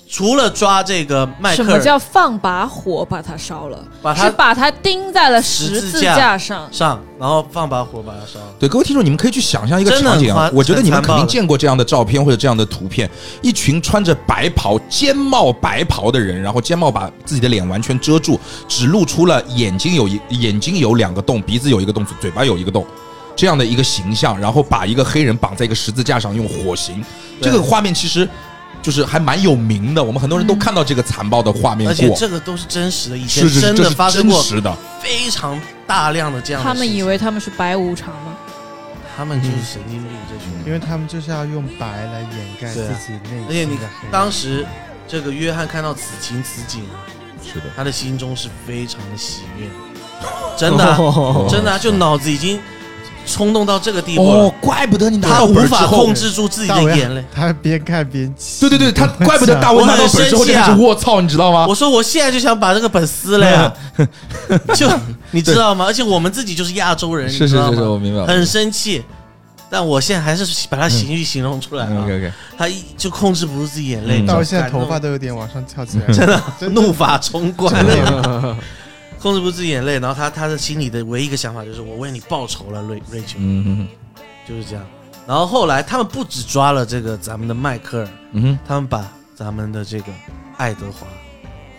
[SPEAKER 8] 除了抓这个迈
[SPEAKER 7] 什
[SPEAKER 8] 克
[SPEAKER 7] 么
[SPEAKER 8] 尔
[SPEAKER 7] 叫放把火把它烧了？
[SPEAKER 8] 把他
[SPEAKER 7] 是把它钉在了十
[SPEAKER 8] 十
[SPEAKER 7] 字
[SPEAKER 8] 字架
[SPEAKER 7] 架上。
[SPEAKER 8] 上，然后放把火把他烧了。
[SPEAKER 1] 对各位听众，你们可以去想象一个
[SPEAKER 8] 真的
[SPEAKER 1] 场
[SPEAKER 8] 很
[SPEAKER 1] 景啊
[SPEAKER 8] 夸，
[SPEAKER 1] 我觉得你们
[SPEAKER 8] 很
[SPEAKER 1] 肯
[SPEAKER 8] 残暴
[SPEAKER 1] 定
[SPEAKER 8] 的
[SPEAKER 1] 见过这样的照片或者这样的图片，一群穿着白袍、尖帽白袍的人，然后尖帽把自己的脸完全遮住，只露出了眼睛有一眼睛有两个洞，鼻子有一个洞，嘴巴有一个洞。这样的一个形象，然后把一个黑人绑在一个十字架上用火刑，这
[SPEAKER 8] 对
[SPEAKER 1] 个画面其实就是还蛮有名的，我们很多人都看到这个残暴的画面
[SPEAKER 8] 而且
[SPEAKER 1] 过，
[SPEAKER 8] 这个都是真实的，以前
[SPEAKER 1] 是是是，
[SPEAKER 8] 真
[SPEAKER 1] 这
[SPEAKER 8] 的
[SPEAKER 1] 是
[SPEAKER 8] 发生
[SPEAKER 1] 真
[SPEAKER 8] 过
[SPEAKER 1] 实的，
[SPEAKER 8] 非常大量的这样的
[SPEAKER 7] 他
[SPEAKER 8] 事情。
[SPEAKER 7] 们以为他们是白无常吗？
[SPEAKER 8] 他们
[SPEAKER 1] 嗯
[SPEAKER 8] 就是神经病这群人。
[SPEAKER 4] 因为他们就是要用白来掩盖
[SPEAKER 8] 对
[SPEAKER 4] 自
[SPEAKER 8] 啊
[SPEAKER 4] 己内
[SPEAKER 8] 而且
[SPEAKER 4] 心
[SPEAKER 8] 你
[SPEAKER 4] 的黑。
[SPEAKER 8] 当时这个约翰看到此情此景啊，
[SPEAKER 1] 是的。
[SPEAKER 8] 他的心中是非常的喜悦，真的啊、
[SPEAKER 1] 哦
[SPEAKER 8] 真的啊、就脑子已经冲动到这个地步了，
[SPEAKER 1] 哦，怪不得你拿
[SPEAKER 8] 他
[SPEAKER 1] 到
[SPEAKER 8] 无
[SPEAKER 1] 本儿之
[SPEAKER 8] 法
[SPEAKER 1] 后
[SPEAKER 8] 控。制住自己
[SPEAKER 4] 大
[SPEAKER 8] 的
[SPEAKER 4] 伟
[SPEAKER 8] 眼泪。
[SPEAKER 4] 他边看边
[SPEAKER 1] 对
[SPEAKER 4] 气。
[SPEAKER 1] 对 对，他怪不得大
[SPEAKER 8] 我
[SPEAKER 1] 文
[SPEAKER 8] 很
[SPEAKER 1] 拿到本儿之后就
[SPEAKER 8] 生气
[SPEAKER 1] 开
[SPEAKER 8] 啊
[SPEAKER 1] 始卧槽，你知道吗？
[SPEAKER 8] 我说我现在就想把这个本撕 了呀，就你知道吗？而且我们自己就是亚洲人，你
[SPEAKER 1] 是
[SPEAKER 8] 知
[SPEAKER 1] 是
[SPEAKER 8] 道
[SPEAKER 1] 是是，
[SPEAKER 8] 吗？
[SPEAKER 1] 我明白了。
[SPEAKER 8] 很生气，但我现在还是把他情绪形容出来啊了
[SPEAKER 1] 嗯 OK，OK，
[SPEAKER 8] 他一就控制不住自己眼泪
[SPEAKER 1] 嗯，
[SPEAKER 4] 大
[SPEAKER 8] 到
[SPEAKER 4] 伟现在头发都有点往上翘起来，
[SPEAKER 8] 真的
[SPEAKER 4] 真的
[SPEAKER 8] 怒发冲冠，
[SPEAKER 4] 的
[SPEAKER 8] 控制不住自己眼泪，然后他他的心里的唯一一个想法就是我为你报仇了，瑞瑞秋，
[SPEAKER 1] 嗯嗯
[SPEAKER 8] 就是这样。然后后来他们不只抓了这个咱们的迈克尔，
[SPEAKER 1] 嗯哼，
[SPEAKER 8] 他们把咱们的这个爱德华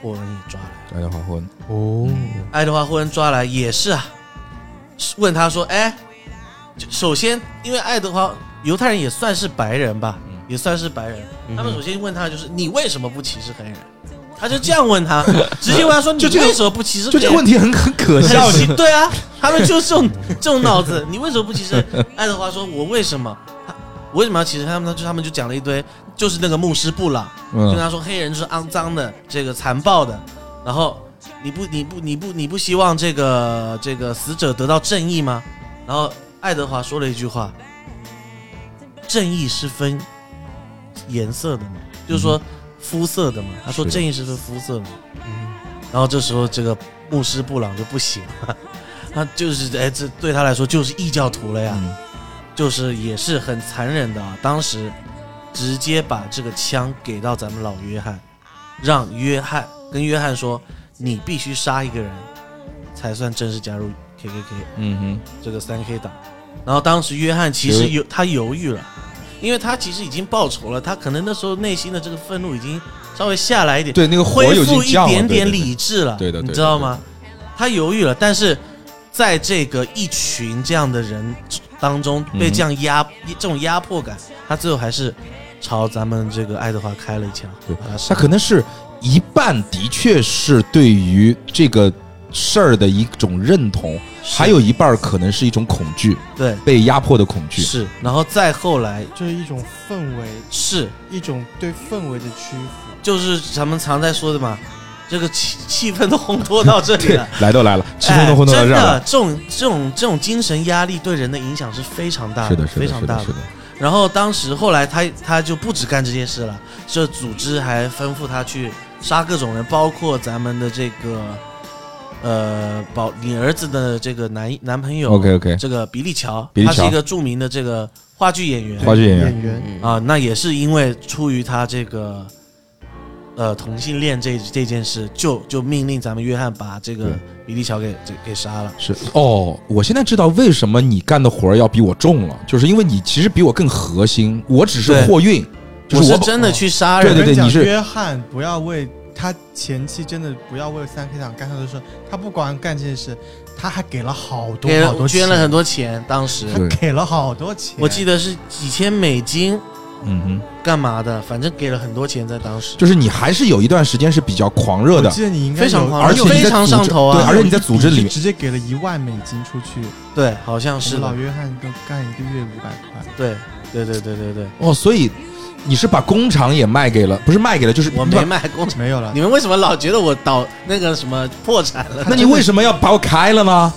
[SPEAKER 8] 霍恩也抓来了。
[SPEAKER 1] 大家好混，
[SPEAKER 4] 哦，
[SPEAKER 8] 爱德华霍恩抓来也是啊，问他说：“哎，就首先因为爱德华犹太人也算是白人吧，也算是白人，
[SPEAKER 1] 嗯
[SPEAKER 8] 他们首先问他就是你为什么不歧视黑人？”他就这样问 他，直接问他说：“你
[SPEAKER 1] 就这个
[SPEAKER 8] 为什么不歧视？”
[SPEAKER 1] 就这个问
[SPEAKER 8] 题。
[SPEAKER 1] 题很很可
[SPEAKER 8] 很
[SPEAKER 1] 笑，
[SPEAKER 8] 奇
[SPEAKER 1] 你
[SPEAKER 8] 对啊，他们就是这种这种脑子。你为什么不歧视？爱德华说：“我为什么？他我为什么要歧视他们？”他就他们就讲了一堆，就是那个牧师布朗，就跟
[SPEAKER 1] 嗯，
[SPEAKER 8] 他说黑人就是肮脏的，这个残暴的，然后你不你不你不你不希望这个这个死者得到正义吗？然后爱德华说了一句话：“正义是分颜色的嘛，就是说肤色的嘛，他
[SPEAKER 1] 嗯是
[SPEAKER 8] 说
[SPEAKER 1] 的
[SPEAKER 8] 正义是分肤色的嘛，
[SPEAKER 6] 嗯
[SPEAKER 8] 然后这时候这个牧师布朗就不行了， 他就是哎，这对他来说就是异教徒了呀，
[SPEAKER 4] 嗯
[SPEAKER 8] 就是也是很残忍的啊，当时直接把这个枪给到咱们老约翰，让约翰跟约翰说，你必须杀一个人，才算正式加入 KKK。
[SPEAKER 1] 嗯
[SPEAKER 8] 这个三 K 党。然后当时约翰其实
[SPEAKER 1] 犹
[SPEAKER 8] 有他犹豫了，因为他其实已经报仇了，他可能那时候内心的这个愤怒已经稍微下来一
[SPEAKER 1] 哼，
[SPEAKER 8] 点，
[SPEAKER 1] 对，那个火
[SPEAKER 8] 恢
[SPEAKER 1] 有
[SPEAKER 8] 复
[SPEAKER 1] 经
[SPEAKER 8] 一
[SPEAKER 1] 降了，
[SPEAKER 8] 点
[SPEAKER 1] 对对
[SPEAKER 8] 点
[SPEAKER 1] 对
[SPEAKER 8] 理智了，
[SPEAKER 1] 对的对的
[SPEAKER 8] 你知道吗？他犹豫了，但是在这个一群这样的人当中
[SPEAKER 1] 嗯
[SPEAKER 8] 被这样压、这种压迫感，他最后还是朝咱们这个爱德华开了一枪，啊
[SPEAKER 1] 对
[SPEAKER 8] 把他杀
[SPEAKER 1] 他可能是一半的确是对于这个事儿的一种认同，
[SPEAKER 8] 是
[SPEAKER 1] 还有一半儿可能是一种恐惧，
[SPEAKER 8] 对
[SPEAKER 1] 被压迫的恐惧。
[SPEAKER 8] 是，然后再后来
[SPEAKER 4] 就是一种氛围，
[SPEAKER 8] 是
[SPEAKER 4] 一种对氛围的屈服。
[SPEAKER 8] 就是咱们常在说的嘛，这个气气氛都烘托到这里
[SPEAKER 1] 对
[SPEAKER 8] 了。，
[SPEAKER 1] 来都来了，气氛都混到
[SPEAKER 8] 哎
[SPEAKER 1] 这
[SPEAKER 8] 真
[SPEAKER 1] 儿
[SPEAKER 8] 的
[SPEAKER 1] 了。
[SPEAKER 8] 这种这种这种精神压力对人的影响是非常大的，
[SPEAKER 1] 是的，是
[SPEAKER 8] 非
[SPEAKER 1] 的，
[SPEAKER 8] 常
[SPEAKER 1] 是
[SPEAKER 8] 大
[SPEAKER 1] 的，是的。
[SPEAKER 8] 然后当时后来他他就不止干这件事了，这组织还吩咐他去杀各种人，包括咱们的这个呃保你儿子的这个男男朋友
[SPEAKER 1] OK OK，
[SPEAKER 8] 这个比利乔，
[SPEAKER 1] 比利
[SPEAKER 8] 他
[SPEAKER 1] 乔
[SPEAKER 8] 是一个著名的这个话剧演员
[SPEAKER 1] 话剧演
[SPEAKER 6] 嗯
[SPEAKER 1] 员
[SPEAKER 4] 演员，
[SPEAKER 8] 啊，那也是因为出于他这个。呃，同性恋这这件事，就就命令咱们约翰把这个
[SPEAKER 1] 对
[SPEAKER 8] 比利乔给给给杀了。
[SPEAKER 1] 是哦，我现在知道为什么你干的活儿要比我重了，就是因为你其实比我更核心，我只是
[SPEAKER 8] 对
[SPEAKER 1] 货运，就
[SPEAKER 8] 我
[SPEAKER 1] 我
[SPEAKER 8] 是
[SPEAKER 1] 把
[SPEAKER 8] 真的去杀人，
[SPEAKER 1] 对对对
[SPEAKER 4] 我跟讲
[SPEAKER 1] 你是
[SPEAKER 4] 约翰，不要为他前期真的不要为三 K 党干他的事，他不光干这件事，他还给了好多
[SPEAKER 8] 给
[SPEAKER 4] 好多
[SPEAKER 8] 捐了
[SPEAKER 4] 钱
[SPEAKER 8] 很多钱。当时
[SPEAKER 1] 对
[SPEAKER 4] 他给了好多钱，
[SPEAKER 8] 我记得是几千美金，
[SPEAKER 1] 嗯哼，
[SPEAKER 8] 干嘛的？反正给了很多钱，在当时
[SPEAKER 1] 就是你还是有一段时间是比较狂热
[SPEAKER 4] 我
[SPEAKER 1] 的，
[SPEAKER 4] 记得你应该
[SPEAKER 8] 非常
[SPEAKER 4] 有
[SPEAKER 8] 狂
[SPEAKER 1] 而且你在
[SPEAKER 8] 非常
[SPEAKER 1] 组织
[SPEAKER 8] 上头啊
[SPEAKER 1] 对，而且你在组织里
[SPEAKER 4] 你直接给了一万美金出去，
[SPEAKER 8] 对，好像
[SPEAKER 4] 我
[SPEAKER 8] 是
[SPEAKER 4] 们老
[SPEAKER 8] 的，
[SPEAKER 4] 约翰都干一个月五百块，
[SPEAKER 8] 对对对对对对，
[SPEAKER 1] 哦，所以你是把工厂也卖给了，不是卖给了，就是
[SPEAKER 8] 我
[SPEAKER 1] 你把
[SPEAKER 8] 没卖工厂。
[SPEAKER 4] 没有了
[SPEAKER 8] 你。们为什么老觉得我倒那个什么破产了？
[SPEAKER 1] 那你为什么要把我开了呢？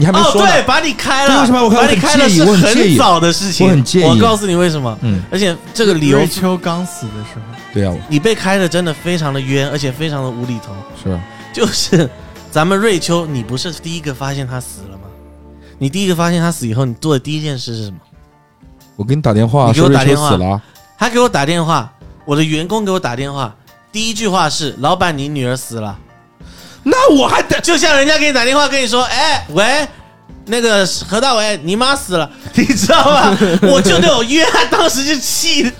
[SPEAKER 1] 你还没
[SPEAKER 8] 哦，
[SPEAKER 1] 说呢。
[SPEAKER 8] 对，把你开
[SPEAKER 1] 对
[SPEAKER 8] 了，
[SPEAKER 1] 为什么我
[SPEAKER 8] 把
[SPEAKER 1] 很
[SPEAKER 8] 你开了
[SPEAKER 1] 介意
[SPEAKER 8] 是
[SPEAKER 1] 我很介意
[SPEAKER 8] 早的事情，
[SPEAKER 1] 我很介意
[SPEAKER 8] 告诉你为什么，
[SPEAKER 1] 嗯，
[SPEAKER 8] 而且这个理由
[SPEAKER 4] 瑞秋刚死的时候，
[SPEAKER 1] 对呀、
[SPEAKER 8] 你被开的真的非常的冤，而且非常的无厘头。
[SPEAKER 1] 是吧？
[SPEAKER 8] 就是咱们瑞秋，你不是第一个发现他死了吗？你第一个发现他死以后，你做的第一件事是什么？
[SPEAKER 1] 我给你打电话，
[SPEAKER 8] 你给我
[SPEAKER 1] 说瑞
[SPEAKER 8] 打电
[SPEAKER 1] 秋
[SPEAKER 8] 话
[SPEAKER 1] 死了，
[SPEAKER 8] 他给我打电话，我的员工给我打电话，第一句话是：“老板，你女儿死了。
[SPEAKER 1] 那我还得”
[SPEAKER 8] 就像人家给你打电话跟你说：“哎，喂，那个何大伟，你妈死了，你知道吗？”我就那种约翰当时就气，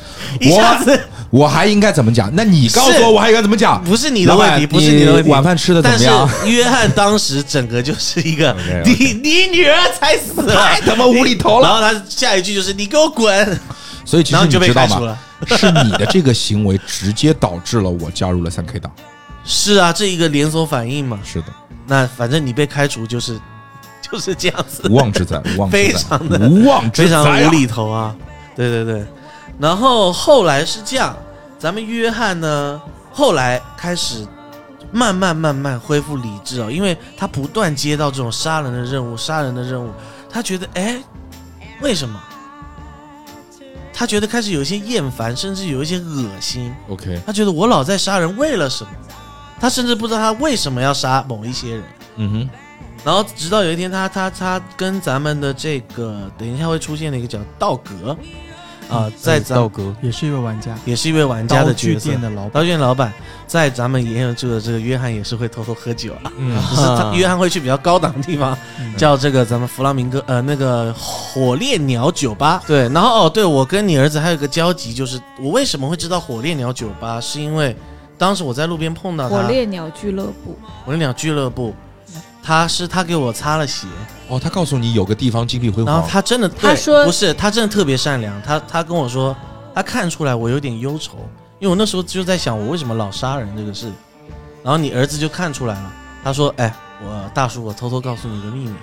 [SPEAKER 8] 一下子
[SPEAKER 1] 我还应该怎么讲？那你告诉
[SPEAKER 8] 是
[SPEAKER 1] 我，我还应该怎么讲？
[SPEAKER 8] 不是你的问
[SPEAKER 1] 老
[SPEAKER 8] 题，
[SPEAKER 1] 板
[SPEAKER 8] 不是你的问题。
[SPEAKER 1] 晚饭吃的怎
[SPEAKER 8] 但
[SPEAKER 1] 么
[SPEAKER 8] 是
[SPEAKER 1] 样？
[SPEAKER 8] 约翰当时整个就是一个
[SPEAKER 1] OK，OK
[SPEAKER 8] 你你女儿才死了，
[SPEAKER 1] 太他妈无厘头
[SPEAKER 8] 然
[SPEAKER 1] 了！
[SPEAKER 8] 后他下一句就是你给我滚，
[SPEAKER 1] 所以其
[SPEAKER 8] 然
[SPEAKER 1] 实
[SPEAKER 8] 后
[SPEAKER 1] 你
[SPEAKER 8] 你就被
[SPEAKER 1] 知道
[SPEAKER 8] 开除
[SPEAKER 1] 吗？
[SPEAKER 8] 了。
[SPEAKER 1] 是你的这个行为直接导致了我加入了三 K 党。
[SPEAKER 8] 是啊，这一个连锁反应嘛。
[SPEAKER 1] 是的，
[SPEAKER 8] 那反正你被开除就是就是这样子，
[SPEAKER 1] 无妄之灾，无妄之
[SPEAKER 8] 非
[SPEAKER 1] 灾，
[SPEAKER 8] 常的
[SPEAKER 1] 无妄之
[SPEAKER 8] 非
[SPEAKER 1] 灾、
[SPEAKER 8] 常
[SPEAKER 1] 啊，
[SPEAKER 8] 无厘头啊。对对对，然后后来是这样，咱们约翰呢，后来开始慢慢慢慢恢复理智哦，因为他不断接到这种杀人的任务，杀人的任务，他觉得哎，为什么？他觉得开始有一些厌烦，甚至有一些恶心。
[SPEAKER 1] OK，
[SPEAKER 8] 他觉得我老在杀人，为了什么？他甚至不知道他为什么要杀某一些人。
[SPEAKER 1] 嗯哼，
[SPEAKER 8] 然后直到有一天他，他他跟咱们的这个等一下会出现的一个叫道格
[SPEAKER 4] 嗯
[SPEAKER 8] 啊、
[SPEAKER 4] 哎
[SPEAKER 8] 在咱
[SPEAKER 6] 道格，
[SPEAKER 4] 也是一位玩家，
[SPEAKER 8] 也是一位玩家的
[SPEAKER 4] 刀具
[SPEAKER 8] 角色
[SPEAKER 4] 店，的老板，
[SPEAKER 8] 刀具店老板在咱们也有这个这个约翰也是会偷偷喝酒啊，
[SPEAKER 1] 嗯
[SPEAKER 8] 只是他约翰会去比较高档的地方，
[SPEAKER 4] 嗯
[SPEAKER 8] 叫这个咱们弗拉明哥呃那个火烈鸟酒吧。对，然后哦，对我跟你儿子还有一个交集，就是我为什么会知道火烈鸟酒吧，是因为当时我在路边碰到他，
[SPEAKER 7] 火烈鸟俱乐部，
[SPEAKER 8] 火烈鸟俱乐部，他是他给我擦了鞋。
[SPEAKER 1] 哦，他告诉你有个地方金碧辉
[SPEAKER 8] 然
[SPEAKER 1] 煌
[SPEAKER 8] 后，他真的，
[SPEAKER 7] 他
[SPEAKER 8] 对
[SPEAKER 7] 说
[SPEAKER 8] 不是，他真的特别善良。他他跟我说，他看出来我有点忧愁，因为我那时候就在想，我为什么老杀人这个事。然后你儿子就看出来了，他说：“哎，我大叔，我偷偷告诉你个秘密，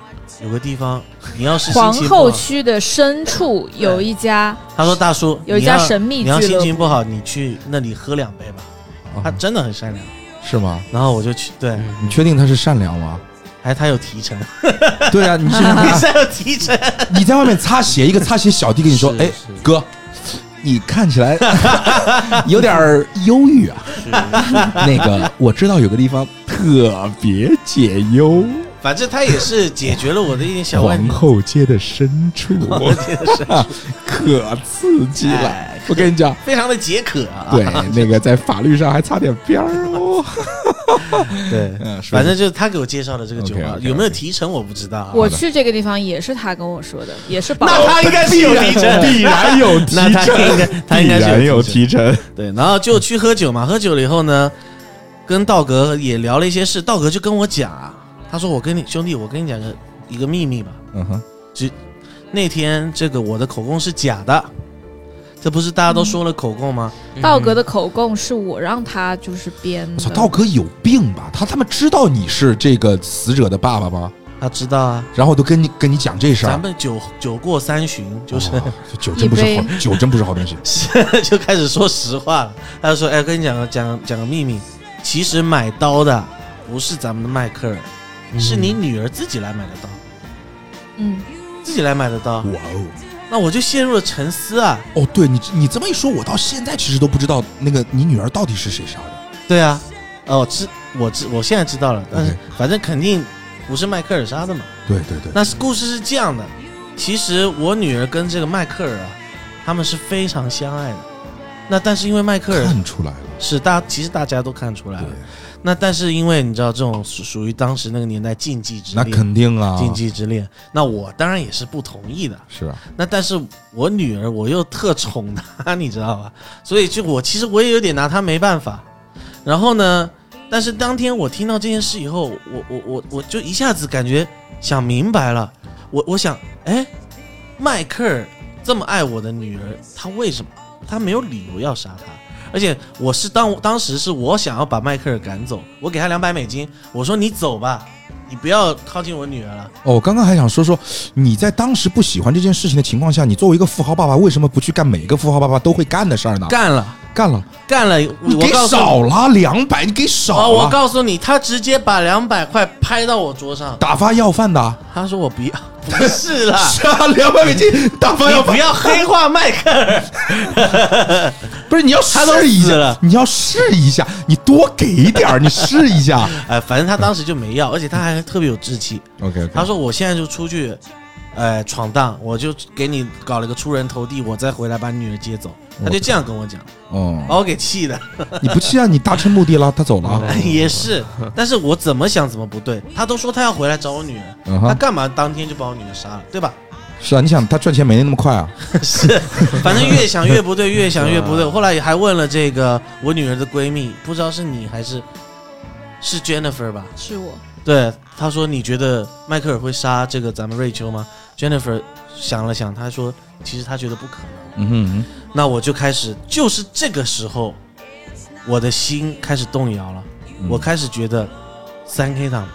[SPEAKER 8] 有个地方，你要是心
[SPEAKER 7] 皇
[SPEAKER 8] 情不
[SPEAKER 7] 后
[SPEAKER 8] 好，
[SPEAKER 7] 区的深处有一家，
[SPEAKER 8] 他说大叔，
[SPEAKER 7] 有一
[SPEAKER 8] 你
[SPEAKER 7] 家
[SPEAKER 8] 要
[SPEAKER 7] 神秘
[SPEAKER 8] 你要
[SPEAKER 7] 俱乐
[SPEAKER 8] 心情
[SPEAKER 7] 部
[SPEAKER 8] 不好，你去那里喝两杯吧。”他
[SPEAKER 1] 啊
[SPEAKER 8] 真的很善良。
[SPEAKER 1] 是吗？
[SPEAKER 8] 然后我就去，对，
[SPEAKER 1] 你确定他是善良吗？
[SPEAKER 8] 还他有提 成，
[SPEAKER 1] 对啊，你是让
[SPEAKER 8] 你
[SPEAKER 1] 他
[SPEAKER 8] 是有提成，
[SPEAKER 1] 你在外面擦鞋，一个擦鞋 小弟跟你说：“哎，哥，你看起来有点儿忧郁啊。”
[SPEAKER 8] 去，
[SPEAKER 9] 那个我知道有个地方特别解忧，
[SPEAKER 8] 反正他也是解决了我的一点小问
[SPEAKER 9] 皇
[SPEAKER 8] 题。
[SPEAKER 9] 后街的深 处，可刺激了。
[SPEAKER 8] 哎
[SPEAKER 9] 我跟你讲，
[SPEAKER 8] 非常的解渴啊！
[SPEAKER 9] 对，那个在法律上还差点边儿哦。
[SPEAKER 8] 对，
[SPEAKER 9] 嗯，说
[SPEAKER 8] 反正就是他给我介绍的这个酒吧，
[SPEAKER 9] OK，OK，OK
[SPEAKER 8] 有没有提成我不知道啊。
[SPEAKER 7] 我去这个地方也是他跟我说的，也是保
[SPEAKER 8] 那他应该是有提成，
[SPEAKER 9] 必然有提
[SPEAKER 8] 那 他
[SPEAKER 9] 成，
[SPEAKER 8] 应该他
[SPEAKER 9] 必
[SPEAKER 8] 应该
[SPEAKER 9] 然
[SPEAKER 8] 是
[SPEAKER 9] 有
[SPEAKER 8] 成。
[SPEAKER 9] 提成。
[SPEAKER 8] 对，然后就去喝酒嘛，喝酒了以后呢，跟道格也聊了一些事，道格就跟我讲啊，他说我跟你兄弟，我跟你讲个一个秘密吧，
[SPEAKER 9] 嗯哼，
[SPEAKER 8] 那天这个我的口供是假的，这不是大家都说了口供吗？
[SPEAKER 7] 道格的口供是我让他就是编
[SPEAKER 1] 我操，
[SPEAKER 7] 的，
[SPEAKER 1] 道哥有病吧？他他妈知道你是这个死者的爸爸吗？
[SPEAKER 8] 他知道啊，
[SPEAKER 1] 然后都跟你跟你讲这事
[SPEAKER 8] 咱
[SPEAKER 1] 儿，
[SPEAKER 8] 们酒酒过三巡，就是、
[SPEAKER 9] 哦
[SPEAKER 1] 哇酒真不是
[SPEAKER 7] 一
[SPEAKER 1] 好，
[SPEAKER 7] 杯
[SPEAKER 1] 酒真不是好东西。
[SPEAKER 8] 就开始说实话了。他就说：“哎，跟你讲个讲讲个秘密，其实买刀的不是咱们的迈克尔，
[SPEAKER 1] 嗯
[SPEAKER 8] 是你女儿自己来买的刀，
[SPEAKER 7] 嗯，
[SPEAKER 8] 自己来买的刀。
[SPEAKER 1] 哇哦！
[SPEAKER 8] 那我就陷入了沉思啊。
[SPEAKER 1] 哦，对你你这么一说，我到现在其实都不知道那个你女儿到底是谁杀的。
[SPEAKER 8] 对啊，哦，知我知我现在知道了，但是
[SPEAKER 1] OK
[SPEAKER 8] 反正肯定不是迈克尔杀的嘛。
[SPEAKER 1] 对对对，
[SPEAKER 8] 那是故事是这样的，其实我女儿跟这个迈克尔啊，他们是非常相爱的。那但是因为哎迈克尔
[SPEAKER 1] 看出来了，
[SPEAKER 8] 是大，其实大家都看出来了
[SPEAKER 1] 对。
[SPEAKER 8] 那但是因为你知道，这种属属于当时那个年代禁忌之
[SPEAKER 1] 那
[SPEAKER 8] 恋，
[SPEAKER 1] 肯定啊，
[SPEAKER 8] 禁忌之恋。那我当然也是不同意的。
[SPEAKER 1] 是啊，
[SPEAKER 8] 那但是我女儿我又特宠她， 你知道吧？所以就我其实我也有点拿她没办法。然后呢，但是当天我听到这件事以后，我我我我就一下子感觉想明白了。我我想，哎，迈克尔这么爱我的女儿，他为什么他没有理由要杀她？而且我是当当时是我想要把迈克尔赶走，我给他两百美金，我说你走吧，你不要靠近我女儿了。
[SPEAKER 1] 哦，我刚刚还想说说，你在当时不喜欢这件事情的情况下，你作为一个富豪爸爸，为什么不去干每一个富豪爸爸都会干的事儿呢？
[SPEAKER 8] 干了，
[SPEAKER 1] 干了，
[SPEAKER 8] 干了，
[SPEAKER 1] 你
[SPEAKER 8] 我
[SPEAKER 1] 给
[SPEAKER 8] 告诉你
[SPEAKER 1] 少了两百，你给
[SPEAKER 8] 啊！
[SPEAKER 1] 少
[SPEAKER 8] 我
[SPEAKER 1] 了，
[SPEAKER 8] 告诉你，他直接把两百块拍到我桌上，
[SPEAKER 1] 打发要饭的啊，
[SPEAKER 8] 他说我不要，不是 啦，
[SPEAKER 1] 是啊，两百美金打发
[SPEAKER 8] 你
[SPEAKER 1] 要
[SPEAKER 8] 不
[SPEAKER 1] 饭，
[SPEAKER 8] 要黑化迈克尔，
[SPEAKER 1] 不是你要
[SPEAKER 8] 他都
[SPEAKER 1] 试一
[SPEAKER 8] 死
[SPEAKER 1] 下
[SPEAKER 8] 了，
[SPEAKER 1] 你要试一下，你多给一点儿，你试一 下。
[SPEAKER 8] 哎，反正他当时就没要，而且他还特别有志气，
[SPEAKER 1] OK，, o k
[SPEAKER 8] 他说我现在就出去，呃，闯荡，我就给你搞了个出人头地，我再回来把女儿接走，他就这样跟我讲，
[SPEAKER 1] 哦，
[SPEAKER 8] 把我给气的，
[SPEAKER 1] 你不气啊？你达成目的了，他走了啊。
[SPEAKER 8] 也是，但是我怎么想怎么不对，他都说他要回来找我女儿，
[SPEAKER 1] 嗯
[SPEAKER 8] 他
[SPEAKER 1] 哼，
[SPEAKER 8] 干嘛当天就把我女儿杀了，对吧？
[SPEAKER 1] 是啊，你想他赚钱没那么快啊？
[SPEAKER 8] 是，反正越想越不对，越想越不对。我后来也还问了这个我女儿的闺蜜，不知道是你还是是 Jennifer 吧？
[SPEAKER 7] 是我，
[SPEAKER 8] 对，她说你觉得迈克尔会杀这个咱们瑞秋吗？Jennifer 想了想，她说其实她觉得不可能。
[SPEAKER 1] 嗯哼嗯
[SPEAKER 8] 那我就开始，就是这个时候，我的心开始动摇了，
[SPEAKER 1] 嗯
[SPEAKER 8] 我开始觉得三 K 党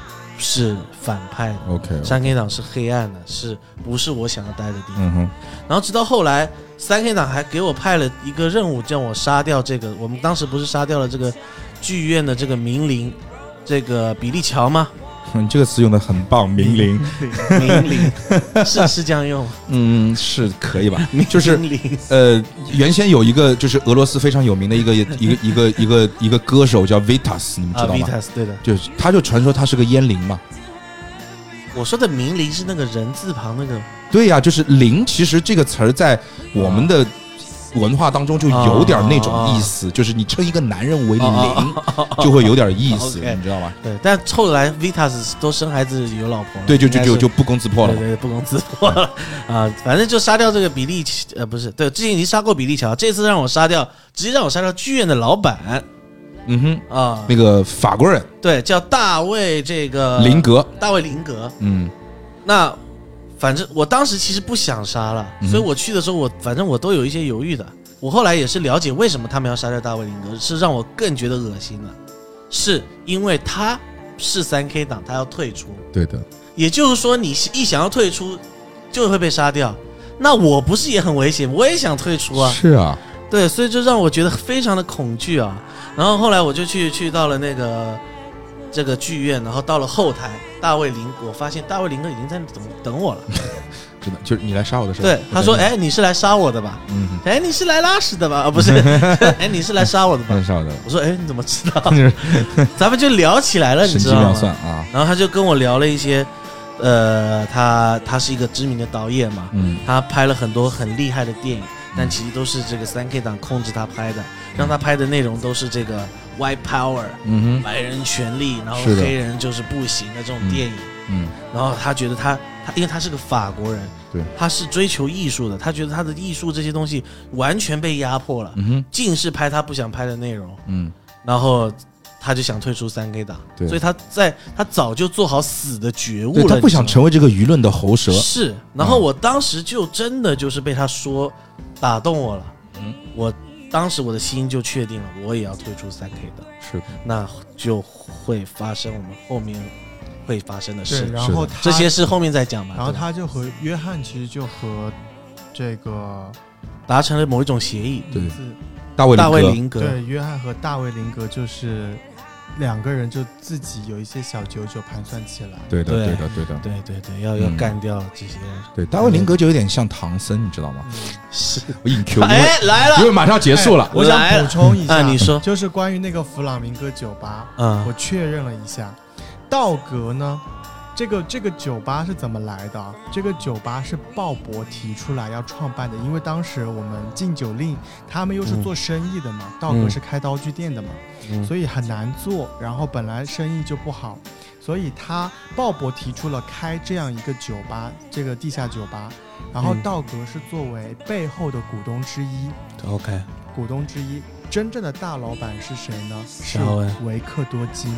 [SPEAKER 8] 是反派的，
[SPEAKER 1] 哼，OK，
[SPEAKER 8] 三 K 党是黑暗的，是不是我想要待的地方？
[SPEAKER 1] 嗯哼，
[SPEAKER 8] 然后直到后来，三 K 党还给我派了一个任务，叫我杀掉这个。我们当时不是杀掉了这个剧院的这个名伶，这个比利乔 吗？
[SPEAKER 1] 哼你这个词用的很棒，明伶。
[SPEAKER 8] 名伶是是这样用吗，
[SPEAKER 1] 嗯，是可以 吧？就是
[SPEAKER 8] 名伶
[SPEAKER 1] 呃，原先有一个就是俄罗斯非常有名的 一个一个一个一个一个歌手叫 Vitas，你们知
[SPEAKER 8] 啊
[SPEAKER 1] 道吗？
[SPEAKER 8] ，Vitas 对的。
[SPEAKER 1] 就是他就传说他是个烟灵嘛。
[SPEAKER 8] 嗯我说的名伶是那个人字旁那个，
[SPEAKER 1] 对呀、就是灵，其实这个词儿在我们的文化当中就有点那种意
[SPEAKER 8] 哦
[SPEAKER 1] 思，就是你称一个男人为灵，就会有点意 思，
[SPEAKER 8] OK
[SPEAKER 1] 你知道吧？
[SPEAKER 8] 对。但后来 Vitas 都生孩子有老婆了，
[SPEAKER 1] 对，就
[SPEAKER 8] 应
[SPEAKER 1] 就
[SPEAKER 8] 该
[SPEAKER 1] 就是就不攻自破了
[SPEAKER 8] 对。对，对不攻自破了啊！反正就杀掉这个比利，呃，不是，对，之前已经杀过比利乔，这次让我杀掉，直接让我杀掉剧院的老板
[SPEAKER 1] 嗯哼，
[SPEAKER 8] 啊，
[SPEAKER 1] 那个法国人
[SPEAKER 8] 对，叫大卫这个
[SPEAKER 1] 林格，
[SPEAKER 8] 大卫林格。
[SPEAKER 1] 嗯，
[SPEAKER 8] 那反正我当时其实不想杀了，
[SPEAKER 1] 嗯哼
[SPEAKER 8] 所以我去的时候我反正我都有一些犹豫的。我后来也是了解为什么他们要杀掉大卫林格，是让我更觉得恶心的，是因为他是三 K 党，他要退出，
[SPEAKER 1] 对的，
[SPEAKER 8] 也就是说你一想要退出就会被杀掉。那我不是也很危险？我也想退出啊。
[SPEAKER 1] 是啊，
[SPEAKER 8] 对，所以就让我觉得非常的恐惧啊。然后后来我就去去到了那个这个剧院，然后到了后台，大卫林，我发现大卫林哥已经在那等等我了。
[SPEAKER 1] 真的就是你来杀我的事儿。
[SPEAKER 8] 对，他说：“
[SPEAKER 1] 真的，
[SPEAKER 8] 哎，你是来杀我的吧？
[SPEAKER 1] 嗯，
[SPEAKER 8] 哎，你是来拉屎的吧？啊，不是， 哎，你是来杀我的吧
[SPEAKER 1] 很少嗯的，？”
[SPEAKER 8] 我说：“哎，你怎么 知道？”咱们就聊起来了，你
[SPEAKER 1] 神
[SPEAKER 8] 知
[SPEAKER 1] 机
[SPEAKER 8] 道
[SPEAKER 1] 妙算
[SPEAKER 8] 吗？
[SPEAKER 1] 啊，
[SPEAKER 8] 然后他就跟我聊了一些，呃，他他是一个知名的导演嘛，
[SPEAKER 1] 嗯
[SPEAKER 8] 他拍了很多很厉害的电影，但其实都是这个三 K 党控制他拍的，让他拍的内容都是这个 White Power
[SPEAKER 1] 嗯
[SPEAKER 8] 白人权利，然后
[SPEAKER 1] 是的
[SPEAKER 8] 黑人就是不行的这种电影。
[SPEAKER 1] 哼，嗯
[SPEAKER 8] 然后他觉得他他，因为他是个法国人，
[SPEAKER 1] 对，
[SPEAKER 8] 他是追求艺术的，他觉得他的艺术这些东西完全被压迫了，
[SPEAKER 1] 嗯哼，
[SPEAKER 8] 尽是拍他不想拍的内容，
[SPEAKER 1] 嗯
[SPEAKER 8] 然后他就想退出三 K 党，
[SPEAKER 1] 对
[SPEAKER 8] 所以他在他早就做好死的觉悟
[SPEAKER 1] 对
[SPEAKER 8] 了，
[SPEAKER 1] 他不想
[SPEAKER 8] 你知道
[SPEAKER 1] 成为嗯这个舆论的喉舌
[SPEAKER 8] 吗。是，然后我当时就真的就是被他说打动我了，
[SPEAKER 1] 嗯
[SPEAKER 8] 我当时我的心就确定了，我也要退出三 K 党，
[SPEAKER 1] 是的，
[SPEAKER 8] 那就会发生我们后面会发生的
[SPEAKER 4] 对，
[SPEAKER 8] 事，
[SPEAKER 4] 然后
[SPEAKER 1] 是
[SPEAKER 4] 他
[SPEAKER 8] 这些事后面再讲吧。
[SPEAKER 4] 然后
[SPEAKER 8] 对吧
[SPEAKER 4] 他就和约翰其实就和这个
[SPEAKER 8] 达成了某一种协议。
[SPEAKER 1] 对
[SPEAKER 4] 自
[SPEAKER 1] 大卫
[SPEAKER 8] 大卫
[SPEAKER 1] 林格，
[SPEAKER 8] 林格，
[SPEAKER 4] 对约翰和大卫林格就是两个人就自己有一些小九九盘算起来，嗯
[SPEAKER 1] 对的，对
[SPEAKER 8] 对
[SPEAKER 1] 的，对的，
[SPEAKER 8] 对对对，要
[SPEAKER 1] 嗯
[SPEAKER 8] 要干掉这些人。
[SPEAKER 1] 对，大卫林格就有点像唐僧，你知道吗？
[SPEAKER 8] 是，
[SPEAKER 1] 我硬 Q，因为
[SPEAKER 8] 哎，来
[SPEAKER 1] 因
[SPEAKER 8] 了，
[SPEAKER 1] 为马上要结束了，
[SPEAKER 4] 哎我想补充一
[SPEAKER 8] 啊，
[SPEAKER 4] 下，
[SPEAKER 8] 你说，
[SPEAKER 4] 就是关于那个弗朗明哥酒吧，
[SPEAKER 8] 嗯
[SPEAKER 4] 我确认了一下，道格呢，这个这个酒吧是怎么来的啊？这个酒吧是鲍勃提出来要创办的，因为当时我们禁酒令，他们又
[SPEAKER 1] 嗯
[SPEAKER 4] 是做生意的嘛，道格
[SPEAKER 8] 嗯
[SPEAKER 4] 是开刀具店的嘛，
[SPEAKER 8] 嗯
[SPEAKER 4] 所以很难做，然后本来生意就不好，所以他鲍勃提出了开这样一个酒吧，这个地下酒吧，然后
[SPEAKER 8] 嗯
[SPEAKER 4] 道格是作为背后的股东之一，
[SPEAKER 8] ，OK，
[SPEAKER 4] 股东之一。真正的大老板是谁呢？是
[SPEAKER 8] 大卫
[SPEAKER 4] 维克多金，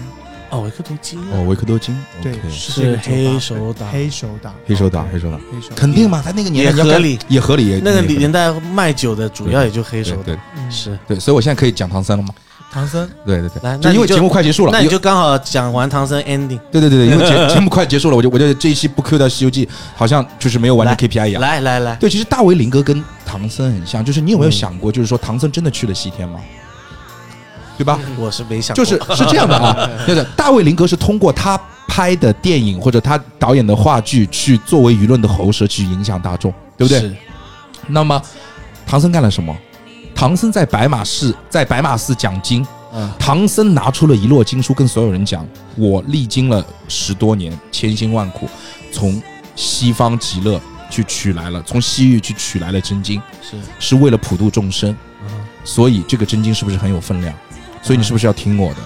[SPEAKER 8] 哦，维克多金啊，
[SPEAKER 1] 哦，维克多金，
[SPEAKER 4] 对
[SPEAKER 1] OK，
[SPEAKER 4] 是这个
[SPEAKER 8] 是黑
[SPEAKER 4] 酒吧
[SPEAKER 8] 手党
[SPEAKER 4] 黑手党，
[SPEAKER 1] 黑手党，
[SPEAKER 4] OK，
[SPEAKER 1] 黑手党，
[SPEAKER 4] 黑手党，
[SPEAKER 1] 肯定嘛，他那个年
[SPEAKER 8] 嗯也
[SPEAKER 1] 代你要干
[SPEAKER 8] 合理。
[SPEAKER 1] 也合理，也
[SPEAKER 8] 那个
[SPEAKER 1] 也合理
[SPEAKER 8] 年代卖酒的主要也就黑手
[SPEAKER 1] 对
[SPEAKER 8] 党，
[SPEAKER 1] 对
[SPEAKER 4] 嗯
[SPEAKER 8] 是。
[SPEAKER 1] 对，所以我现在可以讲唐僧了吗？
[SPEAKER 4] 唐僧，
[SPEAKER 1] 对对对，
[SPEAKER 8] 来，
[SPEAKER 1] 就
[SPEAKER 8] 那
[SPEAKER 1] 因为
[SPEAKER 8] 你就
[SPEAKER 1] 节目快结束了，
[SPEAKER 8] 那你就刚好讲完唐僧 ending，
[SPEAKER 1] 对对对对，因为 节节目快结束了，我就我就这一期不 Q 到《西游记》，好像就是没有完成
[SPEAKER 8] 来
[SPEAKER 1] KPI 一样。
[SPEAKER 8] 来来来，
[SPEAKER 1] 对，其实大卫林格跟唐僧很像，就是你有没有
[SPEAKER 8] 嗯
[SPEAKER 1] 想过，就是说唐僧真的去了西天吗？对吧？
[SPEAKER 8] 我是没想
[SPEAKER 1] 就
[SPEAKER 8] 过，
[SPEAKER 1] 是是这样的啊，就是大卫林格是通过他拍的电影或者他导演的话剧去作为舆论的喉舌去影响大众，对不对？
[SPEAKER 8] 是？
[SPEAKER 1] 那么唐僧干了什么？唐僧在白马寺，在白马寺讲经，
[SPEAKER 8] 嗯，
[SPEAKER 1] 唐僧拿出了一摞经书，跟所有人讲：“我历经了十多年，千辛万苦，从西方极乐去取来了，从西域去取来了真经，
[SPEAKER 8] 是，
[SPEAKER 1] 是为了普度众生。
[SPEAKER 8] 嗯
[SPEAKER 1] 所以这个真经是不是很有分量？所以你是不是要听我的？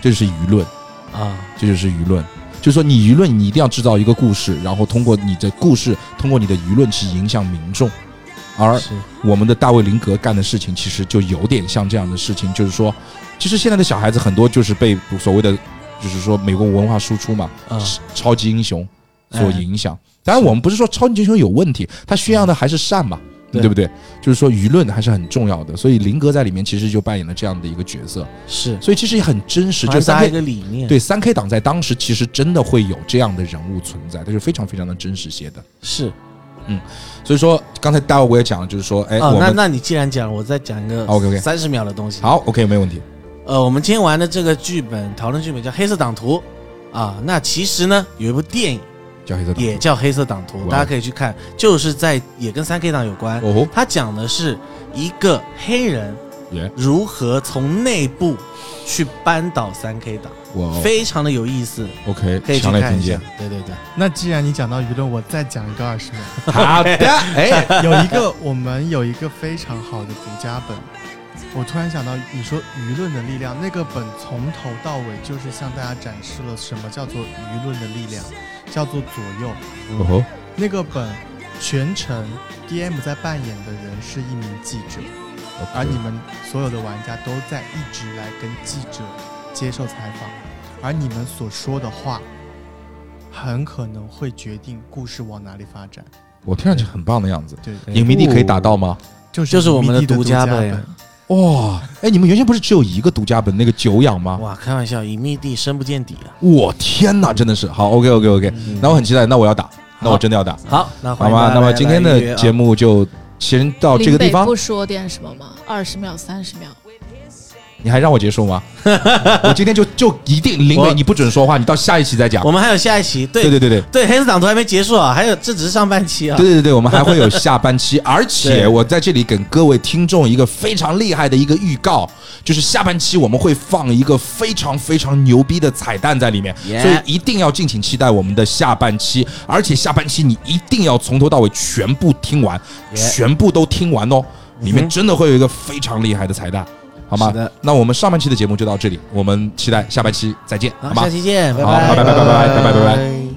[SPEAKER 1] 这就是舆论，
[SPEAKER 8] 啊，
[SPEAKER 1] 这就是舆论。就是说，你舆论你一定要制造一个故事，然后通过你的故事，通过你的舆论去影响民众。而
[SPEAKER 8] 是，
[SPEAKER 1] 我们的大卫林格干的事情，其实就有点像这样的事情，就是说，其实现在的小孩子很多就是被所谓的，就是说美国文化输出嘛，
[SPEAKER 8] 嗯
[SPEAKER 1] 超级英雄
[SPEAKER 8] 哎
[SPEAKER 1] 所影响。当
[SPEAKER 8] 是
[SPEAKER 1] 然，我们不是说超级英雄有问题，他宣扬的还是善嘛，
[SPEAKER 8] 对
[SPEAKER 1] 对不对？就是说舆论还是很重要的，所以林格在里面其实就扮演了这样的一个角色，
[SPEAKER 8] 哎是，
[SPEAKER 1] 所以其实也很真实，就是
[SPEAKER 8] 传
[SPEAKER 1] 三
[SPEAKER 8] 达一
[SPEAKER 1] K
[SPEAKER 8] 个理念，
[SPEAKER 1] 对三 K 党在当时其实真的会有这样的人物存在，他就非常非常的真实写的。
[SPEAKER 8] 是
[SPEAKER 1] 所以说刚才大卫我也讲了，就是说，哎，
[SPEAKER 8] 哦，
[SPEAKER 1] 我
[SPEAKER 8] 那
[SPEAKER 1] 们
[SPEAKER 8] 那你既然讲，我再讲一个
[SPEAKER 1] OK，OK
[SPEAKER 8] 三十秒的东西，
[SPEAKER 1] 好，OK，没问题。
[SPEAKER 8] 呃，我们今天玩的这个剧本讨论剧本叫《黑色党徒》啊，那其实呢有一部电影
[SPEAKER 1] 叫黑色党徒
[SPEAKER 8] 也叫《黑色党徒》，
[SPEAKER 1] 哇
[SPEAKER 8] 大家可以去看，就是在也跟三 K 党有关。
[SPEAKER 1] 哦吼，
[SPEAKER 8] 它讲的是一个黑人
[SPEAKER 1] 耶，
[SPEAKER 8] 如何从内部去扳倒三 K 党，
[SPEAKER 1] 哇哦
[SPEAKER 8] 非常的有意思，
[SPEAKER 1] ，OK，
[SPEAKER 8] 可以去
[SPEAKER 1] 强烈
[SPEAKER 8] 看
[SPEAKER 1] 推
[SPEAKER 8] 一下
[SPEAKER 1] 荐。。
[SPEAKER 8] 对对对，
[SPEAKER 4] 那既然你讲到舆论，我再讲一个二十秒。
[SPEAKER 1] 好的，哎，
[SPEAKER 4] 有一个我们有一个非常好的独家本，我突然想到你说舆论的力量，那个本从头到尾就是向大家展示了什么叫做舆论的力量，叫做左右。
[SPEAKER 1] 哦吼，
[SPEAKER 4] 那个本全程 DM 在扮演的人是一名记者，
[SPEAKER 8] 啊
[SPEAKER 4] 而你们所有的玩家都在一直来跟记者接受采访，而你们所说的话，很可能会决定故事往哪里发展。
[SPEAKER 1] 我听上去很棒的样子。
[SPEAKER 4] 对，
[SPEAKER 1] 影迷地可以打到吗？
[SPEAKER 4] 就是
[SPEAKER 8] 就是我
[SPEAKER 4] 迷
[SPEAKER 8] 们的
[SPEAKER 4] 弟的
[SPEAKER 8] 独
[SPEAKER 4] 家
[SPEAKER 8] 家本呀
[SPEAKER 1] 哇，哎，你们原先不是只有一个独家本那个久仰吗？
[SPEAKER 8] 哇，开玩笑，隐秘地深不见底啊。嗯
[SPEAKER 1] 我天哪，真的是好，OK OK OK，那我很期待，那我要打，那我真的要打，
[SPEAKER 8] 好，那
[SPEAKER 1] 嗯
[SPEAKER 8] 欢
[SPEAKER 1] 好
[SPEAKER 8] 迎
[SPEAKER 1] 吗？那
[SPEAKER 8] 大家
[SPEAKER 1] 么
[SPEAKER 8] 来啊
[SPEAKER 1] 今天的节，哦目就先到这个地
[SPEAKER 7] 林北
[SPEAKER 1] 方
[SPEAKER 7] 不。说点什么吗？二十秒、三十秒，
[SPEAKER 2] 你还让我结 束吗？我今天就就一定林
[SPEAKER 8] 我
[SPEAKER 2] 伟，你不准说话，你到下一期再讲
[SPEAKER 8] 我。们还有下一期，对
[SPEAKER 2] 对对对对
[SPEAKER 8] 对，黑色党图还没结束啊，还有这只是上半期啊。
[SPEAKER 2] 对对对对，我们还会有下半 期，而且
[SPEAKER 8] 对
[SPEAKER 2] 我在这里给各位听众一个非常厉害的一个预告，就是下半期我们会放一个非常非常牛逼的彩蛋在里面
[SPEAKER 8] Yeah
[SPEAKER 2] 所以一定要敬请期待我们的下半期，而且下半期你一定要从头到尾全部听完
[SPEAKER 8] Yeah 嗯
[SPEAKER 2] 全部都听完哦，里面真的会有一个非常厉害的彩蛋。好吗
[SPEAKER 8] 是的？
[SPEAKER 2] 那我们上半期的节目就到这里，我们期待下半期再见，好
[SPEAKER 8] 好，
[SPEAKER 2] 吗
[SPEAKER 8] 下？期见，拜
[SPEAKER 2] 好拜拜拜拜拜拜拜拜
[SPEAKER 8] 拜